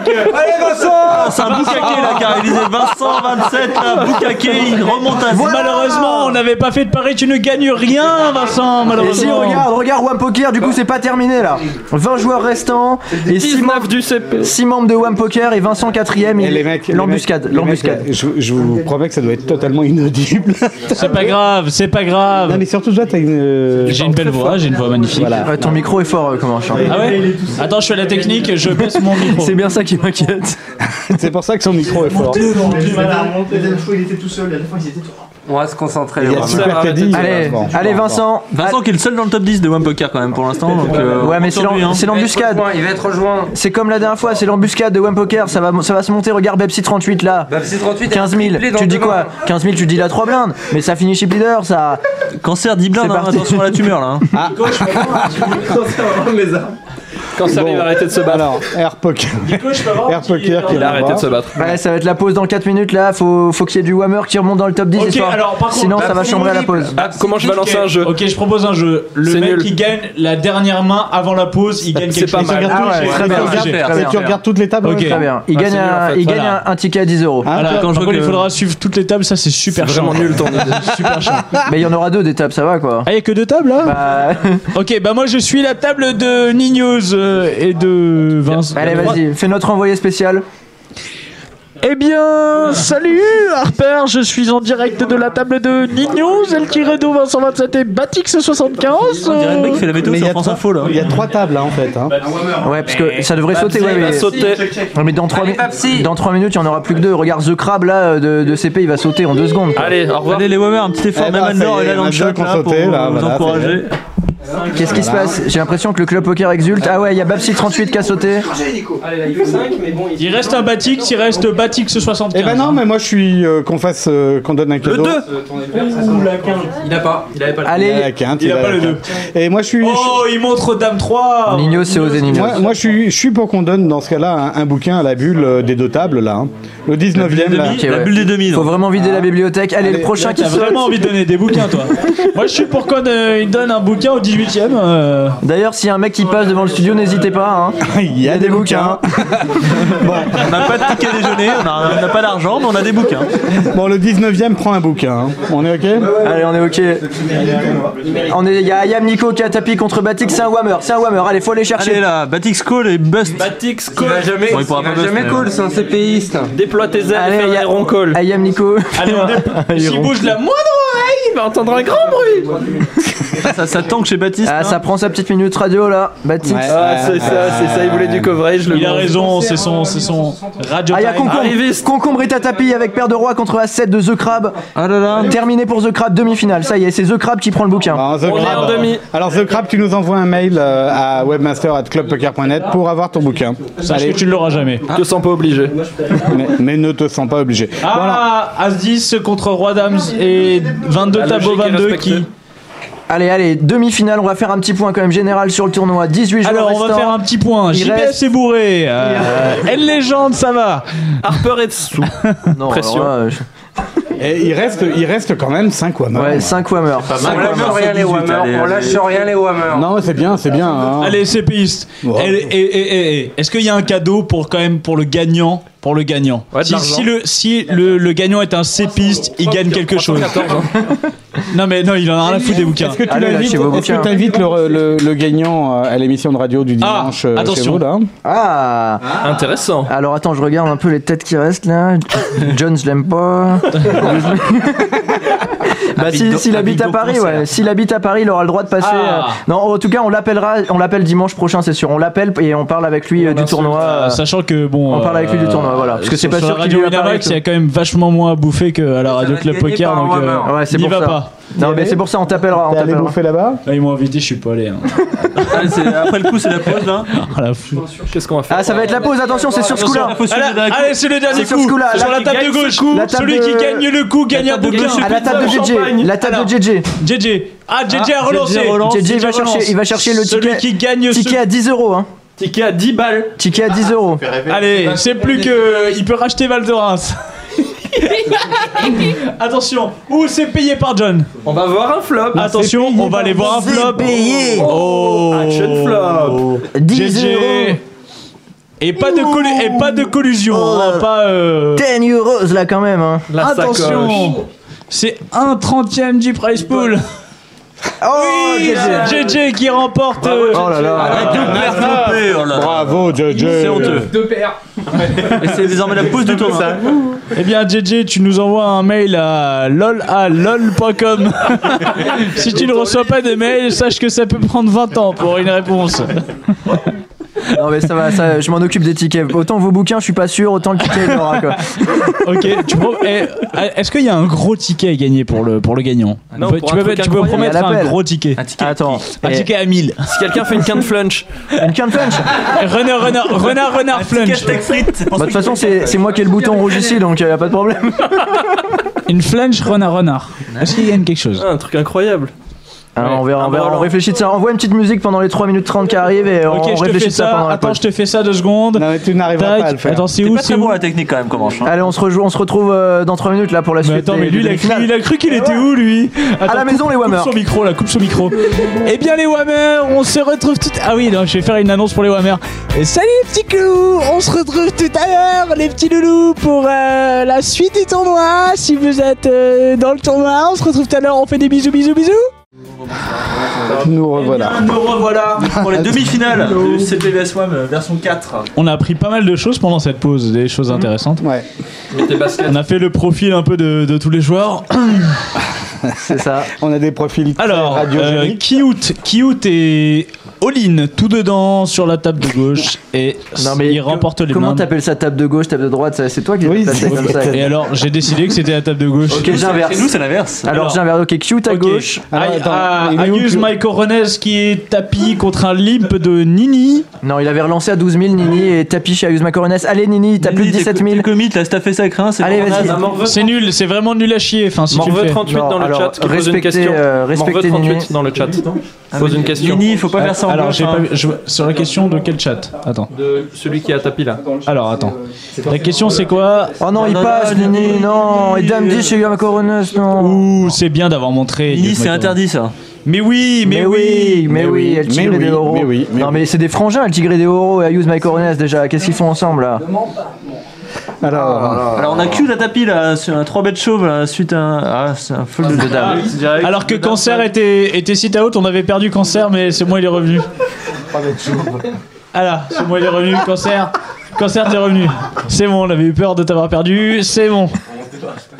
[SPEAKER 10] Allez Vincent C'est un boucaquet là car il disait Vincent 27 là, boucaquet, il remonte à
[SPEAKER 7] Malheureusement, on n'avait pas fait de pari, tu ne gagnes rien, Vincent,
[SPEAKER 5] Et si
[SPEAKER 7] malheureusement.
[SPEAKER 5] regarde, regarde One Poker, du coup c'est pas terminé là. 20 joueurs restants et 6
[SPEAKER 16] 19
[SPEAKER 5] membres,
[SPEAKER 16] du CP.
[SPEAKER 5] 6 membres de One Poker et Vincent 4ème.
[SPEAKER 1] Et les mecs, les
[SPEAKER 5] L'embuscade,
[SPEAKER 1] mecs- les
[SPEAKER 5] l'embuscade.
[SPEAKER 1] mecs, Je, je vous promets que ça doit être totalement inaudible.
[SPEAKER 7] C'est pas grave, c'est
[SPEAKER 1] (laughs)
[SPEAKER 7] pas
[SPEAKER 1] non,
[SPEAKER 7] grave.
[SPEAKER 1] mais surtout toi, t'as une. euh,
[SPEAKER 7] J'ai une belle voix, j'ai une voix magnifique.
[SPEAKER 1] Voilà.
[SPEAKER 5] (laughs) Ouais, ton micro est fort, euh, comment
[SPEAKER 7] Ah ouais Attends, je fais la technique, je baisse mon micro.
[SPEAKER 5] C'est bien ça qui
[SPEAKER 1] (laughs)
[SPEAKER 5] m'inquiète.
[SPEAKER 1] C'est pour ça que son micro est fort.
[SPEAKER 12] On va se concentrer. les
[SPEAKER 1] Il y a
[SPEAKER 12] Warhammer.
[SPEAKER 1] super Teddy.
[SPEAKER 5] Allez,
[SPEAKER 1] Bon, je
[SPEAKER 5] allez
[SPEAKER 1] crois,
[SPEAKER 5] Vincent.
[SPEAKER 10] Vincent qui est le seul dans le top 10 de One Poker quand même pour l'instant donc euh,
[SPEAKER 5] Ouais,
[SPEAKER 10] on
[SPEAKER 5] mais
[SPEAKER 10] compte
[SPEAKER 5] c'est
[SPEAKER 10] sur lui, hein.
[SPEAKER 5] l'em- c'est l'embuscade.
[SPEAKER 12] Il va être rejoint.
[SPEAKER 5] C'est comme la dernière fois, c'est l'embuscade de Wampoker, ça va, ça va se monter, regarde Bepsi 38 là.
[SPEAKER 7] Bah,
[SPEAKER 12] Babsi 38
[SPEAKER 5] 15 000, tu dis quoi 15 000, tu dis la 3 blindes, mais ça finit chip leader, ça.
[SPEAKER 10] Cancer 10 blindes,
[SPEAKER 5] C'est
[SPEAKER 10] hein,
[SPEAKER 5] parti.
[SPEAKER 10] attention à la tumeur là. hein.
[SPEAKER 16] Quand ça arrive, arrêtez de se battre.
[SPEAKER 1] Alors, air poker. air
[SPEAKER 7] euh,
[SPEAKER 1] poker qui est
[SPEAKER 16] Il a
[SPEAKER 1] là.
[SPEAKER 16] arrêté de se battre.
[SPEAKER 5] (laughs) Ouais, ça va être la pause dans 4 minutes là, faut, faut qu'il y ait du Whammer qui remonte dans le top 10
[SPEAKER 7] Ok,
[SPEAKER 5] et soir.
[SPEAKER 7] alors, par contre, bah,
[SPEAKER 5] Sinon
[SPEAKER 7] la
[SPEAKER 5] ça va chambrer à la pause.
[SPEAKER 16] Ah, comment je vais lancer un jeu
[SPEAKER 7] Ok, je propose un jeu. Le
[SPEAKER 16] C'est
[SPEAKER 7] mec
[SPEAKER 16] nul.
[SPEAKER 7] qui gagne la dernière main avant la pause, il gagne quelque
[SPEAKER 16] pas
[SPEAKER 7] chose.
[SPEAKER 16] mal.
[SPEAKER 7] Ah ouais,
[SPEAKER 5] Très
[SPEAKER 7] il
[SPEAKER 5] bien,
[SPEAKER 7] regarde- il
[SPEAKER 5] super, très bien.
[SPEAKER 7] regarde
[SPEAKER 1] hein,
[SPEAKER 5] Ok.
[SPEAKER 7] Ok. Bah,
[SPEAKER 5] Très bien. Il gagne, un, il gagne
[SPEAKER 7] Voilà. Ah.
[SPEAKER 5] un, un ticket à 10 euros.
[SPEAKER 1] Ah,
[SPEAKER 7] Voilà, par contre, il faudra suivre toutes les tables, ça c'est super chiant. super chiant.
[SPEAKER 5] Mais il y en aura deux des tables, ça va quoi.
[SPEAKER 7] Ah, il y a que deux tables là Ok, bah moi je suis la table de Ninos euh, et de Vincent.
[SPEAKER 5] Allez, vas-y, fais notre envoyé spécial.
[SPEAKER 7] Eh bien, salut Harper, je suis en direct de la table de Ninos, El Tiredo 227 et Batix75.
[SPEAKER 10] On dirait le mec qui fait la météo
[SPEAKER 1] euh, Mais il y
[SPEAKER 10] sur
[SPEAKER 1] a
[SPEAKER 10] France
[SPEAKER 1] trois-
[SPEAKER 10] Info là.
[SPEAKER 1] Il y a trois tables là en fait. hein.
[SPEAKER 5] Ouais, parce que ça devrait
[SPEAKER 10] Papsy,
[SPEAKER 5] sauter. Ouais,
[SPEAKER 10] il va
[SPEAKER 5] mais...
[SPEAKER 10] sauter.
[SPEAKER 5] Ouais, mais dans 3, dans trois minutes, il n'y en aura plus que deux. Regarde, The Crab là euh, de, de CP, il va sauter en 2 secondes. quoi.
[SPEAKER 10] Allez, au revoir.
[SPEAKER 17] Allez les Whammer, un petit effort,
[SPEAKER 5] Eh
[SPEAKER 17] même
[SPEAKER 5] ben, ça
[SPEAKER 17] Andor est
[SPEAKER 5] y est,
[SPEAKER 17] là dans
[SPEAKER 5] on a
[SPEAKER 17] le
[SPEAKER 5] bien
[SPEAKER 17] chat là, pour
[SPEAKER 5] consoté, là,
[SPEAKER 17] vous
[SPEAKER 5] voilà,
[SPEAKER 17] encourager.
[SPEAKER 5] Qu'est-ce qui se passe J'ai l'impression que le club poker exulte. Ah ouais, il y a Babsy38 qui a sauté.
[SPEAKER 7] Il reste un Batix, il reste Batix 75.
[SPEAKER 1] Eh ben non, mais moi je suis euh, qu'on fasse, euh, qu'on donne un cadeau.
[SPEAKER 17] Il a pas, il avait pas
[SPEAKER 1] Il a la quinte,
[SPEAKER 7] il a pas
[SPEAKER 1] la
[SPEAKER 7] le
[SPEAKER 1] quinte. Et moi je suis.
[SPEAKER 7] Oh, il montre Dame 3
[SPEAKER 5] Nino, c'est aux ennemis.
[SPEAKER 1] Moi, moi, je, suis, je suis pour qu'on donne dans ce cas-là un, un bouquin à la bulle euh, des deux tables là. hein. Le 19 e là.
[SPEAKER 5] Ok, ouais. Faut vraiment vider la bibliothèque. Allez, le prochain qui
[SPEAKER 7] T'as
[SPEAKER 5] saute.
[SPEAKER 7] vraiment envie de donner des
[SPEAKER 17] (laughs)
[SPEAKER 7] bouquins, toi. Moi, je suis pour qu'on euh, il donne un bouquin au 18 e
[SPEAKER 5] D'ailleurs, s'il y a un mec qui passe devant le studio, n'hésitez pas. hein.
[SPEAKER 1] (laughs) Il y a des bouquins.
[SPEAKER 17] On n'a pas de ticket déjeuner, on a- on n'a pas d'argent, mais on a des bouquins.
[SPEAKER 1] (laughs) Bon, le 19 e prend un bouquin. hein. On est ok
[SPEAKER 5] Allez, on est ok. On est, il y a Ayam Nico qui a tapé contre Batik, c'est un whammer, c'est un whammer. Allez, faut aller chercher.
[SPEAKER 17] Allez là, Batix Call et Bust.
[SPEAKER 16] Batix
[SPEAKER 17] Il va jamais-
[SPEAKER 10] il pourra
[SPEAKER 17] il va
[SPEAKER 10] pas bust,
[SPEAKER 17] jamais
[SPEAKER 10] mais-
[SPEAKER 17] call,
[SPEAKER 12] c'est un CPiste.
[SPEAKER 10] Déploie tes ailes
[SPEAKER 5] Allez,
[SPEAKER 10] et fais
[SPEAKER 5] y a-
[SPEAKER 10] des roncoles.
[SPEAKER 5] Ayam Nico.
[SPEAKER 7] Allez,
[SPEAKER 17] (laughs)
[SPEAKER 7] on
[SPEAKER 5] Allez,
[SPEAKER 7] dé-
[SPEAKER 5] on-
[SPEAKER 7] S'il bouge la moindre oreille, il va entendre un grand bruit.
[SPEAKER 17] Ça, ça tank chez Baptiste.
[SPEAKER 5] Ah, ça prend sa petite minute radio là, Batik.
[SPEAKER 10] Ah, c'est ça, c'est ça, il voulait du coverage. Le
[SPEAKER 7] Il a
[SPEAKER 10] grand.
[SPEAKER 7] raison, c'est son, c'est son radio.
[SPEAKER 5] Ah, y'a
[SPEAKER 7] time.
[SPEAKER 5] concombre. Concombre et Tatapi avec paire de roi contre A7 de The Crab. Terminé pour The Crab, demi-finale. Ça y est, c'est The Crab qui prend le bouquin.
[SPEAKER 1] Alors, The
[SPEAKER 10] On est
[SPEAKER 1] Crab.
[SPEAKER 10] en demi.
[SPEAKER 1] Alors, The Crab, tu nous envoies un mail euh, à webmaster.clubpoker.net pour avoir ton bouquin.
[SPEAKER 7] Sache que tu ne l'auras jamais.
[SPEAKER 10] Je te sens pas obligé.
[SPEAKER 1] Mais, mais ne te sens pas obligé.
[SPEAKER 7] Ah, As-10 contre Roi Dame et 22
[SPEAKER 10] La
[SPEAKER 7] tableau
[SPEAKER 10] logique est
[SPEAKER 7] 22
[SPEAKER 10] respectée.
[SPEAKER 7] qui.
[SPEAKER 5] Allez, allez, demi-finale, on va faire un petit point quand même général sur le tournoi. 18 joueurs
[SPEAKER 7] Alors, on va
[SPEAKER 5] restants.
[SPEAKER 7] faire un petit point.
[SPEAKER 5] Il
[SPEAKER 7] JBS
[SPEAKER 5] reste-
[SPEAKER 7] est bourré. Euh, Elle légende, ça va.
[SPEAKER 10] Harper est dessous.
[SPEAKER 5] Non,
[SPEAKER 10] Pression.
[SPEAKER 5] alors là, je-
[SPEAKER 1] Et il reste, il reste quand même 5 Whammer.
[SPEAKER 5] Ouais, 5 whammers.
[SPEAKER 12] On lâche rien les Whammer, on lâche rien les Whammer.
[SPEAKER 1] Non, c'est bien, c'est bien. hein.
[SPEAKER 5] Ah.
[SPEAKER 7] Allez, c'est piste. Eh,
[SPEAKER 1] Ouais.
[SPEAKER 7] Et- et- et- et- eh. Est-ce qu'il y a un cadeau pour quand même pour le gagnant pour le gagnant.
[SPEAKER 10] Ouais, de
[SPEAKER 7] si
[SPEAKER 10] l'argent.
[SPEAKER 7] si le si le, le gagnant est un cépiste, il gagne quelque chose. (laughs) Non mais non, il en a rien à foutre des bouquins.
[SPEAKER 1] Est-ce que tu
[SPEAKER 5] Allez,
[SPEAKER 1] l'invites
[SPEAKER 5] lâchez vos
[SPEAKER 1] est-ce que
[SPEAKER 5] bouquins.
[SPEAKER 1] t'invites le, le- le gagnant euh, à l'émission de radio du
[SPEAKER 7] Ah,
[SPEAKER 1] dimanche euh, chez
[SPEAKER 7] attention.
[SPEAKER 1] vous là
[SPEAKER 5] Ah
[SPEAKER 10] Intéressant.
[SPEAKER 5] Alors attends, je regarde un peu les têtes qui restent là. John, je l'aime
[SPEAKER 7] (laughs)
[SPEAKER 5] pas. bah si-
[SPEAKER 17] Abidou-
[SPEAKER 5] s'il habite à
[SPEAKER 17] Abidou
[SPEAKER 5] Paris,
[SPEAKER 17] concert.
[SPEAKER 5] ouais. S'il habite à Paris, il aura le droit de passer.
[SPEAKER 7] Ah.
[SPEAKER 5] euh, Non, en tout cas, on l'appellera, on l'appelle dimanche prochain, c'est sûr. On l'appelle et on parle avec lui euh, du tournoi.
[SPEAKER 7] Euh,
[SPEAKER 5] euh,
[SPEAKER 7] sachant que bon. euh,
[SPEAKER 5] on parle avec lui du tournoi, voilà. Parce que c'est
[SPEAKER 7] sur-
[SPEAKER 5] pas
[SPEAKER 7] sur
[SPEAKER 5] sûr
[SPEAKER 7] la
[SPEAKER 5] qu'il
[SPEAKER 7] radio
[SPEAKER 5] lui a parlé,
[SPEAKER 7] Winamax,
[SPEAKER 5] tout.
[SPEAKER 7] il y a quand même vachement moins à bouffer que à la radio
[SPEAKER 12] va
[SPEAKER 7] Club
[SPEAKER 12] être gagné
[SPEAKER 7] Poker,
[SPEAKER 12] par un
[SPEAKER 7] donc euh,
[SPEAKER 12] Whammer.
[SPEAKER 5] Ouais, c'est
[SPEAKER 7] n'y
[SPEAKER 5] pour
[SPEAKER 7] va
[SPEAKER 5] ça.
[SPEAKER 7] pas.
[SPEAKER 5] Non, mais c'est pour ça, on t'appellera. on
[SPEAKER 1] T'es allé
[SPEAKER 5] t'appellera.
[SPEAKER 1] bouffer là-bas
[SPEAKER 7] Là, ils m'ont invité, je suis pas allé. hein.
[SPEAKER 17] Allez,
[SPEAKER 12] (laughs)
[SPEAKER 17] c'est- Après le coup, c'est la pause là.
[SPEAKER 7] Ah, la foule.
[SPEAKER 10] Qu'est-ce qu'on va faire
[SPEAKER 5] Ah, ça va être la pause, attention, c'est sur ce coup-là.
[SPEAKER 17] Faut suivre
[SPEAKER 7] Ah,
[SPEAKER 17] le dernier coup.
[SPEAKER 7] là, Allez, c'est le dernier
[SPEAKER 5] C'est sur
[SPEAKER 7] coup.
[SPEAKER 5] ce coup-là,
[SPEAKER 7] Sur
[SPEAKER 5] là,
[SPEAKER 7] la
[SPEAKER 5] qui
[SPEAKER 7] table de
[SPEAKER 5] gagne
[SPEAKER 7] gauche,
[SPEAKER 5] La table
[SPEAKER 7] celui
[SPEAKER 5] de-
[SPEAKER 7] qui gagne le coup gagne un
[SPEAKER 17] table de
[SPEAKER 7] bouquin.
[SPEAKER 17] gauche,
[SPEAKER 5] À la table de GG. La table de GG.
[SPEAKER 7] JJ. Ah, JJ a
[SPEAKER 17] Ah,
[SPEAKER 7] relancé.
[SPEAKER 17] JJ relance.
[SPEAKER 5] JJ, il va
[SPEAKER 7] JJ relance.
[SPEAKER 5] chercher- il va chercher le
[SPEAKER 7] Celui
[SPEAKER 5] ticket-
[SPEAKER 7] qui gagne ce-
[SPEAKER 5] Ticket à 10 euros. Hein.
[SPEAKER 10] Ticket à 10 balles.
[SPEAKER 5] Ticket à 10 euros.
[SPEAKER 7] Allez, c'est plus que. Il peut racheter Val de Reims. Attention, ou c'est payé par John. Ah,
[SPEAKER 10] On va voir un flop.
[SPEAKER 7] Attention, on va aller voir un
[SPEAKER 5] C'est
[SPEAKER 7] flop.
[SPEAKER 5] payé.
[SPEAKER 7] Oh,
[SPEAKER 5] Ah,
[SPEAKER 10] Action flop.
[SPEAKER 5] 10 euros.
[SPEAKER 7] JJ. Et pas de, collu- et pas de collusion. hein, pas, euh,
[SPEAKER 5] 10 euros là quand même. Hein.
[SPEAKER 10] La sacoche.
[SPEAKER 7] Attention, c'est un trentième du prize pool.
[SPEAKER 5] Oh, GG.
[SPEAKER 7] JJ qui remporte. euh,
[SPEAKER 5] Oh là là.
[SPEAKER 17] Avec deux paires flopées, oh là là.
[SPEAKER 1] Bravo, JJ.
[SPEAKER 17] C'est honteux. Deux paires. Et c'est désormais la pause du tournoi.
[SPEAKER 7] Eh bien, JJ, tu nous envoies un mail à lol à lol.com. si tu ne reçois pas de mail, sache que ça peut prendre 20 ans pour une réponse.
[SPEAKER 5] Non mais ça va, ça, je m'en occupe des tickets. Autant vos bouquins, je suis pas sûr, autant le ticket il l'aura quoi.
[SPEAKER 7] ok, tu pro- eh, est-ce qu'il y a un gros ticket à gagner pour le, pour le gagnant
[SPEAKER 10] Non,
[SPEAKER 7] Tu
[SPEAKER 10] pour
[SPEAKER 7] peux-
[SPEAKER 10] un
[SPEAKER 7] tu peux,
[SPEAKER 10] truc
[SPEAKER 7] tu peux
[SPEAKER 10] incroyable,
[SPEAKER 7] promettre
[SPEAKER 5] il y a
[SPEAKER 7] un
[SPEAKER 5] l'appel.
[SPEAKER 7] gros ticket.
[SPEAKER 5] Attends,
[SPEAKER 7] Un
[SPEAKER 5] eh,
[SPEAKER 7] ticket à 1000.
[SPEAKER 10] Si quelqu'un fait une quinte flunch,
[SPEAKER 5] une can punch. Bah,
[SPEAKER 7] renard, renard, renard, renard, flunch.
[SPEAKER 17] Cash tech frites. c'est pour
[SPEAKER 5] De
[SPEAKER 17] ça qu'il
[SPEAKER 5] toute façon, c'est c'est moi qui ai le bouton rouge ici, donc euh, y a pas de problème.
[SPEAKER 7] Une flunch, renard, renard. Est-ce qu'il gagne quelque chose
[SPEAKER 10] Ah, un truc incroyable.
[SPEAKER 5] Hein, on verra, on, verra, on réfléchit de ça. Envoie une petite musique pendant les 3 minutes 30 qui arrivent et on
[SPEAKER 7] Ok, je te
[SPEAKER 5] réfléchit
[SPEAKER 7] fais
[SPEAKER 5] de ça,
[SPEAKER 7] ça.
[SPEAKER 5] Oh, pendant la
[SPEAKER 7] Attends,
[SPEAKER 5] pause.
[SPEAKER 7] je te fais ça deux secondes.
[SPEAKER 1] Non, mais tu n'arriveras
[SPEAKER 7] Tac.
[SPEAKER 1] pas à le faire.
[SPEAKER 7] Attends, c'est
[SPEAKER 5] T'es
[SPEAKER 7] où
[SPEAKER 5] pas
[SPEAKER 7] C'est
[SPEAKER 5] très
[SPEAKER 7] où
[SPEAKER 5] bon la technique quand même, comment Allez, on se, rejoue- on se retrouve euh, dans 3 minutes là pour la suite.
[SPEAKER 7] Attends,
[SPEAKER 5] des-
[SPEAKER 7] mais lui,
[SPEAKER 5] des
[SPEAKER 7] il a cru,
[SPEAKER 5] finales.
[SPEAKER 7] il a cru qu'il était où, lui Attends,
[SPEAKER 5] la maison,
[SPEAKER 7] coupe-
[SPEAKER 5] les Whammer.
[SPEAKER 7] Coupe son micro, là, coupe son micro. Eh bien, les Whammer, on se retrouve tout. Ah oui, non, je vais faire une annonce pour les Whammer. Et salut, les petits clous On se retrouve tout à l'heure, les petits loulous, pour euh, la suite du tournoi. Si vous êtes euh, dans le tournoi, on se retrouve tout à l'heure. On fait des bisous, bisous, bisous.
[SPEAKER 1] Nous euh, revoilà.
[SPEAKER 17] Nous revoilà pour les demi-finales du CPVS WAM euh, version 4.
[SPEAKER 7] On a appris pas mal de choses pendant cette pause, des choses intéressantes.
[SPEAKER 1] Ouais.
[SPEAKER 7] On a fait le profil un peu de, de tous les joueurs.
[SPEAKER 5] C'est ça.
[SPEAKER 1] On a des profils très
[SPEAKER 7] Alors, euh,
[SPEAKER 1] radiogéniques.
[SPEAKER 7] Kiout, Kiout et Olin, tout dedans sur la table de gauche et
[SPEAKER 5] Non, mais
[SPEAKER 7] ils remportent les
[SPEAKER 5] Comment
[SPEAKER 7] blindes.
[SPEAKER 5] t'appelles ça table de gauche, table de droite ça- C'est toi qui les as placés comme ça.
[SPEAKER 7] Et alors, j'ai décidé que c'était la table de gauche.
[SPEAKER 5] Ok, j'inverse.
[SPEAKER 7] l'inverse.
[SPEAKER 5] Alors, j'inverse. Ok, cute à gauche.
[SPEAKER 7] Agus Mike Coronès ah, qui est
[SPEAKER 5] Ah.
[SPEAKER 7] tapis contre un limp de Nini.
[SPEAKER 5] Non, il avait relancé à 12 000 Nini et tapis chez Agus Macarones. Allez Nini, t'as plus de 17 000.
[SPEAKER 17] commit, là, si t'as fait ça, crains, c'est
[SPEAKER 5] Allez,
[SPEAKER 17] bon,
[SPEAKER 5] vas-y.
[SPEAKER 17] naze.
[SPEAKER 7] C'est nul, c'est vraiment nul à chier. Enfin, si tu le
[SPEAKER 17] Morveux
[SPEAKER 7] fais.
[SPEAKER 17] 38 dans le chat qui pose une question. Morveux 38 dans le chat pose une question.
[SPEAKER 7] Alors, j'ai
[SPEAKER 5] hein.
[SPEAKER 7] pas vu- je- sur la question de quel chat Attends.
[SPEAKER 17] De celui qui a tapis là.
[SPEAKER 7] Alors, attends.
[SPEAKER 5] euh,
[SPEAKER 7] La question, c'est quoi
[SPEAKER 5] Oh non, il passe Nini, non. Et Dame 10 chez Agus Macarones, non.
[SPEAKER 7] Ouh, c'est bien d'avoir montré.
[SPEAKER 5] Nini, c'est interdit,
[SPEAKER 17] ça.
[SPEAKER 7] Mais oui, mais,
[SPEAKER 5] Mais oui, mais oui, elle tigre
[SPEAKER 7] Mais
[SPEAKER 5] des
[SPEAKER 7] oui,
[SPEAKER 5] euros.
[SPEAKER 7] mais oui, mais
[SPEAKER 5] non, mais c'est des frangins, elle tigre des euros et Ayuse Mike Orones déjà. Qu'est-ce qu'ils font ensemble là Ah,
[SPEAKER 1] Alors,
[SPEAKER 17] Alors on a Q à tapis là, sur un 3 bet chauve là, suite à un, ah, c'est un fold de dame. Direct.
[SPEAKER 7] Alors que Cancer était, était sit out, on avait perdu Cancer, mais c'est moi, il est revenu. Ah là, c'est moi, il est revenu, Cancer. Cancer, t'es revenu. C'est bon, on avait eu peur de t'avoir perdu, c'est bon.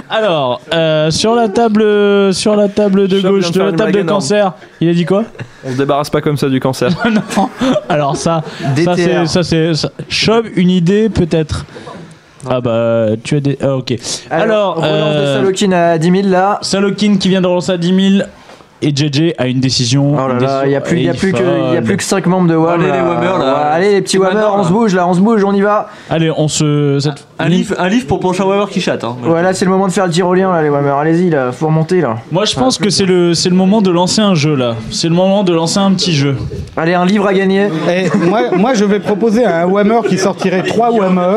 [SPEAKER 7] Alors, euh, sur la table sur la table de
[SPEAKER 16] Chop vient
[SPEAKER 7] gauche,
[SPEAKER 16] de
[SPEAKER 7] de
[SPEAKER 16] faire
[SPEAKER 7] la
[SPEAKER 16] une
[SPEAKER 7] table de
[SPEAKER 16] blague énorme.
[SPEAKER 7] Cancer, il a dit quoi (laughs)
[SPEAKER 16] On se débarrasse pas comme ça du cancer.
[SPEAKER 10] Ah,
[SPEAKER 7] Non. Alors ça, ça
[SPEAKER 16] DTR.
[SPEAKER 7] c'est... Ça, c'est ça- Chob, une idée peut-être ah bah tu as des... Ah ok. Alors...
[SPEAKER 5] Alors, relance de
[SPEAKER 7] euh,
[SPEAKER 5] Salokin à 10 000 là.
[SPEAKER 7] Salokin qui vient de relancer à 10 000 et JJ a une décision.
[SPEAKER 5] Oh là là, il n'y a plus, il y a plus que, il y a plus que 5 membres de WAM.
[SPEAKER 7] Allez,
[SPEAKER 5] là.
[SPEAKER 7] les Whammers, là.
[SPEAKER 5] Ouais, allez les
[SPEAKER 7] C'est
[SPEAKER 5] petits Whammers,
[SPEAKER 7] maintenant,
[SPEAKER 5] on
[SPEAKER 7] là.
[SPEAKER 5] se bouge là, on se bouge, on y va.
[SPEAKER 7] Allez, on se. cette-
[SPEAKER 17] Un livre, un livre pour prochain Weber qui chatte. Hein.
[SPEAKER 5] Voilà, c'est le moment de faire le tyrolien là, les Whammers. Allez-y là, faut remonter là.
[SPEAKER 7] Moi je pense que c'est le, c'est le moment de lancer un jeu là. C'est le moment de lancer un petit jeu.
[SPEAKER 5] Allez, un livre à gagner.
[SPEAKER 1] Et moi, moi, je vais proposer un Whammer qui sortirait 3 Whammer.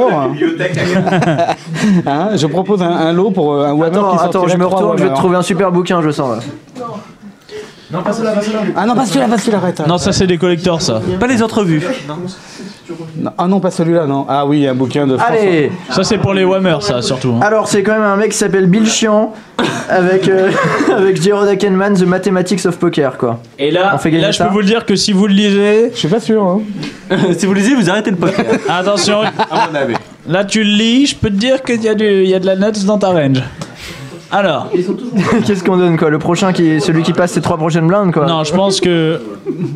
[SPEAKER 1] Hein, je propose un, un lot pour euh, un Whammer
[SPEAKER 5] Attends,
[SPEAKER 1] qui sortirait
[SPEAKER 5] attends, je me
[SPEAKER 1] 3
[SPEAKER 5] retourne, je vais te
[SPEAKER 1] Whammer.
[SPEAKER 5] trouver un super bouquin, je sens là.
[SPEAKER 1] Non, pas celui-là, pas celui-là. Ah non, pas celui-là, pas celui-là, arrête.
[SPEAKER 7] Non, ça c'est des collectors ça.
[SPEAKER 17] Pas les entrevues.
[SPEAKER 1] Non, Ah non, pas celui-là, non. Ah oui, un bouquin de François.
[SPEAKER 5] Allez.
[SPEAKER 7] Ça c'est pour les Whammers ça surtout. hein.
[SPEAKER 5] Alors, c'est quand même un mec qui s'appelle Bill Chian avec, euh, (laughs) avec Gerard Ackenman, The Mathematics of Poker quoi. (laughs)
[SPEAKER 7] Et là,
[SPEAKER 5] On fait gagner
[SPEAKER 7] là je
[SPEAKER 5] ça
[SPEAKER 7] peux vous le dire que si vous le
[SPEAKER 5] (laughs)
[SPEAKER 7] lisez.
[SPEAKER 1] Je suis pas sûr. Hein.
[SPEAKER 17] si vous lisez, vous arrêtez le poker.
[SPEAKER 7] Attention. Là tu le lis, je peux te dire qu'il y, a du- il y a de la note dans ta range. Alors.
[SPEAKER 5] Qu'est-ce qu'on donne quoi Le prochain qui celui qui passe ses trois prochaines blindes quoi.
[SPEAKER 7] Non, je pense que.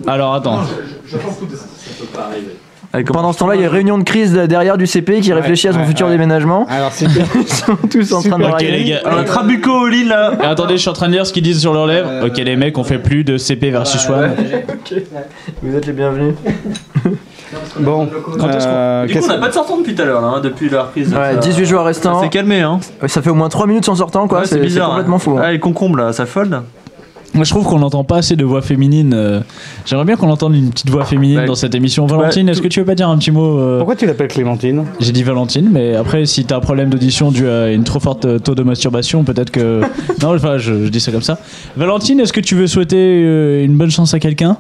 [SPEAKER 7] Alors attends.
[SPEAKER 5] Pendant ce temps-là, il y a une réunion de crise là, derrière du CP qui réfléchit à son futur déménagement.
[SPEAKER 7] Ah,
[SPEAKER 1] Alors, c'est
[SPEAKER 5] Ils sont tous en train de
[SPEAKER 7] Ok,
[SPEAKER 5] railler.
[SPEAKER 7] les gars.
[SPEAKER 17] Alors, Trabuco au lit là.
[SPEAKER 7] Et attendez, je suis en train de lire ce qu'ils disent sur leurs lèvres. ok, les mecs, on fait plus de CP versus WAM.
[SPEAKER 5] Vous êtes les bienvenus.
[SPEAKER 1] Bon, euh,
[SPEAKER 17] Du coup, on
[SPEAKER 1] qu'est-ce
[SPEAKER 17] n'a pas de sortant depuis tout à l'heure, là, hein, depuis la reprise.
[SPEAKER 5] Ouais,
[SPEAKER 17] Ça-
[SPEAKER 5] 18 joueurs restants.
[SPEAKER 17] Ça s'est calmé, hein.
[SPEAKER 5] Ouais, Ça fait au moins 3 minutes sans sortant quoi,
[SPEAKER 17] Ouais,
[SPEAKER 5] c'est c'est complètement
[SPEAKER 17] hein.
[SPEAKER 5] fou. hein.
[SPEAKER 17] Ah, les concombres là, ça fold.
[SPEAKER 7] Moi, je trouve qu'on n'entend pas assez de voix féminines. euh, J'aimerais bien qu'on entende une petite voix féminine dans cette émission. Valentine, est-ce que tu veux pas dire un petit mot euh,
[SPEAKER 1] pourquoi tu l'appelles Clémentine
[SPEAKER 7] J'ai dit Valentine, mais après, si t'as un problème d'audition dû à une trop forte euh, taux de masturbation, peut-être
[SPEAKER 16] (laughs)
[SPEAKER 7] que. non, enfin, je, je dis ça comme ça. Valentine, est-ce que tu veux souhaiter euh, une bonne chance à quelqu'un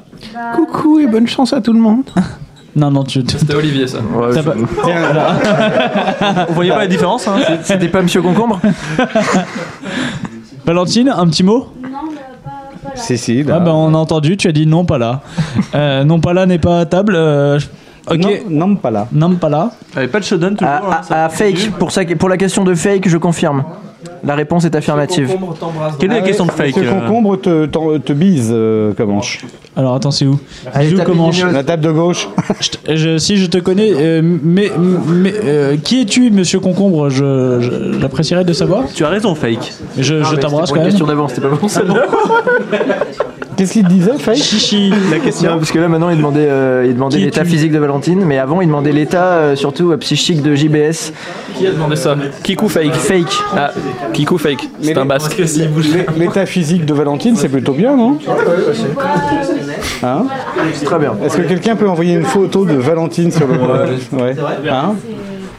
[SPEAKER 14] Coucou et bonne chance à tout le monde.
[SPEAKER 7] (laughs) Non, non, tu. tu-
[SPEAKER 16] C'était Olivier ça.
[SPEAKER 7] t'as pas-
[SPEAKER 17] Vous voyez pas la différence, hein
[SPEAKER 5] C'était pas
[SPEAKER 17] (laughs)
[SPEAKER 5] Monsieur Concombre
[SPEAKER 7] Valentine, un petit mot
[SPEAKER 1] Si, si.
[SPEAKER 7] Ah, bah, on a entendu, tu as dit non, pas là. Euh, non, pas là n'est pas à table. euh, je- ok.
[SPEAKER 1] Non, pas là.
[SPEAKER 7] Non, pas là.
[SPEAKER 17] Allez, pas de showdown toujours. hein,
[SPEAKER 5] Ah, ah, ah, fake, pour, ça, pour la question de fake, je confirme. La réponse est affirmative.
[SPEAKER 17] Quelle est la question de fake
[SPEAKER 1] Ce concombre te, t'en- te bise, euh, Comanche.
[SPEAKER 7] Alors attends, c'est où Bisous, Comanche.
[SPEAKER 1] La table de gauche.
[SPEAKER 7] Je te- je- si je te connais, euh, mais, mais, euh, qui es-tu, monsieur Concombre Je- je- J'apprécierais de savoir.
[SPEAKER 17] Tu as raison, fake.
[SPEAKER 7] Mais je je t'embrasse quand même.
[SPEAKER 17] Ah
[SPEAKER 5] d'avance, c'était pas bon
[SPEAKER 1] Qu'est-ce Qu'est-ce qu'il disait, Faye
[SPEAKER 7] Chichi.
[SPEAKER 5] La question. parce que là maintenant il demandait, euh, il demandait
[SPEAKER 1] Qui
[SPEAKER 5] l'état
[SPEAKER 1] tu-
[SPEAKER 5] physique de Valentine, mais avant il demandait l'état euh, surtout euh, psychique de JBS.
[SPEAKER 16] Qui a demandé ça Kikou fake.
[SPEAKER 5] Fake.
[SPEAKER 16] Ah, Kikou fake. C'est un basque.
[SPEAKER 1] L'état physique de Valentine, c'est plutôt bien, non Hein
[SPEAKER 5] Très bien.
[SPEAKER 1] Est-ce que quelqu'un peut envoyer une photo de Valentine sur le. Ouais. Hein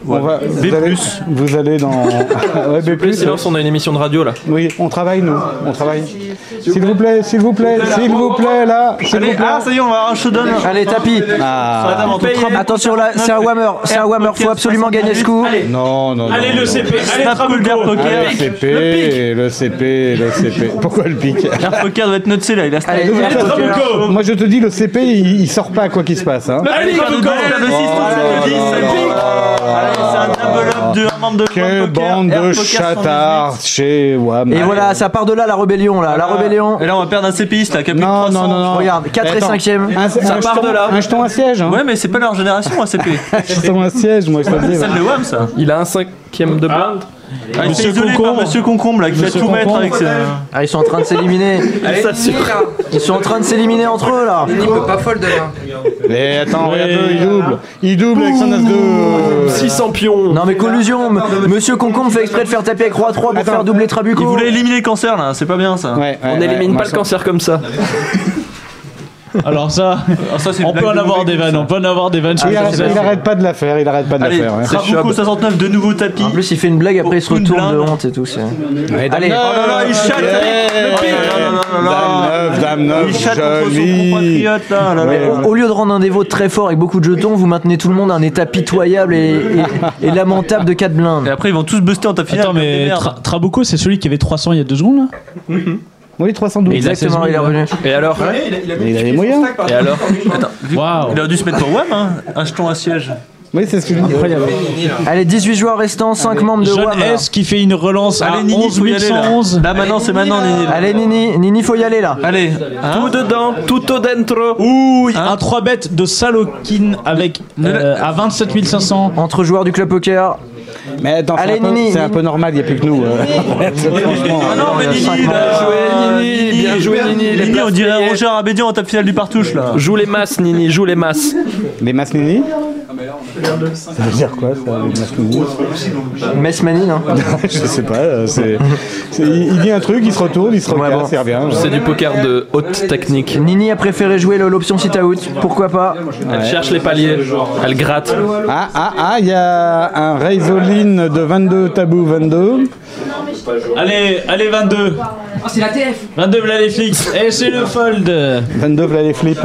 [SPEAKER 1] On va-
[SPEAKER 16] B+.
[SPEAKER 1] vous, allez, vous allez
[SPEAKER 10] (laughs)
[SPEAKER 1] dans. ouais, B+.
[SPEAKER 16] Plus silence, on a une émission de radio là.
[SPEAKER 1] Oui, on travaille, nous. On travaille. S'il vous plaît, s'il vous plaît, s'il vous plaît, là. s'il vous
[SPEAKER 10] Allez,
[SPEAKER 1] plaît.
[SPEAKER 10] ah, ça y est, on va un showdown.
[SPEAKER 5] Allez, tapis.
[SPEAKER 1] Ah.
[SPEAKER 5] Attention là, c'est un whammer, c'est un whammer, faut absolument gagner ce coup.
[SPEAKER 1] Non, non, non.
[SPEAKER 7] Allez, le CP, allez, Trabuco.
[SPEAKER 1] Ah, le CP, le CP, le
[SPEAKER 10] (laughs)
[SPEAKER 1] CP. Pourquoi le pic
[SPEAKER 10] L'air poker doit être noté là, il a
[SPEAKER 1] De toute façon,
[SPEAKER 10] Oh.
[SPEAKER 1] Moi je te dis, le CP il, il sort pas quoi qu'il se passe. Hein.
[SPEAKER 10] Allez, Trabuco, le 6, le 10, le pique. Allez, c'est un double up de un membre de
[SPEAKER 1] Que bande
[SPEAKER 10] Air
[SPEAKER 1] de
[SPEAKER 10] Poker
[SPEAKER 1] chatards chez Ah, Wam.
[SPEAKER 5] Et voilà, ça part de là la rébellion là, la rébellion.
[SPEAKER 10] Et là, on va perdre un CPiste là, qui a plus de
[SPEAKER 1] Non, non, non,
[SPEAKER 10] 300.
[SPEAKER 1] non.
[SPEAKER 5] Regarde, 4 et
[SPEAKER 1] Attends, Ah,
[SPEAKER 5] 5ème.
[SPEAKER 1] un-
[SPEAKER 10] Ça
[SPEAKER 1] un
[SPEAKER 10] part
[SPEAKER 1] jeton-
[SPEAKER 10] de là.
[SPEAKER 1] Un jeton à siège. Hein.
[SPEAKER 10] Ouais, mais c'est pas leur génération, un CP.
[SPEAKER 1] Un jeton à siège, moi je te le dis.
[SPEAKER 10] C'est celle de WAM ça.
[SPEAKER 16] Il a un cinquième de blinde.
[SPEAKER 10] Ah, il s'est
[SPEAKER 7] Monsieur
[SPEAKER 10] isolé par
[SPEAKER 7] Concombre.
[SPEAKER 10] Monsieur Concombre là, qui va
[SPEAKER 7] Monsieur
[SPEAKER 10] tout mettre
[SPEAKER 7] Concombre.
[SPEAKER 10] avec ses.
[SPEAKER 5] Ah, ils sont en train de s'éliminer. Ils sont en train de s'éliminer entre eux là.
[SPEAKER 12] pas fold là.
[SPEAKER 1] Mais attends, regarde, il double. Il double avec son as de.
[SPEAKER 16] 600 pions.
[SPEAKER 5] Non mais collusion, m- monsieur Concombre fait exprès de faire taper avec Roi 3 pour faire doubler
[SPEAKER 10] Il
[SPEAKER 5] Trabuco.
[SPEAKER 10] voulait éliminer le cancer là, c'est pas bien ça.
[SPEAKER 1] Ouais,
[SPEAKER 16] On n'élimine pas le cancer comme ça.
[SPEAKER 7] Alors ça,
[SPEAKER 10] Ah, ça, c'est une
[SPEAKER 7] on peut
[SPEAKER 10] blague
[SPEAKER 7] en
[SPEAKER 10] de
[SPEAKER 7] avoir
[SPEAKER 10] mauvais
[SPEAKER 7] des
[SPEAKER 10] goût,
[SPEAKER 7] vannes, hein.
[SPEAKER 10] ça.
[SPEAKER 7] on peut en avoir des vannes. sur
[SPEAKER 1] il,
[SPEAKER 7] ça,
[SPEAKER 1] arrête,
[SPEAKER 7] c'est
[SPEAKER 1] il
[SPEAKER 7] sûr.
[SPEAKER 1] arrête pas de la faire, il arrête pas de
[SPEAKER 10] Allez,
[SPEAKER 1] la faire. hein. ouais.
[SPEAKER 10] Trabuco 69, de nouveau tapis.
[SPEAKER 5] En plus, il fait une blague après il se
[SPEAKER 10] Une
[SPEAKER 5] retourne de
[SPEAKER 10] blinde.
[SPEAKER 5] honte et tout. c'est-
[SPEAKER 1] Ouais, dame
[SPEAKER 5] Allez.
[SPEAKER 1] neuf,
[SPEAKER 10] Oh là là, il chatte le Oh pique. Non, non, non, non,
[SPEAKER 1] Dame 9,
[SPEAKER 10] non.
[SPEAKER 1] dame
[SPEAKER 10] Il
[SPEAKER 1] 9,
[SPEAKER 10] chatte contre son
[SPEAKER 1] joli.
[SPEAKER 10] compatriote là, là, là.
[SPEAKER 5] Mais au- au lieu de rendre un des vôtres très fort avec beaucoup de jetons, vous maintenez tout le monde à un état pitoyable et, et- et lamentable de 4
[SPEAKER 10] Et
[SPEAKER 5] blindes.
[SPEAKER 10] après, ils vont tous buster en ta finale.
[SPEAKER 7] Attends, mais Tra- Trabuco, c'est celui qui avait 300 il y a 2 secondes là
[SPEAKER 1] Oui, 312.
[SPEAKER 7] Il a
[SPEAKER 5] Exactement,
[SPEAKER 7] 16
[SPEAKER 5] il est
[SPEAKER 7] 000,
[SPEAKER 5] revenu.
[SPEAKER 16] Et alors
[SPEAKER 1] Mais il a les moyens.
[SPEAKER 16] Et alors
[SPEAKER 7] Waouh
[SPEAKER 10] Il aurait dû se mettre pour WAM, hein. un jeton à siège.
[SPEAKER 1] Oui, c'est ce que je dis.
[SPEAKER 5] Allez, 18 joueurs restants, 5 membres de WAM.
[SPEAKER 7] Jeune S qui fait une relance à
[SPEAKER 10] Allez, Nini,
[SPEAKER 7] 11
[SPEAKER 10] faut y aller là.
[SPEAKER 7] 111.
[SPEAKER 10] Là, maintenant, c'est maintenant, Nini. là.
[SPEAKER 5] Allez Nini, Nini faut y aller là.
[SPEAKER 10] Allez, hein
[SPEAKER 16] Tout dedans, tout au dentro.
[SPEAKER 7] Ouh,
[SPEAKER 10] Hein
[SPEAKER 7] un 3 bêtes de Salokin avec
[SPEAKER 10] Ne le-
[SPEAKER 7] euh, à 27 500.
[SPEAKER 5] Entre joueurs du club poker.
[SPEAKER 1] Mais attends, c'est
[SPEAKER 5] Allez,
[SPEAKER 1] un peu-
[SPEAKER 5] Nini,
[SPEAKER 1] c'est un
[SPEAKER 5] Nini.
[SPEAKER 1] peu normal, il n'y a plus que nous. euh. (laughs) Franchement.
[SPEAKER 10] Ah non, mais
[SPEAKER 5] il y a
[SPEAKER 10] Nini,
[SPEAKER 5] cinq
[SPEAKER 10] là,
[SPEAKER 16] Bien joué, Nini, bien joué, Nini, les
[SPEAKER 10] Ah, Nini, on
[SPEAKER 16] places
[SPEAKER 10] dirait
[SPEAKER 16] payées.
[SPEAKER 10] Roger Abédian en tape finale du partouche là.
[SPEAKER 16] Joue les masses, Nini, joue les masses.
[SPEAKER 1] Les masses Nini Ça veut dire quoi, ça, les masses Nini
[SPEAKER 5] Messmanine. Hein.
[SPEAKER 1] (laughs) Je sais pas, euh, c'est. c'est- Il il dit un truc, il se retourne, il se regarde,
[SPEAKER 5] bon.
[SPEAKER 1] il revient.
[SPEAKER 16] C'est du poker de haute technique.
[SPEAKER 5] hein. Nini a préféré jouer le- l'option sit out. Pourquoi pas
[SPEAKER 16] Elle cherche les paliers, elle gratte.
[SPEAKER 1] Ah, ah, ah, il y a un Raisoline de 22 tabou 22.
[SPEAKER 7] Allez, allez 22.
[SPEAKER 4] Oh, c'est la TF.
[SPEAKER 7] 22 voilà les flics. Et c'est le fold.
[SPEAKER 1] 22, voilà les flips.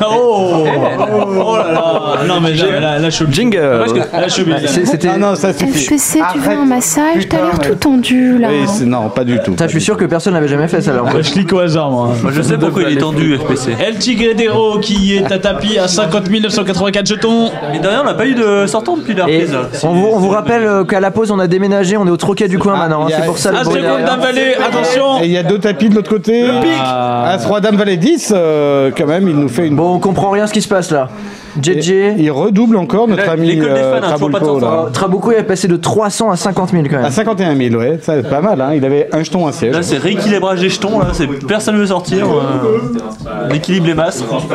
[SPEAKER 7] Oh, oh là là. Non mais là, là, là, je suis obligé.
[SPEAKER 16] Jingle
[SPEAKER 7] Parce que là, je suis obligé.
[SPEAKER 5] C'est- C'était.
[SPEAKER 1] Ah non, ça
[SPEAKER 15] Est-ce
[SPEAKER 1] suffit.
[SPEAKER 15] que c'est tu veux
[SPEAKER 1] Arrête.
[SPEAKER 15] un massage T'as l'air tout tendu là.
[SPEAKER 1] Oui, c'est- non, pas du tout.
[SPEAKER 5] Putain, je suis sûr que personne n'avait jamais fait ça là. en
[SPEAKER 7] Moi,
[SPEAKER 5] fait.
[SPEAKER 7] je clique au hasard moi.
[SPEAKER 10] Moi, je sais pourquoi il est tendu, FPC.
[SPEAKER 7] El Tigredero qui est à tapis à 50 984 jetons.
[SPEAKER 10] Mais derrière, on n'a pas eu de sortant depuis la
[SPEAKER 5] Et
[SPEAKER 10] reprise.
[SPEAKER 5] on vous, on vous rappelle euh, qu'à la pause on a déménagé, on est au troquet du coin maintenant. hein,
[SPEAKER 1] il y a-
[SPEAKER 5] C'est pour ça le
[SPEAKER 17] Ah,
[SPEAKER 7] 1
[SPEAKER 5] bruit
[SPEAKER 7] seconde
[SPEAKER 5] derrière.
[SPEAKER 7] d'avalée,
[SPEAKER 1] Et
[SPEAKER 7] attention.
[SPEAKER 1] il y a deux tapis de l'autre côté. Le pic As Roi Dame Valet 10, euh, quand même, il nous fait une.
[SPEAKER 5] Bon, on comprend rien ce qui se passe là.
[SPEAKER 1] Et
[SPEAKER 5] JJ,
[SPEAKER 1] Il redouble encore notre
[SPEAKER 10] Là,
[SPEAKER 1] ami
[SPEAKER 10] l'école des
[SPEAKER 1] euh,
[SPEAKER 10] fans, hein, toujours pas de
[SPEAKER 1] Trabulco,
[SPEAKER 10] temps,
[SPEAKER 1] là.
[SPEAKER 10] hein.
[SPEAKER 5] Trabuco est passé de 300 à 50 000 quand
[SPEAKER 1] À
[SPEAKER 5] même.
[SPEAKER 1] 51 000, ouais, ça c'est pas mal, hein. il avait un jeton, un siège.
[SPEAKER 10] Là, c'est rééquilibrage des jetons, là, c'est personne ne veut sortir. euh, On équilibre les masses.
[SPEAKER 17] Euh,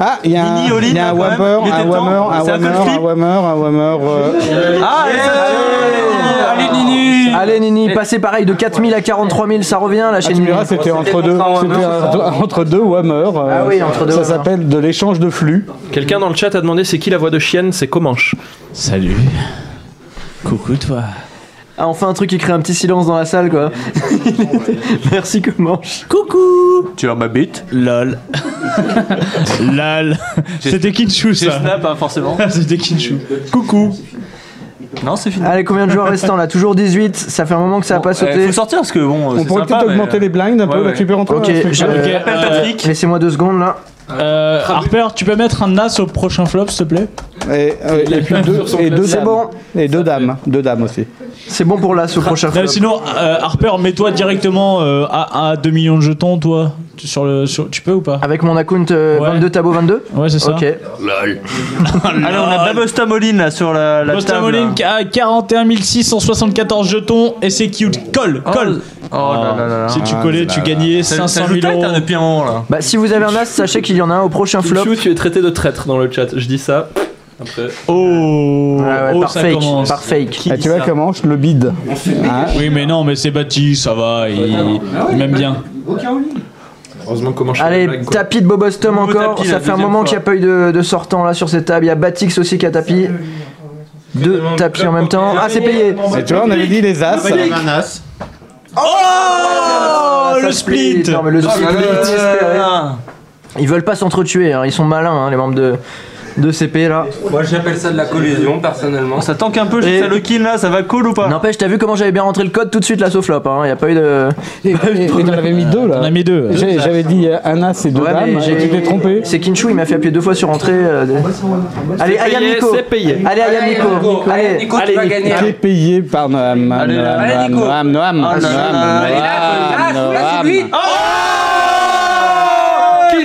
[SPEAKER 1] Ah, il y a un,
[SPEAKER 10] Nini, Olin,
[SPEAKER 1] il y a un
[SPEAKER 10] quand même,
[SPEAKER 1] Whammer,
[SPEAKER 10] il était
[SPEAKER 1] un
[SPEAKER 10] temps.
[SPEAKER 1] Whammer, un
[SPEAKER 10] C'est un
[SPEAKER 1] Whammer,
[SPEAKER 10] peu le
[SPEAKER 1] un
[SPEAKER 10] flip.
[SPEAKER 1] Whammer, un Whammer. euh,
[SPEAKER 5] Ah, allez, Nini Allez Nini, passé pareil de 4 000 à 43 000, ça revient là
[SPEAKER 1] Ah,
[SPEAKER 5] chez
[SPEAKER 1] tu me
[SPEAKER 5] Nini.
[SPEAKER 1] diras, c'était entre deux, c'était un- entre deux Whammer. euh,
[SPEAKER 5] oui, entre deux
[SPEAKER 1] Ça
[SPEAKER 5] Whammer.
[SPEAKER 1] s'appelle de l'échange de flux.
[SPEAKER 16] Quelqu'un dans le chat a demandé c'est qui la voix de chienne, c'est Comanche.
[SPEAKER 7] Salut. Coucou toi.
[SPEAKER 5] Ah, enfin un truc qui crée un petit silence dans la salle quoi. (laughs) Merci Comanche.
[SPEAKER 7] Coucou.
[SPEAKER 10] Tu as ma bite
[SPEAKER 7] (laughs) Lol. Lol. C'était Kinshu
[SPEAKER 10] C'est
[SPEAKER 7] ça.
[SPEAKER 10] snap, hein, forcément.
[SPEAKER 7] (laughs) C'était Kinshu. Coucou.
[SPEAKER 10] Non, c'est fini.
[SPEAKER 5] Allez, combien de joueurs restants là Toujours 18, ça fait un moment que ça a
[SPEAKER 7] euh,
[SPEAKER 5] pas
[SPEAKER 10] Il
[SPEAKER 5] sauté.
[SPEAKER 10] faut sortir parce que bon,
[SPEAKER 1] On pourrait peut-être augmenter les blinds un peu,
[SPEAKER 10] Ouais, ouais.
[SPEAKER 1] récupérer entre
[SPEAKER 5] Ok, je-
[SPEAKER 7] Ok,
[SPEAKER 5] Euh,
[SPEAKER 7] euh,
[SPEAKER 10] Patrick.
[SPEAKER 5] Laissez-moi deux secondes là.
[SPEAKER 7] euh, Harper, tu peux mettre un as au prochain flop s'il te plaît
[SPEAKER 1] Et, euh,
[SPEAKER 16] Il a
[SPEAKER 1] et puis
[SPEAKER 16] plein de
[SPEAKER 1] deux,
[SPEAKER 16] sur son
[SPEAKER 1] et deux
[SPEAKER 16] clavier. C'est
[SPEAKER 1] dames.
[SPEAKER 16] bon.
[SPEAKER 1] Et deux dames. Deux dames aussi.
[SPEAKER 5] C'est bon pour là, ce prochain
[SPEAKER 7] Non, sinon, euh, Harper, mets-toi directement euh, à, à 2 millions de jetons, toi. Tu- Sur le, sur- tu peux ou pas
[SPEAKER 5] Avec mon account euh, 22 Tabo 22
[SPEAKER 7] Ouais, c'est ça. Ah,
[SPEAKER 5] Ok.
[SPEAKER 17] Allez, on a de la Bostamoline là sur la, la table.
[SPEAKER 7] Bostamoline à 41 674 jetons et c'est cute. Colle, colle.
[SPEAKER 17] Oh là là là là.
[SPEAKER 7] Si tu
[SPEAKER 17] Ah,
[SPEAKER 7] collais,
[SPEAKER 17] c'est
[SPEAKER 7] tu
[SPEAKER 17] là.
[SPEAKER 7] gagnais
[SPEAKER 17] Ça-
[SPEAKER 7] 500
[SPEAKER 17] ça joue
[SPEAKER 7] 000
[SPEAKER 17] tête,
[SPEAKER 7] euros.
[SPEAKER 17] hein, depuis un moment là.
[SPEAKER 5] Bah, si vous avez un as, sachez qu'il y en a un au prochain flop.
[SPEAKER 16] Chou, tu es traité de traître dans le chat. Je dis ça. Après.
[SPEAKER 7] Oh,
[SPEAKER 5] Ah ouais,
[SPEAKER 7] oh,
[SPEAKER 5] par
[SPEAKER 7] ça
[SPEAKER 5] fake,
[SPEAKER 7] commence.
[SPEAKER 5] par fake. Ah,
[SPEAKER 1] Et tu vois comment je le bide. Hein
[SPEAKER 7] Oui, mais non, mais c'est Baptiste, ça va, il, il m'aime bien.
[SPEAKER 16] Heureusement comment je
[SPEAKER 5] Allez, tapis de Bobostom encore.
[SPEAKER 16] tapis, la
[SPEAKER 5] ça fait un
[SPEAKER 16] deuxième
[SPEAKER 5] moment
[SPEAKER 16] fois.
[SPEAKER 5] qu'il n'y a pas eu de, de sortant là sur cette table. Il y a Batix aussi qui a tapis. Deux tapis en même temps. Ah, c'est payé.
[SPEAKER 1] Et tu vois, on avait dit les as.
[SPEAKER 7] Oh, le split.
[SPEAKER 5] Non, mais le split. hein. Ils veulent pas s'entretuer, hein, ils sont malins, hein, les membres de, de CP là.
[SPEAKER 12] Moi j'appelle ça de la collusion personnellement.
[SPEAKER 17] Ça tank un peu chez
[SPEAKER 5] Et-
[SPEAKER 17] Salokin là, ça va cool ou pas
[SPEAKER 5] N'empêche, t'as vu comment j'avais bien rentré le code tout de suite là, sauf flop. Hein, y a pas eu (laughs) de.
[SPEAKER 14] Et et- et t'en avais mis deux là.
[SPEAKER 7] On a mis deux.
[SPEAKER 14] J'ai- J'avais dit euh, un as et deux
[SPEAKER 5] Ouais,
[SPEAKER 14] dames.
[SPEAKER 5] mais
[SPEAKER 14] Et tu t'es trompé.
[SPEAKER 5] C'est Kinshu, il m'a fait appuyer deux fois sur entrée. euh, de- Allez,
[SPEAKER 16] payé,
[SPEAKER 5] Ayamiko.
[SPEAKER 16] c'est payé.
[SPEAKER 5] Allez, Ayamiko.
[SPEAKER 12] Allez,
[SPEAKER 5] Allez.
[SPEAKER 12] Nico, tu vas gagner.
[SPEAKER 1] Qui est payé par Noam Noam,
[SPEAKER 12] Allez, là. Allez,
[SPEAKER 1] Noam,
[SPEAKER 12] Nico.
[SPEAKER 1] Noam, Noam,
[SPEAKER 12] Ah, là, là, là.
[SPEAKER 1] Noam,
[SPEAKER 12] Et là, là,
[SPEAKER 1] Noam,
[SPEAKER 12] là, c'est lui.
[SPEAKER 16] Ah
[SPEAKER 1] Noam.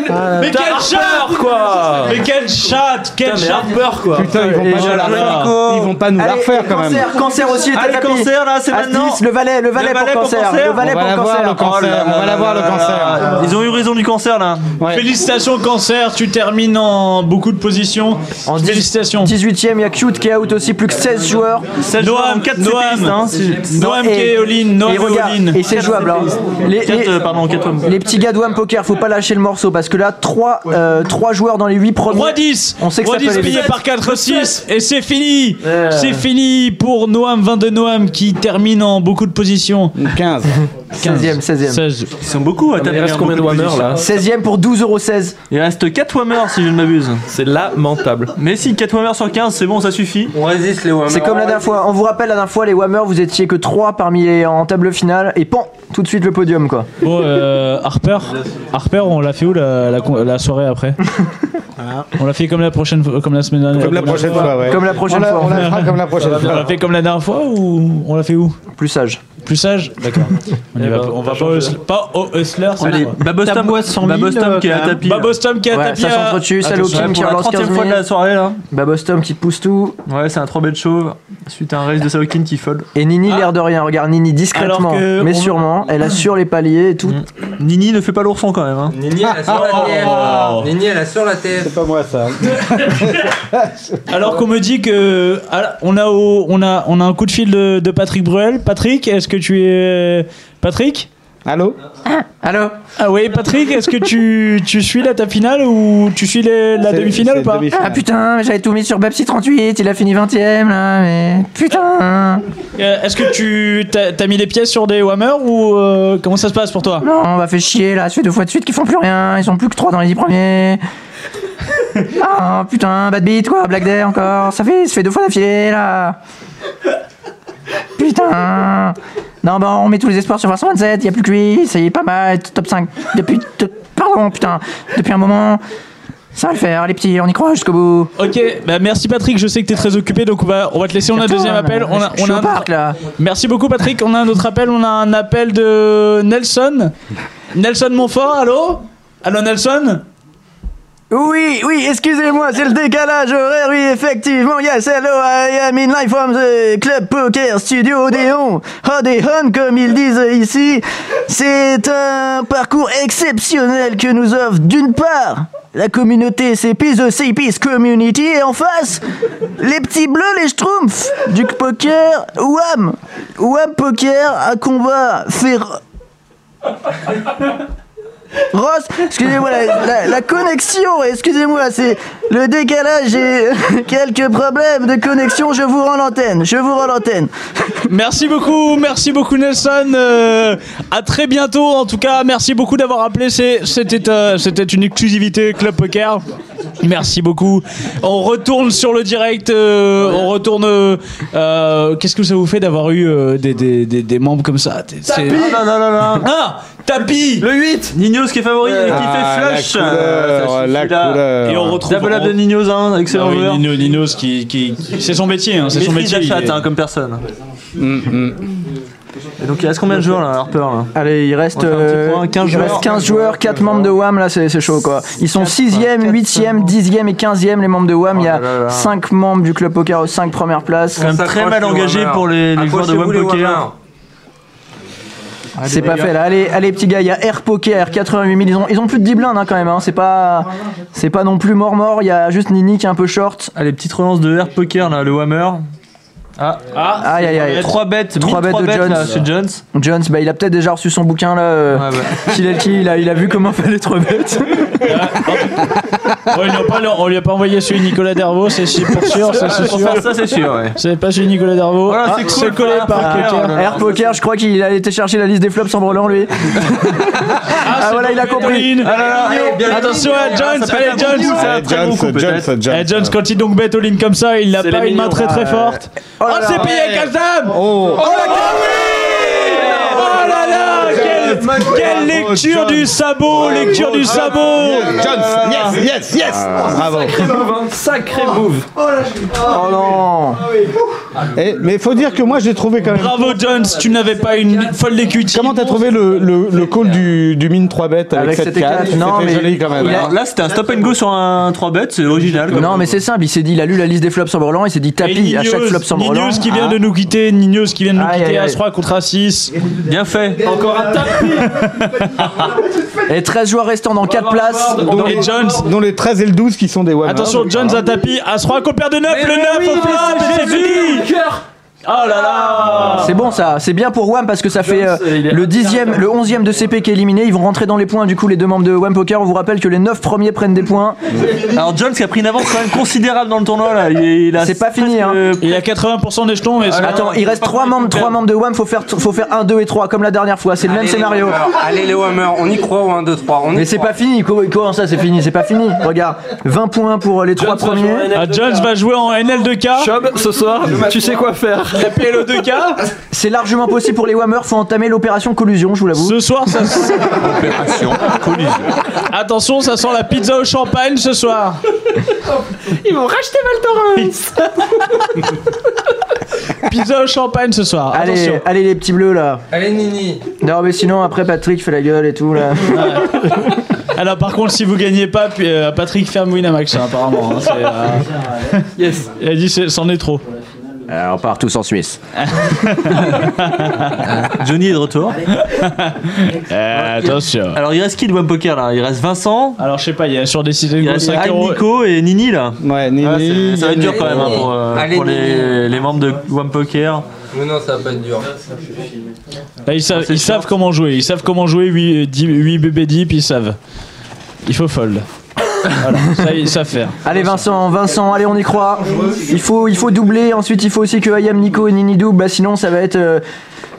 [SPEAKER 17] Ah
[SPEAKER 7] Mais quel chat
[SPEAKER 16] quoi
[SPEAKER 7] Mais quel chat Quel chat
[SPEAKER 16] peur quoi
[SPEAKER 1] Putain, ils vont pas nous la refaire. Ils vont pas nous la
[SPEAKER 5] Allez,
[SPEAKER 1] refaire quand même.
[SPEAKER 5] cancer, Cancer aussi, était
[SPEAKER 17] Allez,
[SPEAKER 5] tapis.
[SPEAKER 17] cancer, là, c'est
[SPEAKER 5] Astis,
[SPEAKER 17] maintenant.
[SPEAKER 5] Le valet, le valet
[SPEAKER 17] Le
[SPEAKER 5] pour
[SPEAKER 17] valet pour
[SPEAKER 5] cancer.
[SPEAKER 17] cancer.
[SPEAKER 5] Le valet
[SPEAKER 1] On
[SPEAKER 5] pour
[SPEAKER 1] va l'avoir le
[SPEAKER 5] cancer. Oh
[SPEAKER 1] cancer. Oh On va l'avoir le cancer.
[SPEAKER 17] Ils ont eu raison du cancer là.
[SPEAKER 7] Félicitations, cancer, tu termines en beaucoup de positions.
[SPEAKER 5] En dix-
[SPEAKER 7] Félicitations.
[SPEAKER 5] 18ème, il y a Cute qui est out aussi, plus que 16 joueurs.
[SPEAKER 7] Noam,
[SPEAKER 17] 4
[SPEAKER 7] Noam,
[SPEAKER 5] hein,
[SPEAKER 7] Noam
[SPEAKER 5] Et-
[SPEAKER 7] qui est all-in, Noam
[SPEAKER 5] et regarde,
[SPEAKER 7] all-in.
[SPEAKER 5] Et c'est jouable. hein. Les,
[SPEAKER 17] Quatre,
[SPEAKER 5] les-
[SPEAKER 17] euh, pardon, quatre hommes.
[SPEAKER 5] les petits gars de Wham Poker, faut pas lâcher le morceau parce que là, 3, joueurs dans les 8 premiers.
[SPEAKER 7] Roi 10
[SPEAKER 5] On sait que
[SPEAKER 7] Roi
[SPEAKER 5] ça peut
[SPEAKER 7] 10
[SPEAKER 5] aller
[SPEAKER 7] payé
[SPEAKER 5] vite.
[SPEAKER 7] par 4 6 et c'est fini C'est fini pour Noam 22 Noam qui termine en beaucoup de positions
[SPEAKER 1] 15.
[SPEAKER 5] 16ème, 16ème.
[SPEAKER 7] 16
[SPEAKER 17] Ils sont beaucoup à taper.
[SPEAKER 16] Il reste
[SPEAKER 17] hein,
[SPEAKER 16] combien de
[SPEAKER 17] beaucoup
[SPEAKER 16] Whammer
[SPEAKER 17] positions.
[SPEAKER 16] là
[SPEAKER 5] 16ème pour 12,16€.
[SPEAKER 17] Il reste 4 Whammers si je ne m'abuse.
[SPEAKER 16] C'est lamentable.
[SPEAKER 17] Mais si, 4 Whammers sur 15, c'est bon, ça suffit.
[SPEAKER 12] On résiste hein, les Whammer.
[SPEAKER 5] C'est comme la dernière fois, on vous rappelle la dernière fois, les Whammer, vous étiez que 3 parmi les en table finale et pan, tout de suite le podium quoi.
[SPEAKER 7] Bon euh, Harper Harper on l'a fait où la, la con- la
[SPEAKER 1] (laughs)
[SPEAKER 7] soirée après On l'a fait comme la prochaine fois- comme la semaine dernière
[SPEAKER 1] Comme la prochaine fois, ouais.
[SPEAKER 5] Comme la prochaine
[SPEAKER 1] On la-
[SPEAKER 5] fois.
[SPEAKER 1] On la fera comme la (laughs) prochaine
[SPEAKER 7] On
[SPEAKER 1] fois.
[SPEAKER 7] l'a fait comme la dernière fois ou on l'a fait où
[SPEAKER 5] Plus sage.
[SPEAKER 7] Plus sage D'accord. On, y
[SPEAKER 16] Eh
[SPEAKER 7] va,
[SPEAKER 16] ben,
[SPEAKER 7] on
[SPEAKER 16] t'as
[SPEAKER 7] va pas
[SPEAKER 16] changé.
[SPEAKER 7] au, hustler- pas au hustler cette
[SPEAKER 17] Allez,
[SPEAKER 7] fois.
[SPEAKER 17] Babostom,
[SPEAKER 10] Tabois 100 000,
[SPEAKER 17] Babostom bah, qui
[SPEAKER 10] euh,
[SPEAKER 17] a
[SPEAKER 10] quand
[SPEAKER 17] tapis. là.
[SPEAKER 7] Babostom qui a
[SPEAKER 5] Ouais,
[SPEAKER 7] tapé
[SPEAKER 5] ça
[SPEAKER 7] à-
[SPEAKER 5] s'entretue, Salokin
[SPEAKER 17] Ouais,
[SPEAKER 5] qui
[SPEAKER 17] euh, pour la
[SPEAKER 5] relance 15
[SPEAKER 17] 30ème
[SPEAKER 5] 000.
[SPEAKER 17] fois de la soirée là.
[SPEAKER 5] Babostom qui Bah, pousse tout.
[SPEAKER 17] Ouais, c'est un 3 bet chauve suite à un raise de Salokin qui fold.
[SPEAKER 5] Et Nini, l'air de rien, regarde Nini discrètement,
[SPEAKER 17] Ah. Alors que
[SPEAKER 5] mais
[SPEAKER 17] on- Mm.
[SPEAKER 5] sûrement, elle assure les paliers et tout.
[SPEAKER 17] Nini ne fait pas l'ourson quand même. Hein.
[SPEAKER 12] Nini, elle a sur la TF. Nini, elle a sur la TF.
[SPEAKER 1] C'est pas moi ça.
[SPEAKER 7] Alors qu'on me dit que ah, on a au- on a on a un coup de fil de, de Patrick Bruel. Patrick, est-ce que tu es Patrick
[SPEAKER 1] Allô
[SPEAKER 5] Allô
[SPEAKER 7] Ah oui, Patrick, est-ce que tu, tu suis la ta finale ou tu suis les- la
[SPEAKER 1] C'est-
[SPEAKER 7] demi-finale
[SPEAKER 1] c'est
[SPEAKER 7] ou pas
[SPEAKER 1] demi-finale.
[SPEAKER 5] Ah putain, mais j'avais tout mis sur Babsy 38, il a fini 20 e là, mais putain
[SPEAKER 7] Euh, Est-ce que tu t'as t'as mis les pièces sur des Whammer ou euh, comment ça se passe pour toi
[SPEAKER 5] Non, on va faire chier là, ça fait deux fois de suite qu'ils font plus rien, ils sont plus que 3 dans les 10 premiers. Ah putain, bad beat quoi, Black Day encore, ça fait, ça fait deux fois d'affilée là. Putain. Non, bah on met tous les espoirs sur Vincent 27, y a plus que lui, ça y est pas mal, top 5 depuis. de- pardon, putain, depuis un moment. Ça va le faire, les petits, on y croit jusqu'au bout.
[SPEAKER 7] Ok, bah merci Patrick, je sais que t'es très occupé donc on va on va te laisser. On a un
[SPEAKER 5] Attends,
[SPEAKER 7] deuxième appel. On a
[SPEAKER 5] je- je
[SPEAKER 7] on
[SPEAKER 5] suis
[SPEAKER 7] a
[SPEAKER 5] au
[SPEAKER 7] un-
[SPEAKER 5] parc là.
[SPEAKER 7] Merci beaucoup Patrick. On a un autre appel. On a un appel de Nelson. Nelson Montfort. Allô Allô Nelson.
[SPEAKER 5] Oui, oui, excusez-moi, c'est le décalage horaire, oui, effectivement, yes, hello, I am in live from the Club Poker Studio Odéon, Odéon, comme ils disent ici. C'est un parcours exceptionnel que nous offre, d'une part, la communauté CP, The CP's Community, et en face, les petits bleus, les schtroumpfs, du poker, Wham, Wham Poker, un combat féroce. Ross, excusez-moi, la, la- la connexion, excusez-moi, c'est le décalage et (laughs) quelques problèmes de connexion, je vous rends l'antenne, je vous rends l'antenne.
[SPEAKER 7] Merci beaucoup, merci beaucoup Nelson. Euh, à très bientôt. En tout cas, merci beaucoup d'avoir appelé. C'est- C'était euh, c'était une exclusivité Club Poker. Merci beaucoup. On retourne sur le direct. euh, on retourne. euh, euh, Qu'est-ce que ça vous fait d'avoir eu euh, des, des, des, des membres comme ça T'es- c'est-
[SPEAKER 17] Non, non, non, non.
[SPEAKER 7] Ah, tapis
[SPEAKER 17] Le 8 Nino ce qui est favori et qui
[SPEAKER 1] Ah,
[SPEAKER 12] Euh,
[SPEAKER 17] fait flush
[SPEAKER 1] La couleur,
[SPEAKER 17] Ah, ça
[SPEAKER 1] la
[SPEAKER 17] suffit, là.
[SPEAKER 1] couleur.
[SPEAKER 7] Et on retrouve
[SPEAKER 17] Double collab de Ninos, hein, Euh, excellent
[SPEAKER 7] Ah oui,
[SPEAKER 17] joueur.
[SPEAKER 7] Nino- Ninos qui, qui- qui- c'est son métier, hein, c'est son
[SPEAKER 17] Maîtrise
[SPEAKER 7] métier.
[SPEAKER 17] la chatte,
[SPEAKER 7] il est-
[SPEAKER 17] hein, comme personne.
[SPEAKER 5] Et donc il reste combien de joueurs là, Harper Allez, il reste,
[SPEAKER 17] On va faire un petit
[SPEAKER 5] euh,
[SPEAKER 17] point, 15
[SPEAKER 5] il reste
[SPEAKER 17] joueurs.
[SPEAKER 5] 15 joueurs, 4 membres de WAM là, c'est c'est chaud quoi. Ils sont 6ème, 8ème, 10ème et 15ème les membres de WAM. Il y a 5 membres du club poker aux 5 premières places.
[SPEAKER 17] Quand même très mal engagé pour les, les joueurs de Web Poker.
[SPEAKER 5] C'est pas fait là. Allez, allez petits gars, il y a Air Poker, 88 000. Ils ont, ils ont plus de 10 blindes hein, quand même. hein. C'est pas, c'est pas non plus mort mort. Il y a juste Nini qui est un peu short.
[SPEAKER 17] Allez, petite relance de Air Poker là, le Whammer. Ah,
[SPEAKER 5] Aïe aïe aïe.
[SPEAKER 17] 3 bêtes,
[SPEAKER 5] 3 bêtes de Jones.
[SPEAKER 17] là, chez Jones.
[SPEAKER 5] Jones, bah, il a peut-être déjà reçu son bouquin là. euh, (laughs) Qu'il est le qui, il a, il a vu comment faire les 3 bêtes.
[SPEAKER 7] Ouais, ils l'ont Oh, pas- on lui a pas envoyé celui de Nicolas Dervaux, c'est sûr,
[SPEAKER 17] (laughs)
[SPEAKER 7] pour sûr, ça c'est
[SPEAKER 17] Pour
[SPEAKER 7] sûr.
[SPEAKER 17] faire ça, c'est sûr, ouais.
[SPEAKER 7] C'est pas celui de Nicolas Dervaux.
[SPEAKER 5] Voilà,
[SPEAKER 7] Ah,
[SPEAKER 5] c'est cool,
[SPEAKER 7] c'est collé
[SPEAKER 5] voilà,
[SPEAKER 7] par
[SPEAKER 5] Air
[SPEAKER 7] quelqu'un.
[SPEAKER 5] Poker, Air Poker, je crois qu'il a été chercher la liste des flops sans brelan lui. ah, voilà, il a compris.
[SPEAKER 7] Ah là là,
[SPEAKER 5] Allez, bien-
[SPEAKER 7] Attention
[SPEAKER 17] Ah,
[SPEAKER 7] à Jones,
[SPEAKER 5] ça fait
[SPEAKER 7] allez
[SPEAKER 5] un bon
[SPEAKER 7] Jones,
[SPEAKER 5] coup, ça.
[SPEAKER 7] Eh,
[SPEAKER 5] Jones, Jones, Jones.
[SPEAKER 1] Eh,
[SPEAKER 7] Jones, quand il donc bête all in comme ça, il n'a
[SPEAKER 5] C'est
[SPEAKER 7] pas
[SPEAKER 5] les
[SPEAKER 7] une main
[SPEAKER 5] millions.
[SPEAKER 7] très très
[SPEAKER 5] Ah,
[SPEAKER 7] forte.
[SPEAKER 5] Oh
[SPEAKER 7] Oh,
[SPEAKER 5] là là.
[SPEAKER 7] c'est payé Kazam
[SPEAKER 5] Oh,
[SPEAKER 7] la Oh là là, quelle,
[SPEAKER 10] Oh,
[SPEAKER 7] quelle lecture du sabot, lecture du sabot
[SPEAKER 14] Jones, yes, yes, yes.
[SPEAKER 1] Ah.
[SPEAKER 14] Bravo.
[SPEAKER 10] Sacré move, hein. Sacré move.
[SPEAKER 5] Oh non
[SPEAKER 1] Eh, mais faut dire que moi j'ai trouvé quand même.
[SPEAKER 7] Bravo Jones, tu n'avais pas une folle décutie.
[SPEAKER 1] Comment t'as trouvé le, le, le call du, du mine 3 bêtes avec, cette carte
[SPEAKER 5] non, mais
[SPEAKER 1] joli quand même. hein.
[SPEAKER 5] il a-
[SPEAKER 17] Alors là, c'était un stop and go sur un 3 bêtes, c'est original. comme-
[SPEAKER 5] Non, mais c'est simple, il s'est dit, il a lu la liste des flops sans brelan, il s'est dit tapis à chaque flop sans brelan.
[SPEAKER 7] Ninius qui vient de nous quitter, Ninius qui vient de nous
[SPEAKER 5] Aïe,
[SPEAKER 7] quitter,
[SPEAKER 5] aïe, aïe.
[SPEAKER 7] As-3 contre As-6.
[SPEAKER 17] Bien fait.
[SPEAKER 10] Encore un tapis.
[SPEAKER 5] Et 13 joueurs restants dans 4 places.
[SPEAKER 1] Dont,
[SPEAKER 7] Et Jones.
[SPEAKER 1] dont les 13 et le 12 qui sont des Ah, one
[SPEAKER 7] Attention,
[SPEAKER 5] Ah,
[SPEAKER 7] Jones à tapis, As-3 qu'on perd de 9, le 9 au flop, c'est fini
[SPEAKER 17] Oh là là
[SPEAKER 5] C'est bon ça, c'est bien pour WAM parce que ça fait euh, le dixième, le 11e de CP qui est éliminé, ils vont rentrer dans les points du coup les deux membres de WAM Poker, on vous rappelle que les 9 premiers prennent des points.
[SPEAKER 17] Alors Jones qui a pris une avance quand même considérable dans le tournoi là. Il, il a euh,
[SPEAKER 5] C'est pas fini hein.
[SPEAKER 7] Il a 80% des jetons, mais c'est-
[SPEAKER 5] Attends, il reste 3 membres, trois membres de WAM, faut faire, faut faire 1, 2 et 3 comme la dernière fois, c'est le même
[SPEAKER 12] Allez, les
[SPEAKER 5] scénario.
[SPEAKER 12] Whammers, Allez les Whammer, on y croit au 1, 2, 3. On y
[SPEAKER 5] Mais c'est
[SPEAKER 12] croit.
[SPEAKER 5] pas fini, comment comment ça c'est fini, c'est pas fini. Regarde, 20 points pour euh, les 3 premiers.
[SPEAKER 7] Ah, Jones va jouer en NL2K.
[SPEAKER 10] Chob, ce soir, tu sais quoi faire.
[SPEAKER 7] Appeler le 2K.
[SPEAKER 5] C'est largement possible pour les Whammers, faut entamer l'opération collusion, je vous l'avoue.
[SPEAKER 7] Ce soir, ça s-
[SPEAKER 16] Opération
[SPEAKER 7] attention, ça sent la pizza au champagne ce soir.
[SPEAKER 10] Ils vont racheter Val
[SPEAKER 7] (laughs) Pizza au champagne ce soir.
[SPEAKER 5] Allez,
[SPEAKER 7] Attention.
[SPEAKER 5] allez les petits bleus là.
[SPEAKER 12] Allez Nini.
[SPEAKER 5] Non mais sinon après Patrick fait la gueule et
[SPEAKER 7] (laughs)
[SPEAKER 5] tout là.
[SPEAKER 7] Alors par contre, si vous gagnez pas, puis, euh, Patrick ferme Winamax hein, apparemment. hein, c'est, euh,
[SPEAKER 10] Yes.
[SPEAKER 7] Il a dit c'est- c'en est trop.
[SPEAKER 5] Alors, Euh, on part tous en Suisse.
[SPEAKER 17] (laughs) Johnny est de
[SPEAKER 7] (laughs)
[SPEAKER 17] retour.
[SPEAKER 7] Euh, attention.
[SPEAKER 17] Alors il reste qui de One Poker là Il reste Vincent.
[SPEAKER 7] Alors je sais pas, il y a sur des sites
[SPEAKER 17] Il
[SPEAKER 7] de
[SPEAKER 17] reste
[SPEAKER 7] 5
[SPEAKER 17] Al,
[SPEAKER 7] euros.
[SPEAKER 17] Nico et Nini là.
[SPEAKER 1] Ouais, Nini.
[SPEAKER 17] Ah, c'est- ça va être dur
[SPEAKER 12] Nini.
[SPEAKER 17] quand même hein, pour, euh,
[SPEAKER 12] Allez,
[SPEAKER 17] pour les,
[SPEAKER 12] Nini.
[SPEAKER 17] les membres de One Poker.
[SPEAKER 12] Mais non, ça va pas être dur.
[SPEAKER 7] Là, ils savent, ils savent comment jouer. Ils savent comment jouer 8, 8 bébés deep, ils savent. Il faut fold. voilà, ça ils savent faire.
[SPEAKER 5] Allez Vincent, Vincent, allez on y croit. Il faut, il faut doubler, ensuite il faut aussi que Ayam, Nico et Nini doublent, bah sinon ça va être... euh,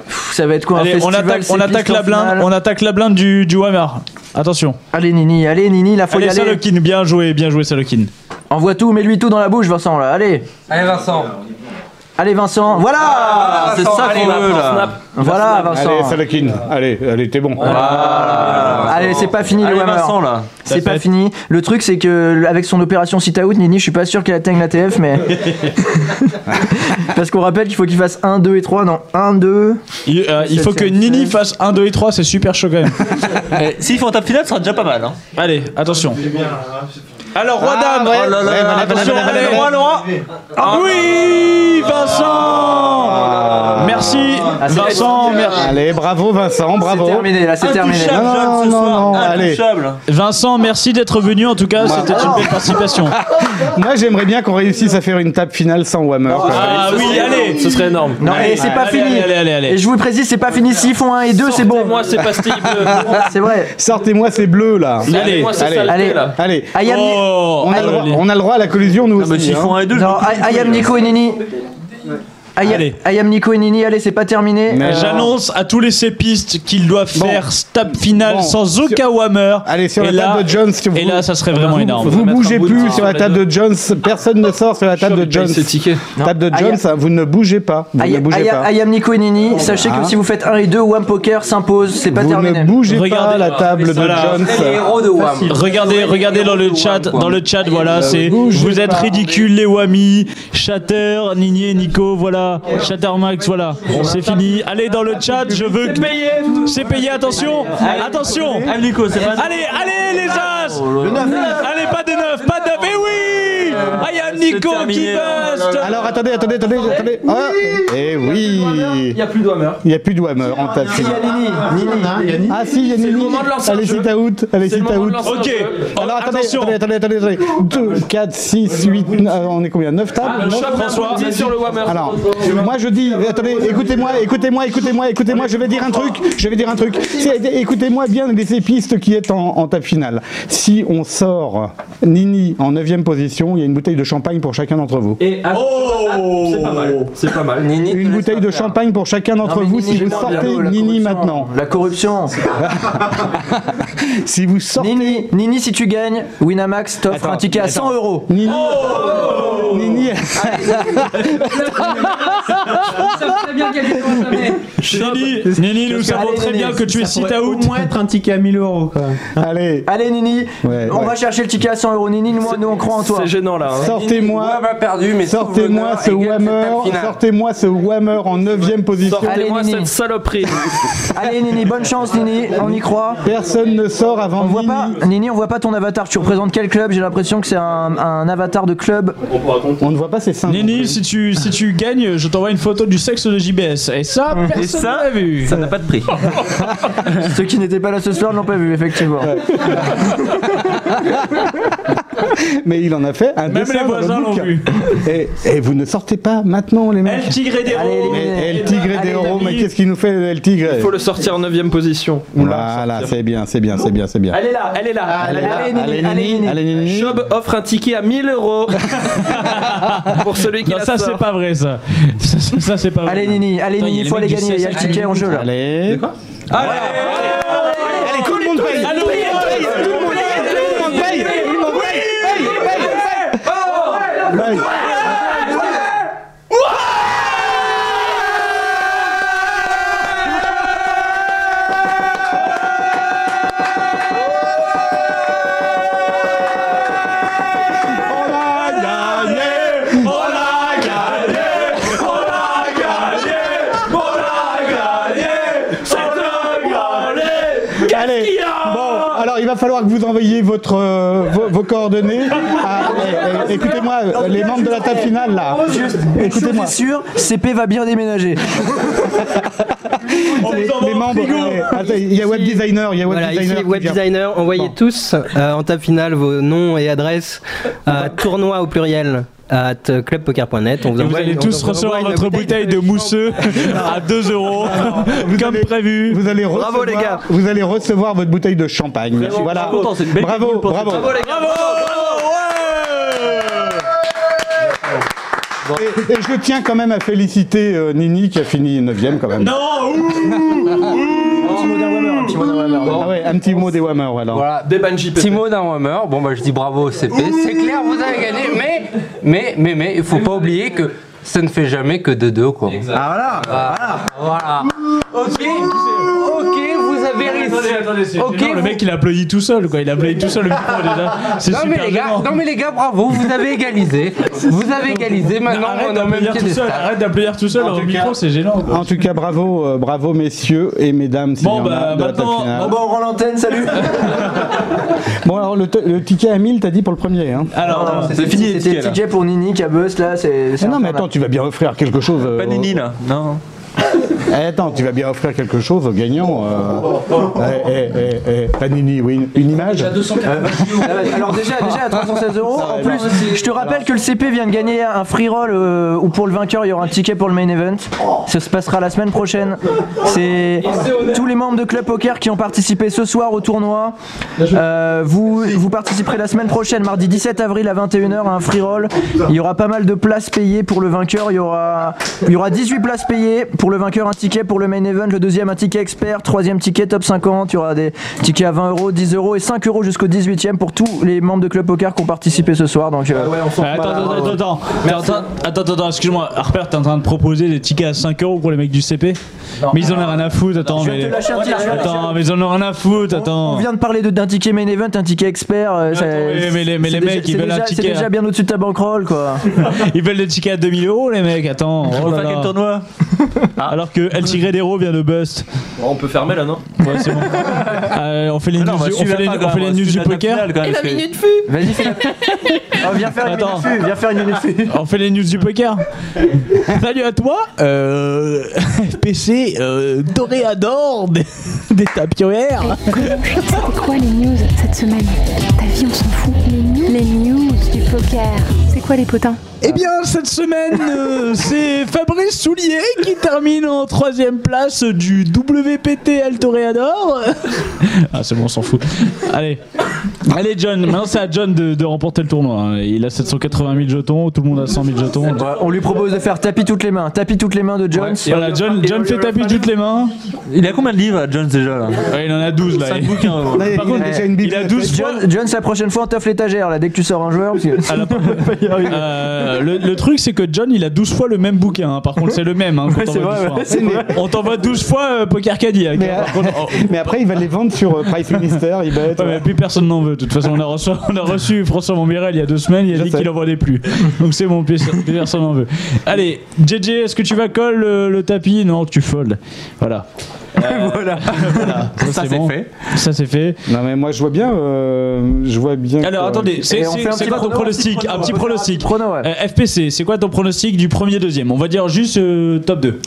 [SPEAKER 5] pff, ça va être quoi un
[SPEAKER 7] Allez, on
[SPEAKER 5] festival,
[SPEAKER 7] attaque, on
[SPEAKER 5] c'est
[SPEAKER 7] attaque
[SPEAKER 5] piste
[SPEAKER 7] la
[SPEAKER 5] en
[SPEAKER 7] blinde,
[SPEAKER 5] finale.
[SPEAKER 7] on attaque la blinde du, du Hammer. Attention.
[SPEAKER 5] Allez Nini, allez Nini, la faut
[SPEAKER 7] Allez,
[SPEAKER 5] y aller.
[SPEAKER 7] Salokin, bien joué, bien joué Salokin.
[SPEAKER 5] Envoie tout, mets-lui tout dans la bouche Vincent là, allez.
[SPEAKER 12] Allez Vincent.
[SPEAKER 5] Allez Vincent, voilà
[SPEAKER 12] Ah,
[SPEAKER 17] c'est ça
[SPEAKER 12] allez,
[SPEAKER 17] qu'on veut
[SPEAKER 12] Vincent,
[SPEAKER 17] là.
[SPEAKER 12] snap.
[SPEAKER 5] Voilà Vincent.
[SPEAKER 1] Allez, Salakin, allez, allez, t'es bon.
[SPEAKER 5] Allez, c'est pas fini le
[SPEAKER 17] Allez,
[SPEAKER 5] Whammer.
[SPEAKER 17] Vincent, là.
[SPEAKER 5] C'est pas fini. Le truc, c'est que avec son opération sit out, Nini, je suis pas sûr qu'elle atteigne la
[SPEAKER 7] (laughs)
[SPEAKER 5] TF, mais. Parce qu'on rappelle qu'il faut qu'il fasse 1, 2 et 3. Non, 1, 2.
[SPEAKER 7] Il, euh, il faut que Nini fasse 1, 2 et 3, c'est super chaud
[SPEAKER 17] (laughs)
[SPEAKER 7] quand même.
[SPEAKER 17] Eh, S'ils font un top final, ce sera déjà pas mal. Hein.
[SPEAKER 7] Allez, attention. Alors, roi dame,
[SPEAKER 17] Oh là là, attention, allez, le roi, le roi.
[SPEAKER 7] Ah oui,
[SPEAKER 17] Ah.
[SPEAKER 7] Vincent Merci,
[SPEAKER 5] Ah, c'est
[SPEAKER 7] Vincent. mer-
[SPEAKER 1] Allez, bravo Vincent, bravo.
[SPEAKER 5] C'est terminé, là, c'est terminé.
[SPEAKER 17] Intouchable,
[SPEAKER 1] Non,
[SPEAKER 17] John, ce
[SPEAKER 1] non,
[SPEAKER 17] soir.
[SPEAKER 1] non, allez.
[SPEAKER 17] Intouchable.
[SPEAKER 7] Vincent, merci d'être venu. En tout cas,
[SPEAKER 5] Bah,
[SPEAKER 7] c'était une belle participation.
[SPEAKER 1] Moi j'aimerais bien qu'on réussisse à faire une table finale sans Whammer. quoi.
[SPEAKER 7] Ah oui, allez.
[SPEAKER 10] Ce serait énorme.
[SPEAKER 5] Non, mais c'est pas
[SPEAKER 7] allez,
[SPEAKER 5] fini.
[SPEAKER 7] allez, allez, allez.
[SPEAKER 5] Et je vous le précise, c'est pas fini. S'ils font 1 et 2, c'est bon.
[SPEAKER 10] Moi, c'est pastille bleue.
[SPEAKER 5] (laughs) C'est vrai.
[SPEAKER 1] Sortez-moi ces bleus là.
[SPEAKER 7] Allez,
[SPEAKER 10] Moi, c'est
[SPEAKER 1] allez,
[SPEAKER 10] saleté,
[SPEAKER 5] allez.
[SPEAKER 10] là.
[SPEAKER 1] Allez,
[SPEAKER 5] Ayam,
[SPEAKER 7] Oh,
[SPEAKER 1] on a, le
[SPEAKER 7] allez.
[SPEAKER 1] droit, on a le droit à la collision nous
[SPEAKER 17] Ah, mais
[SPEAKER 1] aussi.
[SPEAKER 17] s'ils
[SPEAKER 1] hein.
[SPEAKER 17] font un et deux, je
[SPEAKER 5] non,
[SPEAKER 17] me-
[SPEAKER 5] Ay- Ayam, Nico et Nini. Ayam,
[SPEAKER 7] Allez.
[SPEAKER 5] Ayam, Nico et Nini, allez, c'est pas terminé.
[SPEAKER 7] Euh,
[SPEAKER 5] Euh,
[SPEAKER 7] J'annonce à tous les sépistes qu'ils doivent faire stab final
[SPEAKER 5] Bon.
[SPEAKER 7] sans aucun Whammer. Allez,
[SPEAKER 1] sur
[SPEAKER 7] et
[SPEAKER 1] la
[SPEAKER 7] là,
[SPEAKER 1] table de Jones, si vous-
[SPEAKER 7] Et là, ça serait vraiment
[SPEAKER 1] vous,
[SPEAKER 7] énorme.
[SPEAKER 1] Vous bougez plus sur la table de Jones. Personne ne sort sur la table de Jones.
[SPEAKER 5] ses tickets. Non.
[SPEAKER 1] Table de Jones,
[SPEAKER 5] Aya-
[SPEAKER 1] vous ne bougez pas. Vous ne
[SPEAKER 5] Ayam,
[SPEAKER 1] bougez pas.
[SPEAKER 5] Ayam, Nico et Nini, sachez que
[SPEAKER 1] Ah.
[SPEAKER 5] si vous faites 1 et 2, Wham Poker s'impose, c'est pas
[SPEAKER 1] Vous ne
[SPEAKER 5] terminé.
[SPEAKER 1] bougez Regardez. pas la table de Jones. Les héros de Wham.
[SPEAKER 7] Regardez, regardez dans le chat, dans le chat, voilà, c'est vous êtes ridicules les Wami, Shatter, Nini, Nico, voilà, Shatter Max, voilà, c'est fini. Allez dans le chat, je veux. que- C'est payé, attention, attention. Allez Allez, allez les As. Allez pas de neuf, pas de neuf. Eh oui, Ah, il y a Nico qui buste.
[SPEAKER 1] Alors attendez, attendez, attendez, attendez. Ah, Eh oui Il n'y a plus de Whammer. Il n'y a plus de Whammer en table. Ah si, il y a Nini. Allez, c'est out. Allez, c'est out.
[SPEAKER 7] Ok.
[SPEAKER 1] Alors attendez, attendez, attendez, attendez, attendez. 2, 4, 6, 8, on est combien 9 tables
[SPEAKER 7] Ah, le
[SPEAKER 1] Neuf
[SPEAKER 7] chat François.
[SPEAKER 1] tables
[SPEAKER 7] Sur le Whammer.
[SPEAKER 1] Alors, moi je dis, attendez, écoutez-moi, écoutez-moi, écoutez-moi, écoutez-moi, je vais dire un truc, je vais dire un truc. C'est- Écoutez-moi bien les épistes qui est en, en table finale. Si on sort Nini en 9ème position, il y a une bouteille de champagne pour chacun d'entre vous.
[SPEAKER 10] Et oh C'est pas mal. C'est pas mal.
[SPEAKER 1] Une bouteille de champagne pour chacun d'entre
[SPEAKER 10] mais
[SPEAKER 1] vous
[SPEAKER 10] Nini,
[SPEAKER 1] si vous
[SPEAKER 10] j'adore la-
[SPEAKER 1] sortez
[SPEAKER 10] la
[SPEAKER 1] Nini maintenant.
[SPEAKER 5] La corruption.
[SPEAKER 1] si vous sortez.
[SPEAKER 5] Nini, Nini, si tu gagnes, Winamax t'offre un ticket à 100 euros.
[SPEAKER 1] Nini. Nini.
[SPEAKER 7] Nini, Nini, nous savons très bien que tu es sit out.
[SPEAKER 9] Au moins être un ticket à 1000 euros. quoi.
[SPEAKER 1] Allez.
[SPEAKER 5] Allez Nini,
[SPEAKER 9] Ouais,
[SPEAKER 5] on
[SPEAKER 9] ouais.
[SPEAKER 5] va chercher le ticket à 100 euros. Nini, nous, nous, on croit en toi.
[SPEAKER 16] C'est gênant là. hein.
[SPEAKER 1] Sortez-moi. Sortez-moi ce Whammer. Sortez-moi ce Whammer en 9ème position.
[SPEAKER 16] Sortez-moi cette saloperie.
[SPEAKER 5] Allez Nini, bonne chance Nini, on y croit.
[SPEAKER 1] Personne ne sort avant
[SPEAKER 5] on voit pas, Nini, on voit pas ton avatar. Tu représentes quel club J'ai l'impression que c'est un, un avatar de club.
[SPEAKER 1] On ne voit pas ces seins.
[SPEAKER 7] Nini, si tu, si tu gagnes, je t'envoie une photo du sexe de JBS. Et ça,
[SPEAKER 5] Et
[SPEAKER 7] personne
[SPEAKER 5] ça,
[SPEAKER 7] ne l'a vu.
[SPEAKER 5] ça n'a pas de prix. Ceux qui n'étaient pas là ce soir ne l'ont pas vu, effectivement.
[SPEAKER 1] Mais il en a fait un
[SPEAKER 5] Même
[SPEAKER 1] dessin
[SPEAKER 5] les
[SPEAKER 1] dans le
[SPEAKER 5] voisins
[SPEAKER 1] bouquin.
[SPEAKER 5] l'ont vu.
[SPEAKER 1] Et, et vous ne sortez pas maintenant, les mecs.
[SPEAKER 7] El Tigre des Héros.
[SPEAKER 1] Mais El Tigre des Héros, mais qu'est-ce qu'il nous fait, El Tigre
[SPEAKER 16] Il faut le sortir en 9ème position.
[SPEAKER 1] Voilà, c'est bien, c'est bien, c'est bien, c'est bien.
[SPEAKER 16] Elle est là, elle est là.
[SPEAKER 1] Allez, allez, Nini, allez, Nini.
[SPEAKER 16] Chob offre un ticket à 1000 euros (laughs) pour celui qui
[SPEAKER 7] Non,
[SPEAKER 16] la
[SPEAKER 7] ça,
[SPEAKER 16] sort.
[SPEAKER 7] c'est pas vrai, ça. (laughs) Ça, ça, ça, c'est pas vrai.
[SPEAKER 5] Allez Nini, allez
[SPEAKER 7] Putain, eh,
[SPEAKER 5] Nini,
[SPEAKER 7] y a
[SPEAKER 5] il faut
[SPEAKER 7] les
[SPEAKER 5] aller
[SPEAKER 7] mecs du
[SPEAKER 5] gagner, il y a le
[SPEAKER 7] CSS.
[SPEAKER 5] ticket en jeu là.
[SPEAKER 1] Allez.
[SPEAKER 5] Allez, tout le monde paye
[SPEAKER 7] Allô,
[SPEAKER 1] Allez. Allez, bon, Oh, alors il va falloir que vous envoyiez votre, euh, vos, vos coordonnées. à- eh, eh, Écoutez-moi, euh, les membres de la table finale là. Écoutez-moi.
[SPEAKER 5] sûr, CP va bien déménager.
[SPEAKER 1] Les, les membres. eh, attends, Il y a web designer, il y a web
[SPEAKER 18] Voilà, ici,
[SPEAKER 1] designer. qui
[SPEAKER 18] web
[SPEAKER 1] vient.
[SPEAKER 18] designer, envoyez tous euh, en table finale vos noms et adresses
[SPEAKER 12] euh,
[SPEAKER 18] à tournoi au pluriel at clubpoker.net. On vous
[SPEAKER 7] Et vous
[SPEAKER 18] envoie
[SPEAKER 7] allez
[SPEAKER 18] une-
[SPEAKER 7] tous
[SPEAKER 18] on vous envoie
[SPEAKER 7] recevoir
[SPEAKER 18] une
[SPEAKER 7] votre bouteille de mousseux à 2 euros, comme prévu.
[SPEAKER 1] Vous allez recevoir,
[SPEAKER 7] Bravo, les gars.
[SPEAKER 1] Vous allez recevoir votre bouteille de champagne. voilà. bravo, bravo. Et, et je tiens quand même à féliciter euh, Nini qui a fini 9ème quand même.
[SPEAKER 7] Non
[SPEAKER 1] Ah ouais, un petit mot des Whammer alors.
[SPEAKER 12] Voilà,
[SPEAKER 16] des Banji
[SPEAKER 12] Petit mot d'un Whammer. Bon, bah, je dis bravo au CP. C'est clair, vous avez gagné. Mais, mais, mais, mais, il faut pas oublier que ça ne fait jamais que 2-2, quoi.
[SPEAKER 9] Ah voilà,
[SPEAKER 12] voilà. Ok, ok, vous avez réussi. Ok,
[SPEAKER 7] Non, Oh, le mec il applaudit tout seul quoi, il applaudit tout seul le micro déjà. C'est
[SPEAKER 12] Non
[SPEAKER 7] super
[SPEAKER 12] mais, les gars,
[SPEAKER 7] gênant.
[SPEAKER 12] non mais les gars, bravo, vous avez égalisé. Vous avez égalisé, maintenant
[SPEAKER 7] arrête
[SPEAKER 12] on est au même
[SPEAKER 7] d'applaudir
[SPEAKER 12] pied
[SPEAKER 7] tout
[SPEAKER 12] des
[SPEAKER 7] seul,
[SPEAKER 12] stats.
[SPEAKER 7] arrête d'applaudir tout seul au micro, c'est gênant.
[SPEAKER 1] En tout cas, bravo, euh, bravo messieurs et mesdames. s'il y
[SPEAKER 7] Bon
[SPEAKER 1] en a, de
[SPEAKER 7] bah
[SPEAKER 1] la table
[SPEAKER 7] maintenant,
[SPEAKER 1] finale.
[SPEAKER 7] bon, bah.
[SPEAKER 5] on rend l'antenne, salut.
[SPEAKER 1] Bon alors le, t- le ticket à 1000, t'as dit pour le premier. Hein.
[SPEAKER 7] Ah,
[SPEAKER 5] Alors,
[SPEAKER 1] c'est fini, les
[SPEAKER 5] C'était
[SPEAKER 1] tickets, là.
[SPEAKER 5] ticket pour Nini qui a buzz là, c'est.
[SPEAKER 1] Ah non mais attends, tu vas bien offrir quelque chose. euh,
[SPEAKER 16] Pas Nini là. Non.
[SPEAKER 19] Eh, attends, tu vas bien offrir quelque chose au gagnant. euh. Eh, eh, eh, eh, Panini, oui, une, une image
[SPEAKER 5] Ah Alors déjà, déjà à 316 euros. En plus,
[SPEAKER 19] alors.
[SPEAKER 5] je te rappelle que le CP vient de gagner un free roll euh, où pour le vainqueur il y aura un ticket pour le main event. Ça se passera la semaine prochaine. C'est tous les membres de Club Poker qui ont participé ce soir au tournoi. Euh, vous, vous participerez la semaine prochaine, mardi 17 avril à 21h à un free roll. Il y aura pas mal de places payées pour le vainqueur. Il y aura, il y aura 18 places payées pour le vainqueur, un ticket pour le main event, le deuxième un ticket expert, troisième ticket top 50. Il y aura des tickets à 20 euros, 10 euros et 5 euros jusqu'au 18e pour tous les membres de Club Poker qui ont participé ce soir. Donc, euh,
[SPEAKER 7] Euh, attends, attends, attends, attends, T'es en train- attends, attends, attends, excuse-moi, Harper, t'es en train de proposer des tickets à 5 euros pour les mecs du CP Mais ils en ont rien à foutre, attends,
[SPEAKER 5] Je vais
[SPEAKER 7] mais.
[SPEAKER 5] te lâcher un ticket, je vais
[SPEAKER 7] Attends, mais ils en ont rien à foutre,
[SPEAKER 5] On
[SPEAKER 7] attends.
[SPEAKER 5] vient de parler de- d'un ticket main event, un ticket expert. euh, ça-
[SPEAKER 7] mais- mais les- mais
[SPEAKER 5] c'est
[SPEAKER 7] les
[SPEAKER 5] déjà-
[SPEAKER 7] mecs, ils
[SPEAKER 5] c'est
[SPEAKER 7] veulent un
[SPEAKER 5] déjà-
[SPEAKER 7] ticket,
[SPEAKER 5] C'est déjà
[SPEAKER 7] hein.
[SPEAKER 5] bien au-dessus de ta bankroll, quoi.
[SPEAKER 7] (laughs) Ils veulent des tickets à 2000 euros, les mecs, attends. Oh
[SPEAKER 5] On
[SPEAKER 7] là
[SPEAKER 5] fait
[SPEAKER 7] là.
[SPEAKER 5] quel
[SPEAKER 7] tournoi Alors que El Tigredero vient de bust.
[SPEAKER 10] Ah. on peut fermer là, non
[SPEAKER 7] Ouais,
[SPEAKER 10] (laughs)
[SPEAKER 7] c'est bon. Euh, on fait les news
[SPEAKER 10] Ah non, bah, on va
[SPEAKER 7] du- on
[SPEAKER 10] suivre
[SPEAKER 7] fait
[SPEAKER 10] la
[SPEAKER 7] les-
[SPEAKER 10] fin,
[SPEAKER 7] on
[SPEAKER 10] quand
[SPEAKER 7] fait
[SPEAKER 10] même,
[SPEAKER 7] les
[SPEAKER 10] on
[SPEAKER 7] news
[SPEAKER 10] suit
[SPEAKER 7] du
[SPEAKER 10] la finale,
[SPEAKER 7] poker.
[SPEAKER 10] quand même, Et la parce que- minute
[SPEAKER 7] fut Vas-y, (laughs) fais la. viens faire Attends. viens faire une minute On fait les news du poker. (laughs) Salut à toi, euh, (laughs) PC euh, doré à d'or (laughs) des, des tapières.
[SPEAKER 15] C'était quoi les news cette semaine Ta vie, on s'en fout. Les news, les news du poker. C'est quoi les potins
[SPEAKER 7] Eh bien, cette semaine, (laughs) euh, c'est Fabrice Soulier qui termine en troisième place du WPT El Toreador. (laughs) Ah, c'est bon, on s'en fout. Allez. Allez, John. Maintenant, c'est à John de, de remporter le tournoi. hein. Il a 780 000 jetons. Tout le monde a 100 000 jetons.
[SPEAKER 5] On lui propose de faire tapis toutes les mains, tapis toutes les mains de Jones.
[SPEAKER 7] Voilà, John, John fait tapis toutes les mains.
[SPEAKER 5] Il a combien de livres, Jones, déjà là
[SPEAKER 7] Il en a 12 là.
[SPEAKER 5] Cinq
[SPEAKER 7] Il-
[SPEAKER 5] bouquins, ouais.
[SPEAKER 7] Par
[SPEAKER 5] Il
[SPEAKER 7] contre,
[SPEAKER 5] a-
[SPEAKER 7] il a 12 fois.
[SPEAKER 5] John, Jones, la prochaine fois, on t'offre l'étagère, là, dès que tu sors un joueur. parce que-
[SPEAKER 7] Euh, le, le truc, c'est que John, il a 12 fois le même bouquin. hein. Par contre, c'est le même. hein, qu'on
[SPEAKER 14] Ouais, c'est
[SPEAKER 7] t'envoie
[SPEAKER 14] vrai,
[SPEAKER 7] 12 fois.
[SPEAKER 14] ouais, c'est vrai.
[SPEAKER 7] On t'envoie 12 fois euh, Poker Caddy. hein,
[SPEAKER 14] Mais,
[SPEAKER 7] par contre, oh.
[SPEAKER 19] Mais après, il va les vendre sur euh, Price Minister, il va être. euh.
[SPEAKER 7] Ouais, mais plus personne n'en veut. De toute façon, on a reçu, on a reçu François Montbirel il y a deux semaines, il a dit qu'il en vendait plus. Donc c'est bon, plus plus personne n'en veut. Allez, JJ, est-ce que tu vas coller le, le tapis Non, tu foldes. Voilà. Euh,
[SPEAKER 19] voilà.
[SPEAKER 7] Ça, c'est bon. Ça c'est fait.
[SPEAKER 19] Non mais moi je vois bien, euh, je vois bien.
[SPEAKER 7] Alors
[SPEAKER 19] que-
[SPEAKER 7] attendez, (laughs) c'est c'est- c'est quoi ton pronostic Un petit pronostic. Euh, FPC, c'est quoi ton pronostic du premier deuxième On va dire juste euh, top 2.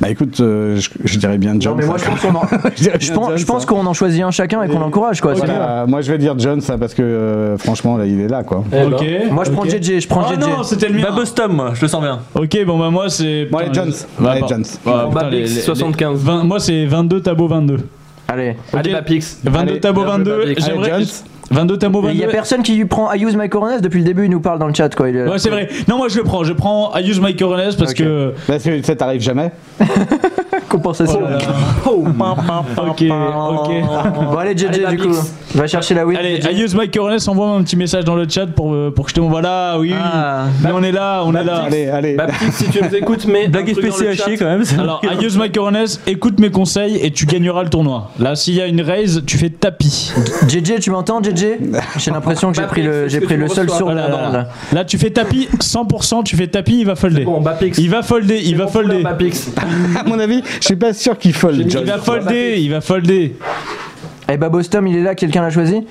[SPEAKER 19] Bah écoute, euh, je, je dirais bien Jones.
[SPEAKER 5] mais moi,
[SPEAKER 19] (laughs)
[SPEAKER 5] je pense qu'on en- Je pense, je pense qu'on en choisit un chacun et qu'on l'encourage, quoi.
[SPEAKER 19] Voilà,
[SPEAKER 5] c'est bien.
[SPEAKER 19] moi je vais dire Jones hein, parce que euh, franchement là il est là quoi.
[SPEAKER 5] Eh ben, Moi, je prends JJ, je prends
[SPEAKER 7] Ah
[SPEAKER 19] Oh
[SPEAKER 5] JJ.
[SPEAKER 19] non, c'était le mien.
[SPEAKER 5] Bah,
[SPEAKER 17] Bostom, moi, je le sens bien.
[SPEAKER 7] Ok, bon bah moi c'est.
[SPEAKER 19] Bon, allez,
[SPEAKER 7] Putain,
[SPEAKER 19] Jones.
[SPEAKER 7] je-
[SPEAKER 19] Allez,
[SPEAKER 7] bah,
[SPEAKER 19] Jones.
[SPEAKER 7] bah,
[SPEAKER 19] Bon,
[SPEAKER 7] putain,
[SPEAKER 19] Bapix,
[SPEAKER 7] les- les-
[SPEAKER 19] 75.
[SPEAKER 7] les- vingt- moi c'est 22 tableau 22.
[SPEAKER 5] Allez,
[SPEAKER 7] allez Bapix. 22
[SPEAKER 5] Allez,
[SPEAKER 7] tableau
[SPEAKER 5] bien joué,
[SPEAKER 7] 22.
[SPEAKER 5] Bapix.
[SPEAKER 7] J'aimerais.
[SPEAKER 5] Allez, Jones.
[SPEAKER 7] 22 tableau
[SPEAKER 5] Et
[SPEAKER 7] 22.
[SPEAKER 5] Il y a personne qui lui prend I use my coronas depuis le début, il nous parle dans le chat, quoi. il est-
[SPEAKER 7] Ouais, c'est vrai. Non, moi je le prends. Je prends I use my coronas parce que.
[SPEAKER 19] Parce que ça t'arrive jamais.
[SPEAKER 5] Compensation.
[SPEAKER 7] Oh ok,
[SPEAKER 5] (laughs)
[SPEAKER 7] ok.
[SPEAKER 5] Bon, allez, JJ, du coup. Va chercher la win.
[SPEAKER 7] Allez, I use my coronas, envoie-moi un petit message dans le chat pour, euh, pour que je te montre. Voilà, oui, oui.
[SPEAKER 5] Ah.
[SPEAKER 7] Mais on est là, on est là.
[SPEAKER 19] Allez, allez.
[SPEAKER 10] Baptiste, si tu nous écoutes, mais.
[SPEAKER 7] Blague Alors, I use my coronas, écoute mes conseils et tu gagneras le tournoi. Là, s'il y a une raise, tu fais tapis.
[SPEAKER 5] JJ, tu m'entends, (laughs) JJ J'ai l'impression que j'ai pris le, j'ai pris le seul sur
[SPEAKER 7] Voilà,
[SPEAKER 5] la
[SPEAKER 7] là,
[SPEAKER 5] bande.
[SPEAKER 7] là. Là, tu fais tapis 100%, tu fais tapis, il va folder. Il va folder, il va folder.
[SPEAKER 19] (laughs) à mon avis, je suis pas sûr qu'il fold. Jones.
[SPEAKER 7] Il va folder, il va folder.
[SPEAKER 5] Eh bah Bostom, il est là, quelqu'un l'a choisi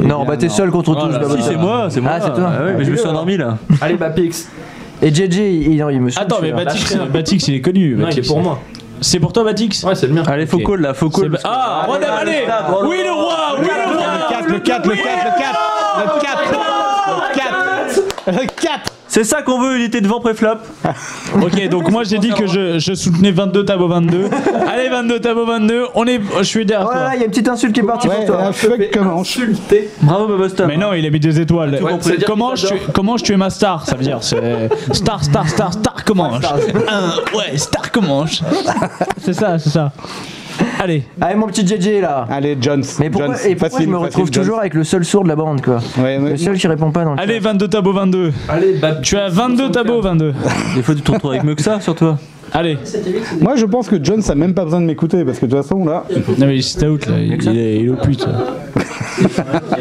[SPEAKER 5] Non, bah t'es seul contre
[SPEAKER 17] Oh
[SPEAKER 5] tous.
[SPEAKER 17] là,
[SPEAKER 5] bah,
[SPEAKER 17] si,
[SPEAKER 5] Bostom.
[SPEAKER 17] c'est moi, c'est moi.
[SPEAKER 5] Ah, c'est toi.
[SPEAKER 17] Ah oui, mais je me suis endormi là.
[SPEAKER 5] Allez, bah Pix. Et JJ, il, non, il me saoule,
[SPEAKER 7] Attends, mais
[SPEAKER 5] celui-là.
[SPEAKER 7] Batix, Batix, il est connu.
[SPEAKER 5] Non, il
[SPEAKER 7] Batix.
[SPEAKER 5] est pour moi.
[SPEAKER 7] C'est pour toi, Batix Ouais, Ah, c'est le mien.
[SPEAKER 17] Allez, faut call là, faut call.
[SPEAKER 7] Ah, Roi Allez, oui, le roi, oui, le roi.
[SPEAKER 19] Le 4, le 4, le 4, le 4, le 4, le 4.
[SPEAKER 17] C'est ça qu'on veut, il était devant préflop.
[SPEAKER 7] (laughs) Ok, donc moi j'ai dit que je, je soutenais 22 tableau 22. Allez, 22 tableau 22, on est, je suis derrière
[SPEAKER 5] Oh là
[SPEAKER 7] toi.
[SPEAKER 5] là, il y a une petite insulte qui est partie pour toi.
[SPEAKER 19] comment
[SPEAKER 17] Bravo, Bostom.
[SPEAKER 7] Mais non, il a mis deux étoiles.
[SPEAKER 17] compris.
[SPEAKER 7] C'est-
[SPEAKER 17] C'est-à-dire
[SPEAKER 7] comment,
[SPEAKER 17] qu'il
[SPEAKER 7] je,
[SPEAKER 17] t'adore.
[SPEAKER 7] comment je tu es ma star Ça veut dire c'est star, star, star, star, comment Un, Ouais, star, comment (laughs) C'est ça, c'est ça. Allez.
[SPEAKER 5] Allez, mon petit JJ là.
[SPEAKER 19] Allez, Jones.
[SPEAKER 5] Mais pourquoi,
[SPEAKER 19] Jones,
[SPEAKER 5] et pourquoi
[SPEAKER 19] facile,
[SPEAKER 5] je me retrouve
[SPEAKER 19] facile, Jones.
[SPEAKER 5] toujours avec le seul sourd de la bande quoi Le seul qui répond pas dans le
[SPEAKER 7] Allez, 22 tableau 22.
[SPEAKER 10] Allez,
[SPEAKER 7] Tu as 22 tableaux 22.
[SPEAKER 17] Des fois, tu te retrouves avec mieux que ça sur toi.
[SPEAKER 7] Allez.
[SPEAKER 19] Moi je pense que Jones a même pas besoin de m'écouter parce que de toute façon là.
[SPEAKER 7] Non mais c'est out là, il, il est, il est au pute.
[SPEAKER 10] (laughs)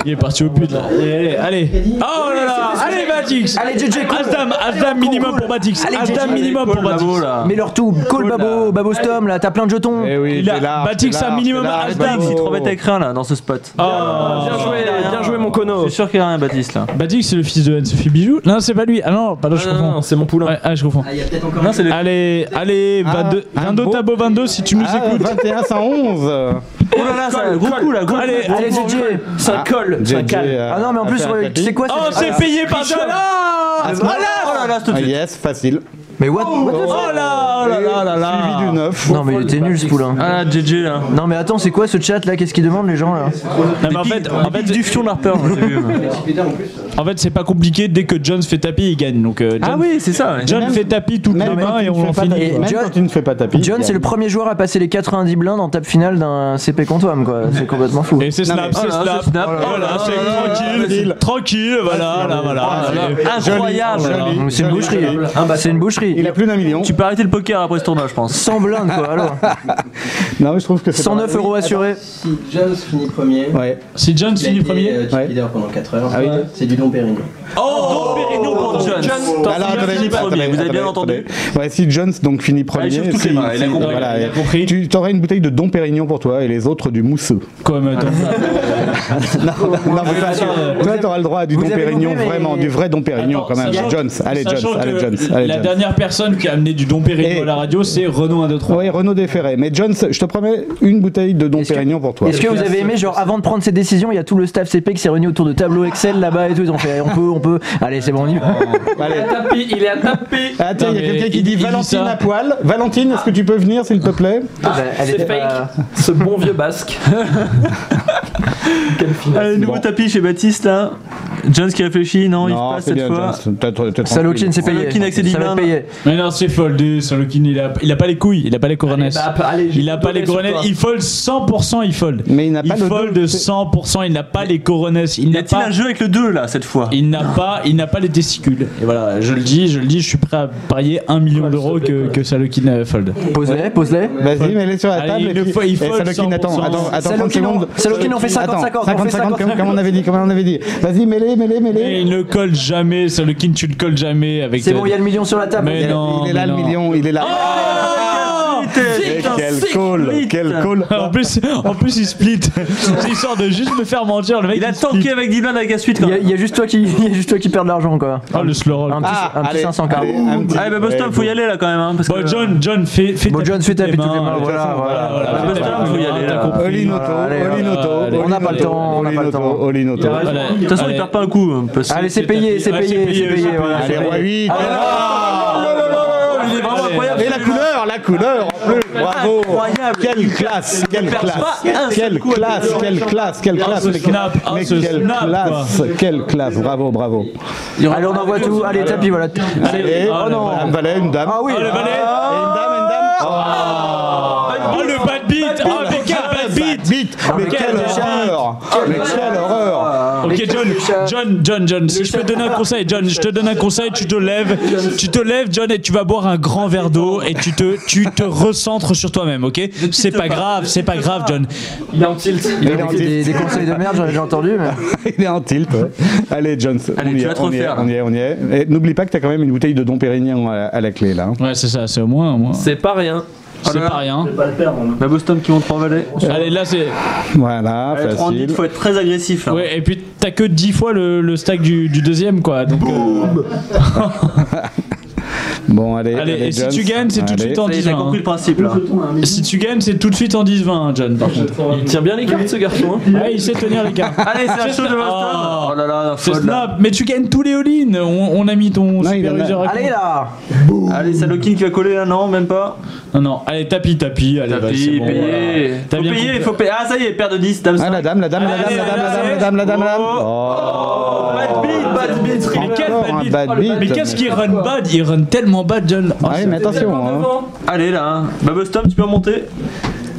[SPEAKER 7] il est parti au pute là. Allez, allez. Oh là là, allez Batix.
[SPEAKER 5] Allez, JJ, cool.
[SPEAKER 7] Asdam, Asdam minimum pour Batix.
[SPEAKER 5] Allez, JJ.
[SPEAKER 7] Asdam minimum pour Batix.
[SPEAKER 5] Mais leur Ah. tout, call
[SPEAKER 7] Cool, là.
[SPEAKER 5] Babo, Babostom là, t'as plein de jetons.
[SPEAKER 19] oui,
[SPEAKER 7] Il a- t'es large, Batix, t'es un large, minimum t'es large, Asdam.
[SPEAKER 17] Batix, il te remet avec rien là dans ce spot.
[SPEAKER 7] Oh.
[SPEAKER 10] Bien joué,
[SPEAKER 7] rien.
[SPEAKER 12] Bien joué, mon cono.
[SPEAKER 10] Je suis sûr qu'il a rien, Baptiste là.
[SPEAKER 7] Baptiste, c'est le fils de Anne-Sophie Bijou Non, c'est pas lui. Ah non, pardon, je
[SPEAKER 10] non,
[SPEAKER 7] confonds.
[SPEAKER 10] non, c'est mon poulain.
[SPEAKER 7] ah, je confonds.
[SPEAKER 10] Ah, il y a peut-être encore Non, un- c'est le-
[SPEAKER 7] Allez, allez,
[SPEAKER 10] Ah,
[SPEAKER 7] 22,
[SPEAKER 10] un
[SPEAKER 7] 22
[SPEAKER 10] beau-
[SPEAKER 7] Tabo 22 si tu nous
[SPEAKER 10] Ah,
[SPEAKER 7] écoutes.
[SPEAKER 20] 21 111.
[SPEAKER 10] Oh là là, ça a le gros coup là. Gros
[SPEAKER 7] Allez,
[SPEAKER 10] coup,
[SPEAKER 7] allez,
[SPEAKER 10] gros coup,
[SPEAKER 7] DJ.
[SPEAKER 10] gros coup. Ça
[SPEAKER 7] Ah,
[SPEAKER 10] colle, ça
[SPEAKER 7] DJ,
[SPEAKER 10] cale.
[SPEAKER 7] euh,
[SPEAKER 10] Ah non, mais en
[SPEAKER 7] a
[SPEAKER 10] plus,
[SPEAKER 7] fait un
[SPEAKER 10] ouais,
[SPEAKER 7] caddie.
[SPEAKER 10] c'est quoi cette-
[SPEAKER 7] Oh, c'est
[SPEAKER 10] Ah,
[SPEAKER 7] payé par
[SPEAKER 10] Richard.
[SPEAKER 7] Dallas
[SPEAKER 10] Ah, c'est- Oh là là, tout de
[SPEAKER 1] Ah
[SPEAKER 10] suite.
[SPEAKER 1] yes, facile.
[SPEAKER 5] Mais what, what the fuck
[SPEAKER 7] Oh là, oh là là là
[SPEAKER 5] Ah.
[SPEAKER 7] là.
[SPEAKER 1] Suivi du 9.
[SPEAKER 5] Non mais il était nul ce poulain.
[SPEAKER 10] Ah là, JJ là.
[SPEAKER 5] Non mais attends, c'est quoi ce chat là Qu'est-ce qu'ils demandent les gens là
[SPEAKER 7] Non, mais en fait, en fait,
[SPEAKER 10] Du fion d'Harper, moi,
[SPEAKER 7] (laughs)
[SPEAKER 10] j'ai vu. moi.
[SPEAKER 7] en fait, c'est pas compliqué dès que John fait tapis, il gagne. Donc, euh,
[SPEAKER 10] Ah
[SPEAKER 7] John-
[SPEAKER 10] oui, c'est ça, ouais.
[SPEAKER 7] John
[SPEAKER 10] Même-
[SPEAKER 7] fait tapis toutes les mains et on en finit.
[SPEAKER 5] Et
[SPEAKER 1] Même
[SPEAKER 5] John-
[SPEAKER 1] quand tu ne fais pas tapis.
[SPEAKER 5] John, c'est le premier joueur à passer les 90 blindes en table finale d'un CP Quantum quoi. C'est complètement fou.
[SPEAKER 7] Et c'est snap,
[SPEAKER 10] Oh
[SPEAKER 7] c'est
[SPEAKER 10] là là,
[SPEAKER 7] snap.
[SPEAKER 10] c'est snap.
[SPEAKER 7] Oh là, c'est
[SPEAKER 10] Oh là là,
[SPEAKER 7] tranquille, tranquille, voilà, oh là, voilà.
[SPEAKER 10] Incroyable.
[SPEAKER 1] joli.
[SPEAKER 5] Donc, C'est une
[SPEAKER 1] Joli,
[SPEAKER 5] boucherie.
[SPEAKER 1] joli.
[SPEAKER 5] Ah bah c'est une boucherie.
[SPEAKER 1] Il a plus d'un million.
[SPEAKER 10] Tu peux arrêter le poker après ce tournoi, je pense.
[SPEAKER 5] Sans blindes quoi alors.
[SPEAKER 1] Non, mais je trouve que c'est.
[SPEAKER 5] 109 euros assurés.
[SPEAKER 21] Si Jones finit premier,
[SPEAKER 1] Ouais.
[SPEAKER 7] Si John
[SPEAKER 21] il a
[SPEAKER 7] finit
[SPEAKER 21] été,
[SPEAKER 7] premier.
[SPEAKER 21] euh, team leader pendant 4 heures,
[SPEAKER 1] Ah oui.
[SPEAKER 21] c'est du Don Pérignon.
[SPEAKER 10] Oh, Perrino pour
[SPEAKER 1] Alors,
[SPEAKER 10] John. T'en fais bien
[SPEAKER 1] attendez,
[SPEAKER 10] fini
[SPEAKER 1] attendez,
[SPEAKER 10] premier, vous avez bien
[SPEAKER 1] attendez,
[SPEAKER 10] entendu.
[SPEAKER 1] attendez. Ouais, si Jones donc finit premier,
[SPEAKER 10] il chauffe toutes
[SPEAKER 1] si-
[SPEAKER 10] les mains, il a
[SPEAKER 1] si-
[SPEAKER 10] compris,
[SPEAKER 1] voilà,
[SPEAKER 7] il a
[SPEAKER 1] et-
[SPEAKER 7] compris.
[SPEAKER 1] Tu aurais une bouteille de Dom Pérignon pour toi et les autres du mousseux.
[SPEAKER 7] Quoi, mais attends.
[SPEAKER 1] non, non, mais pas- toi, t'auras le droit à du
[SPEAKER 5] vous
[SPEAKER 1] Dom
[SPEAKER 5] avez
[SPEAKER 1] Pérignon,
[SPEAKER 5] compris, mais-
[SPEAKER 1] vraiment, du vrai Dom Pérignon quand même.
[SPEAKER 7] Sachant-
[SPEAKER 1] Jones, allez
[SPEAKER 7] sachant
[SPEAKER 1] Jones,
[SPEAKER 7] que
[SPEAKER 1] allez Jones, allez
[SPEAKER 7] La
[SPEAKER 1] Jones.
[SPEAKER 7] dernière personne qui a amené du Don Pérignon
[SPEAKER 1] Et-
[SPEAKER 7] à la radio, c'est Renault 1, 2, 3.
[SPEAKER 1] Oui, Renaud Déferré. Mais Jones, je te promets une bouteille de Dom Pérignon pour toi.
[SPEAKER 5] Est-ce que vous avez aimé, genre avant de prendre ces décisions, il y a tout le staff CP qui s'est réuni autour de tableau Excel là-bas et tout, ils ont fait on peut, on peut, allez c'est bon on y va.
[SPEAKER 1] Allez.
[SPEAKER 12] Tapis, il est à tapis.
[SPEAKER 1] Ah, tiens,
[SPEAKER 7] Non,
[SPEAKER 1] il y a
[SPEAKER 7] mais
[SPEAKER 1] quelqu'un qui
[SPEAKER 7] il-
[SPEAKER 1] dit
[SPEAKER 7] il dit
[SPEAKER 1] Valentine
[SPEAKER 7] ça.
[SPEAKER 1] à poil. Valentine, est-ce que tu peux venir s'il te plaît
[SPEAKER 5] Bah, elle
[SPEAKER 12] C'est
[SPEAKER 5] était
[SPEAKER 12] fake.
[SPEAKER 5] pas-
[SPEAKER 12] Ce bon
[SPEAKER 7] (laughs)
[SPEAKER 12] vieux basque. Quelle finale.
[SPEAKER 10] Allez, nouveau
[SPEAKER 1] Bon.
[SPEAKER 10] tapis chez Baptiste là. Jones qui réfléchit, non, il passe
[SPEAKER 1] c'est
[SPEAKER 10] cette
[SPEAKER 1] bien
[SPEAKER 10] fois.
[SPEAKER 1] Jones. T'as- t'as- t'as
[SPEAKER 5] Salokine c'est payé.
[SPEAKER 10] Salokine avec ses
[SPEAKER 5] Ça va
[SPEAKER 10] dix
[SPEAKER 5] être payé.
[SPEAKER 7] Mais non, c'est foldé, Salokin, il a, il a pas les couilles, il a pas les couronnes.
[SPEAKER 12] Allez, bah, allez, je
[SPEAKER 7] Il a
[SPEAKER 12] vais
[SPEAKER 7] pas les
[SPEAKER 12] tomber sur
[SPEAKER 7] couronnes,
[SPEAKER 12] toi.
[SPEAKER 7] il fold 100%, il fold.
[SPEAKER 1] Mais il n'a pas
[SPEAKER 7] il
[SPEAKER 1] le
[SPEAKER 7] fold
[SPEAKER 1] dos, c'est-
[SPEAKER 7] 100%, il n'a pas les couronnes. Il
[SPEAKER 10] Y
[SPEAKER 7] n'a
[SPEAKER 10] a-t-il
[SPEAKER 7] pas
[SPEAKER 10] un jeu avec le 2 là cette fois
[SPEAKER 7] il n'a pas, il n'a pas les testicules. Et voilà, je le dis, je le dis, je suis prêt à parier 1 million d'euros que, que Salokin euh, fold.
[SPEAKER 5] Pose-les, pose-les.
[SPEAKER 1] Vas-y, mets-les sur la
[SPEAKER 7] Allez,
[SPEAKER 1] table.
[SPEAKER 7] il le faut- il
[SPEAKER 1] et
[SPEAKER 7] faut le
[SPEAKER 1] Salokine, attends,
[SPEAKER 7] 100%.
[SPEAKER 1] attends, attends, 30
[SPEAKER 5] Salokine, on-
[SPEAKER 1] secondes.
[SPEAKER 5] Salokine, on fait 50, 50, on fait
[SPEAKER 1] 50, 50, comme, comme on avait dit, comme on avait dit. Vas-y, mêlez, mêlez,
[SPEAKER 7] Et
[SPEAKER 1] mêlez.
[SPEAKER 7] il ne colle jamais, Salokin, tu le colles jamais avec. euh,
[SPEAKER 5] C'est bon, il y a le million sur la table.
[SPEAKER 7] Mais
[SPEAKER 5] Il y a-
[SPEAKER 7] non.
[SPEAKER 1] Il est là le
[SPEAKER 7] mais non.
[SPEAKER 1] million, il est là.
[SPEAKER 10] Ah,
[SPEAKER 1] Et
[SPEAKER 10] Zit, un
[SPEAKER 1] quel
[SPEAKER 10] zit,
[SPEAKER 1] call,
[SPEAKER 10] zit.
[SPEAKER 1] quel call.
[SPEAKER 7] (laughs) En plus, en plus, il split. C'est histoire de juste me faire mentir. Le mec,
[SPEAKER 10] Il a
[SPEAKER 7] split.
[SPEAKER 10] tanké avec Dylan avec la suite quand
[SPEAKER 5] Il y a-
[SPEAKER 10] même.
[SPEAKER 5] il y a juste toi qui, (laughs) il y a juste toi qui perds de l'argent quoi.
[SPEAKER 7] Oh, le slow roll.
[SPEAKER 5] Un petit, un petit
[SPEAKER 1] Ah, allez,
[SPEAKER 5] 500 car.
[SPEAKER 1] allez, un petit-
[SPEAKER 10] Allez, bah Boston,
[SPEAKER 1] Eh,
[SPEAKER 10] faut y aller là quand même. Hein, parce
[SPEAKER 7] Bon,
[SPEAKER 10] que-
[SPEAKER 7] John, John, fais, fais
[SPEAKER 5] Bon,
[SPEAKER 7] taper
[SPEAKER 5] John, fais
[SPEAKER 7] toutes
[SPEAKER 5] taper
[SPEAKER 7] les
[SPEAKER 5] toutes les
[SPEAKER 7] mains.
[SPEAKER 5] mains, voilà, voilà.
[SPEAKER 7] Voilà,
[SPEAKER 10] Boston,
[SPEAKER 7] voilà,
[SPEAKER 10] faut y
[SPEAKER 7] voilà,
[SPEAKER 10] aller,
[SPEAKER 7] t'as
[SPEAKER 10] là.
[SPEAKER 7] compris.
[SPEAKER 1] All in auto,
[SPEAKER 5] allez,
[SPEAKER 1] all in
[SPEAKER 5] voilà,
[SPEAKER 1] auto,
[SPEAKER 7] allez.
[SPEAKER 5] On n'a pas le temps, on n'a
[SPEAKER 1] all
[SPEAKER 5] pas
[SPEAKER 1] in
[SPEAKER 5] le temps.
[SPEAKER 1] auto, all in auto.
[SPEAKER 7] Voilà.
[SPEAKER 10] De toute façon,
[SPEAKER 7] Allez.
[SPEAKER 10] il perd pas un coup. hein, parce que-
[SPEAKER 5] Allez, c'est
[SPEAKER 7] tapis.
[SPEAKER 5] payé, Ah, c'est
[SPEAKER 7] Ouais,
[SPEAKER 5] payé,
[SPEAKER 7] c'est payé,
[SPEAKER 5] c'est payé.
[SPEAKER 7] c'est
[SPEAKER 5] voilà,
[SPEAKER 1] Allez,
[SPEAKER 5] c'est
[SPEAKER 1] roi
[SPEAKER 5] payé.
[SPEAKER 1] 8.
[SPEAKER 5] Allez,
[SPEAKER 7] Ah,
[SPEAKER 10] Il est vraiment incroyable.
[SPEAKER 1] Et la couleur, la couleur en plus, bravo
[SPEAKER 10] Incroyable.
[SPEAKER 1] Quelle classe, quelle
[SPEAKER 10] perds
[SPEAKER 1] classe,
[SPEAKER 10] pas un seul
[SPEAKER 1] quelle
[SPEAKER 10] coup à
[SPEAKER 1] classe,
[SPEAKER 10] Pedro.
[SPEAKER 1] quelle classe, quelle classe,
[SPEAKER 7] ce
[SPEAKER 1] mais-
[SPEAKER 7] snap, ah,
[SPEAKER 1] mais
[SPEAKER 7] ce
[SPEAKER 1] quelle
[SPEAKER 7] snap,
[SPEAKER 1] classe, quelle classe, bravo, bravo.
[SPEAKER 5] Allez, on envoie tout. Allez, tapis, voilà.
[SPEAKER 1] Allez,
[SPEAKER 7] oh non.
[SPEAKER 1] un valet, une dame.
[SPEAKER 5] Ah oui.
[SPEAKER 7] Oh, le valet.
[SPEAKER 1] Et une dame, une dame. Ah,
[SPEAKER 7] Oh, le bad beat. Oh, mais quel
[SPEAKER 10] bah,
[SPEAKER 7] bad beat.
[SPEAKER 1] Bite Mais
[SPEAKER 7] mais
[SPEAKER 1] quelle
[SPEAKER 7] quelle
[SPEAKER 1] horreur Mais quelle horreur
[SPEAKER 7] Ok John, John, John, John, si je peux te donner un conseil, John, je te donne un conseil, tu te lèves, tu te lèves John et tu vas boire un grand verre d'eau et tu te, tu te recentres sur toi-même, ok C'est pas grave, c'est pas grave John.
[SPEAKER 12] Il est en tilt.
[SPEAKER 1] Il est
[SPEAKER 5] Des,
[SPEAKER 1] en
[SPEAKER 5] des- des
[SPEAKER 1] tilt.
[SPEAKER 5] conseils de merde, j'en ai déjà entendu. Mais...
[SPEAKER 1] Il est en tilt. ouais. Allez, Jones,
[SPEAKER 10] Allez,
[SPEAKER 1] on, y
[SPEAKER 10] tu
[SPEAKER 1] est,
[SPEAKER 10] vas te
[SPEAKER 1] on y est,
[SPEAKER 10] refaire.
[SPEAKER 1] on y est, on y est. Et n'oublie pas que t'as quand même une bouteille de Dom Pérignon à, à la clé, là.
[SPEAKER 7] Ouais c'est ça, c'est au moins, au moins.
[SPEAKER 12] C'est pas rien.
[SPEAKER 7] C'est pas rien.
[SPEAKER 10] La Boston qui monte en valet.
[SPEAKER 7] Allez là c'est...
[SPEAKER 1] Voilà, facile.
[SPEAKER 10] Il faut être très agressif là.
[SPEAKER 7] Ouais et puis t'as que 10 fois le, le stack du, du deuxième quoi. Donc, euh,
[SPEAKER 1] Bon, allez,
[SPEAKER 7] Allez, et si
[SPEAKER 1] Jones.
[SPEAKER 7] tu gagnes, c'est tout de
[SPEAKER 1] Allez.
[SPEAKER 7] suite en
[SPEAKER 10] Ça y est,
[SPEAKER 7] 10-20.
[SPEAKER 10] T'as compris le principe là.
[SPEAKER 7] hein. Si tu gagnes c'est tout de suite en 10-20 hein, John par contre.
[SPEAKER 12] Il tient bien les cartes, ce garçon. hein.
[SPEAKER 7] Ouais il sait tenir les cartes.
[SPEAKER 10] Allez, c'est la chose de Boston.
[SPEAKER 7] Oh.
[SPEAKER 10] Oh là là,
[SPEAKER 7] Ah, C'est
[SPEAKER 10] folle là.
[SPEAKER 7] snap, mais tu gagnes tous les all-in, on, on a mis ton
[SPEAKER 1] il
[SPEAKER 7] super
[SPEAKER 1] en a-
[SPEAKER 7] user account.
[SPEAKER 5] Allez là.
[SPEAKER 10] Allez, c'est Lokin qui va coller là, non, même pas.
[SPEAKER 7] Non, non, allez, tapis, tapis, allez, vas-y, c'est
[SPEAKER 10] Tapis,
[SPEAKER 7] bon,
[SPEAKER 10] payé.
[SPEAKER 7] voilà. T'as
[SPEAKER 10] Faut
[SPEAKER 7] bien
[SPEAKER 10] payer,
[SPEAKER 7] compris.
[SPEAKER 10] faut payer. Ah, ça y est, paire de 10, dame
[SPEAKER 1] Ah,
[SPEAKER 10] 5.
[SPEAKER 1] la dame, la dame, la dame, la dame, la dame, la dame, la dame, la dame.
[SPEAKER 10] Oh, bad beat, bad beat,
[SPEAKER 7] Mais quel
[SPEAKER 1] Encore un
[SPEAKER 7] bad beat.
[SPEAKER 1] bad
[SPEAKER 7] Oh, le
[SPEAKER 1] beat.
[SPEAKER 7] Mais qu'est-ce qu'il run bad Il run tellement bad, John. Oh,
[SPEAKER 1] Ouais,
[SPEAKER 7] c'est-
[SPEAKER 1] mais attention, hein.
[SPEAKER 10] Allez là, hein. bah Boston, tu peux remonter.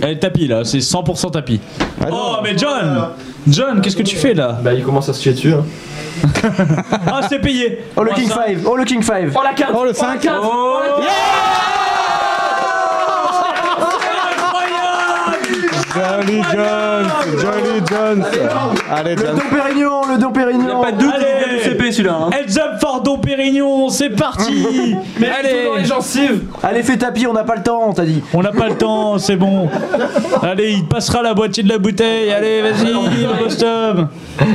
[SPEAKER 7] Allez, Eh, tapis, là, c'est 100% tapis.
[SPEAKER 5] Ah
[SPEAKER 1] Attends.
[SPEAKER 7] Oh, mais John John, qu'est-ce que tu fais, là
[SPEAKER 22] Bah, il commence à se tuer dessus. hein.
[SPEAKER 7] Ah, c'est payé
[SPEAKER 5] Oh le King 5, oh le King 5.
[SPEAKER 12] Oh la carte
[SPEAKER 1] Oh, le 5
[SPEAKER 12] Oh la carte
[SPEAKER 7] Incroyable
[SPEAKER 19] Jolly Jones Jolly Jones Allez,
[SPEAKER 6] Le
[SPEAKER 19] Jones.
[SPEAKER 6] Don Pérignon, le Don Pérignon.
[SPEAKER 7] Il n'y a pas de doute qu'il vient du CP celui-là. hein. Heads up for Don Pérignon, c'est
[SPEAKER 5] (laughs)
[SPEAKER 7] parti
[SPEAKER 5] Mais tout dans les gencives.
[SPEAKER 7] Allez, fais tapis, on n'a pas le temps, on t'a dit. On n'a pas le temps, c'est bon. Allez, il passera la moitié de la bouteille. Allez,
[SPEAKER 5] Ah
[SPEAKER 7] vas-y, Babostom.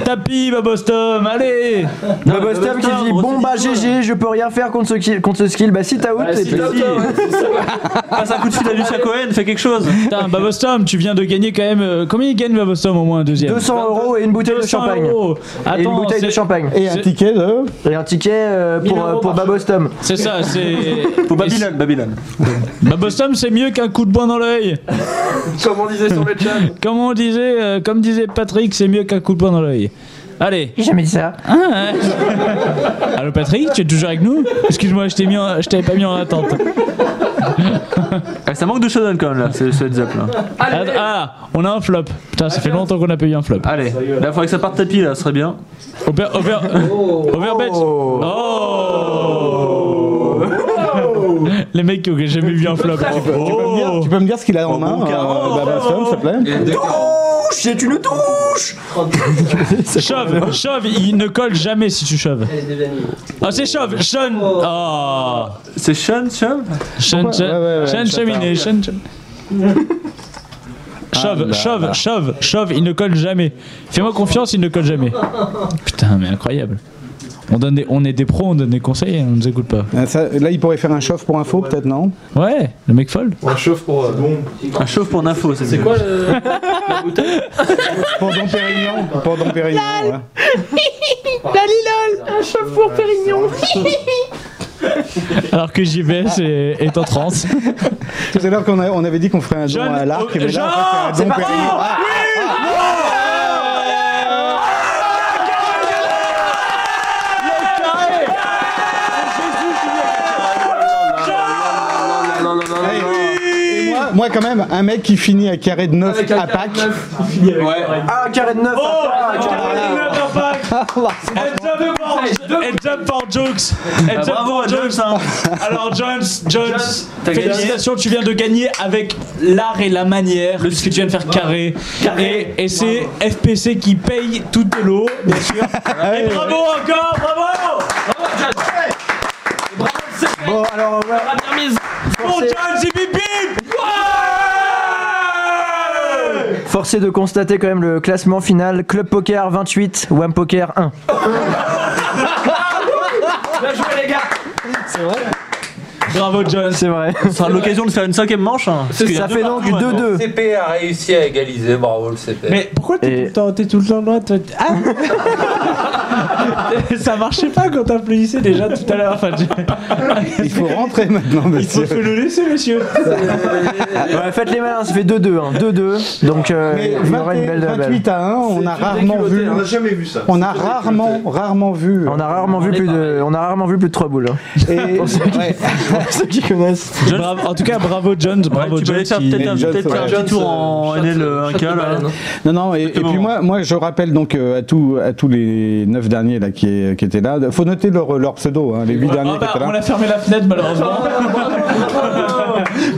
[SPEAKER 7] Tapis, Babostom, allez.
[SPEAKER 5] Le Boston qui dit bon bah GG, je peux rien faire contre ce, qui- contre ce skill. Bah si t'as out,
[SPEAKER 7] si t'as out, ouais,
[SPEAKER 5] Passe un coup de fil à Lucia Cohen, fais quelque chose.
[SPEAKER 7] Putain, Babostom, tu viens de gagner quand même. euh, combien il gagne Babostom au moins, deuxième
[SPEAKER 5] 200 euros et une bouteille de
[SPEAKER 7] 200
[SPEAKER 5] champagne.
[SPEAKER 7] euros. Attends,
[SPEAKER 5] et une bouteille de
[SPEAKER 7] c'est-
[SPEAKER 5] champagne.
[SPEAKER 7] Et un C'est-
[SPEAKER 5] ticket de Et un ticket euh,
[SPEAKER 7] 1000
[SPEAKER 5] pour, euh,
[SPEAKER 7] euros
[SPEAKER 5] pour
[SPEAKER 7] par
[SPEAKER 5] Babostom.
[SPEAKER 7] C'est ça, c'est.
[SPEAKER 5] Pour Babylone,
[SPEAKER 17] Babylone.
[SPEAKER 7] Babostom, c'est mieux qu'un coup de poing dans l'œil.
[SPEAKER 5] Comme on disait sur le chat.
[SPEAKER 7] Comme on disait, euh, comme disait Patrick, c'est mieux qu'un coup de poing dans l'œil. Allez.
[SPEAKER 5] J'ai jamais dit ça.
[SPEAKER 7] (laughs) Allô Patrick, tu es toujours avec nous Excuse-moi, je t'ai mis, en- je t'avais pas mis en
[SPEAKER 17] (laughs)
[SPEAKER 7] attente.
[SPEAKER 17] Ah, ça manque de Shonen quand même là, c'est ce heads up là.
[SPEAKER 7] Att- Ah, on a un flop. Putain, ça fait longtemps qu'on a pas eu un flop.
[SPEAKER 17] Allez, là faudrait que ça parte tapis là, ce serait bien.
[SPEAKER 7] Over, over, overbet. Oh. (laughs) Les mecs qui ont jamais vu un flop.
[SPEAKER 19] Tu peux, tu peux me dire, tu peux me dire ce qu'il a en main, euh, Babaston, s'il te plaît
[SPEAKER 7] Touche, c'est une touche. chauve, chauve, il ne colle jamais si tu chauves. Ah, c'est chauve, Sean. Oh.
[SPEAKER 17] C'est Sean, chauve.
[SPEAKER 7] Sean,
[SPEAKER 17] Pourquoi Ouais, ouais, ouais,
[SPEAKER 7] Sean
[SPEAKER 17] Sean
[SPEAKER 7] Chaminé,
[SPEAKER 17] Chapin.
[SPEAKER 7] Sean Ah, Cham- Chauve,
[SPEAKER 17] bah,
[SPEAKER 7] chauve,
[SPEAKER 17] bah.
[SPEAKER 7] chauve, chauve, il ne colle jamais. Fais-moi confiance, il ne colle jamais. Putain, mais incroyable. On, donne des- on est des pros, on donne des conseils, hein, on ne nous écoute pas.
[SPEAKER 1] Ah, ça, là, il pourrait faire un chauffe pour info, peut-être, non
[SPEAKER 7] Ouais, le mec folle.
[SPEAKER 17] Un chauffe pour. Un chauffe pour info, c'est quoi
[SPEAKER 1] Pour Don Pérignon. Pour Don Pérignon, ouais.
[SPEAKER 4] Lalilol, un chef pour Pérignon.
[SPEAKER 7] Alors que JBS est, est en transe.
[SPEAKER 1] Tout à l'heure, qu'on a- on avait dit qu'on ferait un don à l'arc. mais là, on va faire un don Pérignon. Ah,
[SPEAKER 5] Ah.
[SPEAKER 1] Et moi, moi, quand même, un mec qui finit à carré de 9 à Pâques.
[SPEAKER 5] Ouais. Ah, un carré de 9.
[SPEAKER 7] Oh,
[SPEAKER 5] ah,
[SPEAKER 6] (laughs)
[SPEAKER 7] Heads up for jokes!
[SPEAKER 17] Bah,
[SPEAKER 7] Heads up for jokes! Alors, Jones, Jones,
[SPEAKER 17] hein. t'as gagné.
[SPEAKER 7] félicitations, tu viens de gagner avec l'art et la manière, puisque tu viens de faire carré.
[SPEAKER 17] Carré.
[SPEAKER 7] Et, et c'est FPC qui paye tout de l'eau, bien
[SPEAKER 17] (laughs)
[SPEAKER 7] sûr.
[SPEAKER 17] Ah
[SPEAKER 7] et bravo encore, bravo!
[SPEAKER 6] Bon, alors, ouais.
[SPEAKER 7] Pour Jones, et bip bip!
[SPEAKER 5] Forcé de constater quand même le classement final Club Poker 28, One Poker 1.
[SPEAKER 10] Bien joué, les gars.
[SPEAKER 5] C'est vrai
[SPEAKER 7] Bravo John,
[SPEAKER 5] c'est vrai.
[SPEAKER 17] Ce sera l'occasion de faire une cinquième manche. Hein, parce qu'il y a deux partout, maintenant.
[SPEAKER 5] Le
[SPEAKER 12] CP a réussi à égaliser, bravo le CP.
[SPEAKER 7] Mais pourquoi t'es tout le temps- t'es tout le temps loin toi t-
[SPEAKER 10] (laughs)
[SPEAKER 7] Ah Ça marchait pas quand t'applaudissais déjà tout à l'heure. Enfin,
[SPEAKER 1] Il faut rentrer maintenant, monsieur.
[SPEAKER 7] Il faut le laisser, monsieur.
[SPEAKER 5] Ouais, faites les malins, ça fait 2-2. hein, 2-2. Donc, euh,
[SPEAKER 1] Mais
[SPEAKER 5] il y aura une belle
[SPEAKER 1] 28 à 1, on a rarement vu.
[SPEAKER 5] On a jamais vu ça.
[SPEAKER 1] On a
[SPEAKER 5] C'est une
[SPEAKER 1] rarement, rarement vu.
[SPEAKER 5] On a rarement vu plus de, on a rarement vu plus de 3 boules. hein. (laughs)
[SPEAKER 1] Et-
[SPEAKER 5] pour, ceux qui, pour ceux qui connaissent.
[SPEAKER 7] Bravo- en tout cas, bravo Jones,
[SPEAKER 10] Ah,
[SPEAKER 7] bravo
[SPEAKER 17] tu peux
[SPEAKER 7] Jones.
[SPEAKER 17] aller faire
[SPEAKER 7] qui-
[SPEAKER 17] peut-être un-
[SPEAKER 1] Jones,
[SPEAKER 17] peut-être
[SPEAKER 1] ouais.
[SPEAKER 17] un petit tour en NL
[SPEAKER 1] Shot
[SPEAKER 17] 1K là.
[SPEAKER 1] Non, non, et, et puis moi, moi, je rappelle donc euh, à, tous à tous les neuf derniers là, qui, qui étaient là, faut noter leur, leur pseudo, hein, les huit derniers
[SPEAKER 7] Ah
[SPEAKER 1] qui
[SPEAKER 7] bah,
[SPEAKER 1] étaient là.
[SPEAKER 7] on a fermé la fenêtre
[SPEAKER 10] (laughs)
[SPEAKER 7] malheureusement.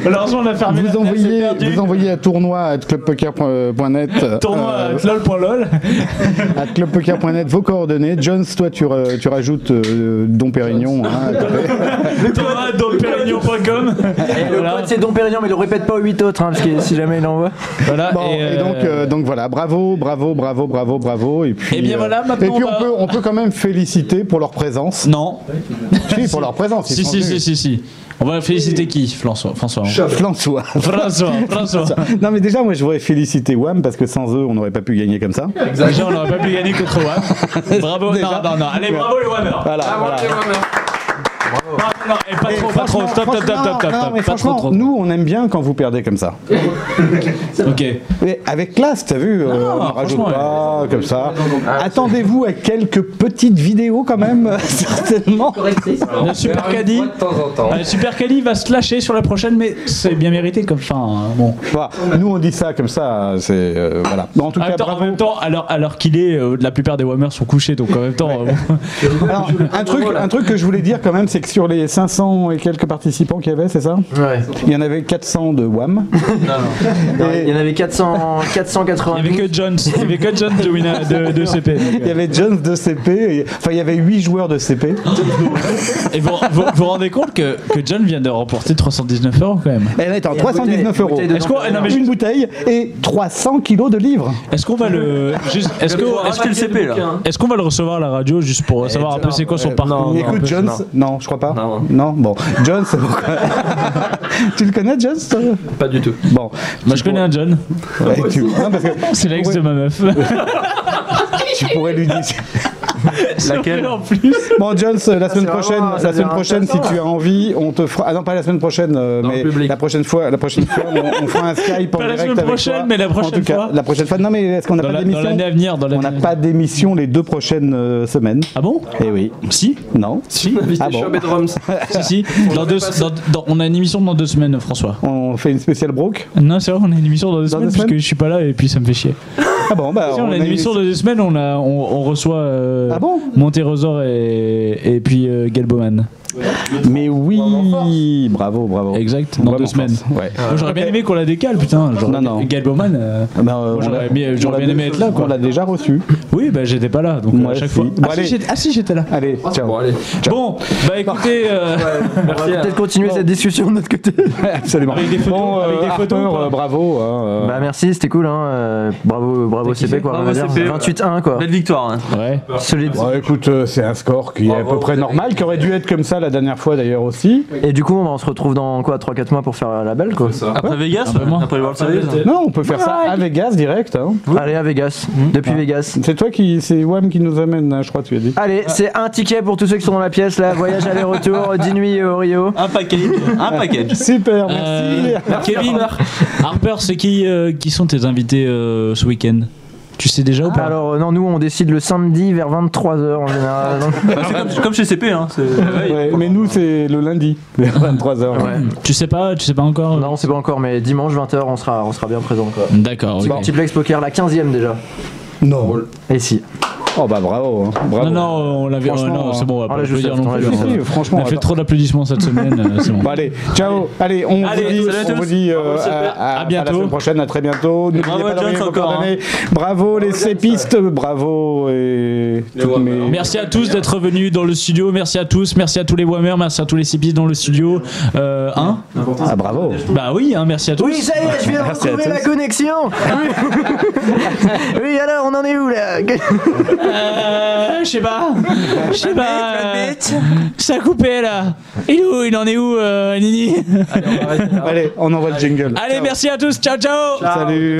[SPEAKER 7] malheureusement, on a fermé la
[SPEAKER 1] Vous
[SPEAKER 7] fenêtre. c'est
[SPEAKER 1] envoyez,
[SPEAKER 7] perdu.
[SPEAKER 1] vous envoyez à tournoi à clubpoker.net.
[SPEAKER 7] Tournoi
[SPEAKER 1] euh,
[SPEAKER 7] à
[SPEAKER 10] (laughs)
[SPEAKER 7] lol.lol.
[SPEAKER 1] à clubpoker.net vos coordonnées. Jones, toi tu, ra- tu rajoutes euh, Don Pérignon. hein, à côté.
[SPEAKER 7] Thomas, dompérignon.com.
[SPEAKER 5] Le code c'est Don Pérignon, mais il le répète pas aux 8 autres, hein, parce que si jamais il envoie.
[SPEAKER 7] Voilà,
[SPEAKER 1] Bon, et, donc, euh, donc voilà, bravo, bravo, bravo, bravo, bravo. Et puis, euh,
[SPEAKER 5] Eh bien, voilà, maintenant,
[SPEAKER 1] et puis
[SPEAKER 5] on
[SPEAKER 1] on,
[SPEAKER 5] va-
[SPEAKER 1] peut, on peut quand même féliciter pour leur présence.
[SPEAKER 7] Non.
[SPEAKER 1] Si, pour leur présence. ils
[SPEAKER 7] Si,
[SPEAKER 1] sont
[SPEAKER 7] si,
[SPEAKER 1] venus.
[SPEAKER 7] si, si, si. On va féliciter qui François. François. hein.
[SPEAKER 1] François. (laughs)
[SPEAKER 7] François, François.
[SPEAKER 1] Non mais déjà moi je voudrais féliciter WAM parce que sans eux on n'aurait pas pu gagner comme ça.
[SPEAKER 7] Déjà, on n'aurait pas pu gagner
[SPEAKER 1] (laughs)
[SPEAKER 7] contre WAM. Bravo. Non, non, non. Allez, bravo les Wamers.
[SPEAKER 1] Voilà,
[SPEAKER 7] Bravo
[SPEAKER 1] voilà.
[SPEAKER 7] les Wamers. Non, non, non, et pas trop, ah, pas trop. Stop, stop, stop, stop, stop.
[SPEAKER 1] Non, mais
[SPEAKER 7] Pas trop,
[SPEAKER 1] franchement,
[SPEAKER 7] trop.
[SPEAKER 1] nous on aime bien quand vous perdez comme ça.
[SPEAKER 7] Ok.
[SPEAKER 1] Mais avec classe, t'as vu, euh, on en rajoute
[SPEAKER 7] franchement,
[SPEAKER 1] pas comme ça.
[SPEAKER 7] Ah,
[SPEAKER 1] Attendez-vous à quelques petites vidéos quand même, (laughs) certainement.
[SPEAKER 7] Le Super Caddy. Euh, Super Caddy va se lâcher sur la prochaine, mais c'est bien mérité comme fin. hein. Bon.
[SPEAKER 1] Bah, nous on dit ça comme ça, c'est euh, voilà. Bon, en tout
[SPEAKER 7] En même
[SPEAKER 1] cas,
[SPEAKER 7] temps, en même temps, alors, alors qu'il est, euh, la plupart des Whammers sont couchés, donc en même temps. euh, bon.
[SPEAKER 1] Alors, un truc, un truc que je voulais dire quand même, c'est que sur sur les 500 et quelques participants qu'il y avait, c'est ça
[SPEAKER 5] Ouais.
[SPEAKER 1] Il y en avait 400 de Wham.
[SPEAKER 5] Non, Il y en avait 400, 480.
[SPEAKER 7] Il n'y avait que Jones. Il n'y avait que Jones de, Wina- de- de CP.
[SPEAKER 1] (laughs) Il y avait Jones de CP, et- enfin il y avait 8 joueurs de CP.
[SPEAKER 7] Et vous vous, vous rendez compte que, que John vient de remporter 319 euros quand même
[SPEAKER 1] Elle est en 319 euros.
[SPEAKER 7] Est-ce qu'on- non, mais
[SPEAKER 1] une bouteille et 300 kilos de livres.
[SPEAKER 7] Est-ce qu'on va le. juste- Est-ce que- est-ce que le CP là Est-ce qu'on va le recevoir à la radio juste pour savoir un peu c'est quoi son parcours
[SPEAKER 1] Écoute, Jones, non. je crois pas. Non, bon. Jones, pourquoi (laughs) Tu le connais, Jones toi
[SPEAKER 10] Pas du tout.
[SPEAKER 1] Bon.
[SPEAKER 7] Moi je connais un John.
[SPEAKER 1] Ouais, tu- non, parce que-
[SPEAKER 7] C'est l'ex de ma meuf. (laughs)
[SPEAKER 1] tu pourrais lui dire.
[SPEAKER 7] Laquelle en plus
[SPEAKER 1] Bon, Jones, la semaine
[SPEAKER 7] vraiment-
[SPEAKER 1] prochaine,
[SPEAKER 7] ça
[SPEAKER 1] la semaine
[SPEAKER 7] devient
[SPEAKER 1] prochaine, si
[SPEAKER 7] intéressant.
[SPEAKER 1] tu as envie, on te fera. Ah non, pas la semaine prochaine, euh, mais la prochaine fois, la prochaine fois, on, on
[SPEAKER 7] (laughs)
[SPEAKER 1] fera un Skype en
[SPEAKER 7] Pas la
[SPEAKER 1] direct
[SPEAKER 7] semaine
[SPEAKER 1] avec
[SPEAKER 7] prochaine,
[SPEAKER 1] toi.
[SPEAKER 7] mais la prochaine
[SPEAKER 1] En tout cas,
[SPEAKER 7] fois.
[SPEAKER 1] la prochaine fois. Non, mais est-ce qu'on n'a
[SPEAKER 7] Dans
[SPEAKER 1] pas
[SPEAKER 7] la- dans
[SPEAKER 1] d'émission
[SPEAKER 7] l'année à venir,
[SPEAKER 1] On n'a pas d'émission les deux prochaines euh, semaines.
[SPEAKER 7] Ah bon
[SPEAKER 1] Eh oui.
[SPEAKER 7] Si
[SPEAKER 1] Non.
[SPEAKER 7] Si
[SPEAKER 1] Ah bon.
[SPEAKER 10] Chauvet de Roms.
[SPEAKER 7] Si, si. Dans deux, dans- dans- on a une émission dans deux semaines, François.
[SPEAKER 1] On fait une spéciale broke
[SPEAKER 7] Non, c'est vrai, on a une émission dans deux semaines parce que je suis pas là et puis ça me fait chier.
[SPEAKER 1] Ah bon, bah.
[SPEAKER 7] Si, on, a une émission dans deux semaines, on, a, on, on reçoit euh, Monterosor et, et puis euh, Galboman.
[SPEAKER 1] Mais oui, bravo, bravo.
[SPEAKER 7] Exact, dans deux semaines. Moi, J'aurais bien aimé qu'on la décale, putain.
[SPEAKER 1] Non, non.
[SPEAKER 7] Galboman, euh,
[SPEAKER 1] Ah
[SPEAKER 7] moi, j'aurais aimé- j'aurais bien aimé être là.
[SPEAKER 1] bah, On l'a déjà reçu.
[SPEAKER 7] Oui, bah j'étais pas là, donc euh,
[SPEAKER 1] Moi,
[SPEAKER 7] à chaque
[SPEAKER 1] si.
[SPEAKER 7] fois.
[SPEAKER 1] Bon,
[SPEAKER 7] ah, si,
[SPEAKER 1] allez.
[SPEAKER 7] j'étais- ah, si, j'étais là.
[SPEAKER 1] Allez, ciao.
[SPEAKER 10] Bon, allez.
[SPEAKER 7] Bon, bah écoutez. euh,
[SPEAKER 5] On va peut-être continuer cette discussion de notre côté.
[SPEAKER 1] Absolument.
[SPEAKER 7] Avec des photos,
[SPEAKER 1] Bon,
[SPEAKER 7] avec des
[SPEAKER 1] euh,
[SPEAKER 7] photos,
[SPEAKER 1] Harper,
[SPEAKER 7] quoi.
[SPEAKER 1] euh, bravo. hein, euh.
[SPEAKER 5] Bah merci, c'était cool. Hein. euh, Bravo, bravo CP quoi. on va dire. 28-1 quoi.
[SPEAKER 10] Belle victoire. hein.
[SPEAKER 7] Ouais.
[SPEAKER 5] Solide.
[SPEAKER 1] Bon, écoute, euh, c'est un score qui est à peu près normal, qui aurait dû être comme ça la dernière fois d'ailleurs aussi.
[SPEAKER 5] Et du coup, on se retrouve dans quoi 3-4 mois pour faire euh, la belle quoi.
[SPEAKER 10] Après Vegas, après le World Series. hein.
[SPEAKER 1] Non, on peut faire ça à Vegas direct. hein.
[SPEAKER 5] Allez à Vegas, depuis Vegas.
[SPEAKER 1] C'est toi qui, c'est Wam qui nous amène, hein, je crois, tu as dit.
[SPEAKER 5] Allez, c'est un ticket pour tous ceux qui sont dans la pièce là. Voyage aller-retour, 10 nuits au Rio.
[SPEAKER 10] Un package. Un
[SPEAKER 1] (laughs)
[SPEAKER 10] package.
[SPEAKER 1] Ah. Super,
[SPEAKER 7] merci. euh, Kevin, Harper, c'est qui, euh, qui sont tes invités euh, ce week-end Tu sais déjà ou pas
[SPEAKER 5] Alors euh, non, nous on décide le samedi vers 23h en général. donc-
[SPEAKER 10] Bah, c'est comme, comme chez CP. Hein. c'est-
[SPEAKER 1] Ouais, mais nous, c'est le lundi, (laughs) vers 23h.
[SPEAKER 7] Tu sais pas, tu sais pas encore
[SPEAKER 5] Non, on sait pas encore, mais dimanche 20h, on sera, on sera bien présent. quoi.
[SPEAKER 7] D'accord,
[SPEAKER 5] C'est
[SPEAKER 7] ok.
[SPEAKER 5] Multiplex Poker, la 15ème déjà.
[SPEAKER 1] Non.
[SPEAKER 5] Et si.
[SPEAKER 1] Oh bah bravo, hein, bravo.
[SPEAKER 7] Non, non, on l'avait.
[SPEAKER 1] Franchement,
[SPEAKER 7] euh, non, c'est bon, on va
[SPEAKER 5] on
[SPEAKER 7] pas
[SPEAKER 5] l'a
[SPEAKER 7] le
[SPEAKER 5] juste
[SPEAKER 7] dire
[SPEAKER 5] fait,
[SPEAKER 7] non
[SPEAKER 5] on l'a
[SPEAKER 7] plus.
[SPEAKER 5] juste
[SPEAKER 7] hein.
[SPEAKER 1] fait. Bah, Franchement,
[SPEAKER 7] on a fait
[SPEAKER 1] alors.
[SPEAKER 7] trop d'applaudissements cette semaine. euh, c'est bon.
[SPEAKER 1] Bon, allez, ciao. Allez, on
[SPEAKER 10] Allez,
[SPEAKER 1] vous dit,
[SPEAKER 10] salut à
[SPEAKER 1] on
[SPEAKER 10] tous.
[SPEAKER 1] vous dit euh,
[SPEAKER 10] Bravo,
[SPEAKER 1] à,
[SPEAKER 10] CP.
[SPEAKER 1] à-
[SPEAKER 10] À
[SPEAKER 1] à
[SPEAKER 10] bientôt.
[SPEAKER 1] la semaine prochaine, à très bientôt. N'oubliez
[SPEAKER 10] Bravo,
[SPEAKER 1] pas
[SPEAKER 10] Jones,
[SPEAKER 1] d'envoyer vos
[SPEAKER 10] encore, hein.
[SPEAKER 1] coordonnées. Bravo les sépistes, bravo et toutes mes-
[SPEAKER 7] Merci à tous d'être venus dans le studio. Merci à tous. Merci à tous les Whammer. Merci à tous les CPs dans le studio. Euh, hein
[SPEAKER 1] Ah bravo.
[SPEAKER 7] Bah oui, hein, merci à tous.
[SPEAKER 5] Oui, ça y est, je viens de
[SPEAKER 7] Merci à
[SPEAKER 5] retrouver la
[SPEAKER 7] tous.
[SPEAKER 5] (laughs) connexion. oui, alors, on en est où là
[SPEAKER 7] Euh, je sais pas. Je sais pas. euh, Ça a coupé là. Il est où Il en est où, euh, Nini
[SPEAKER 1] Allez, on envoie le jingle.
[SPEAKER 7] Allez, merci à tous. Ciao, ciao.
[SPEAKER 1] Salut.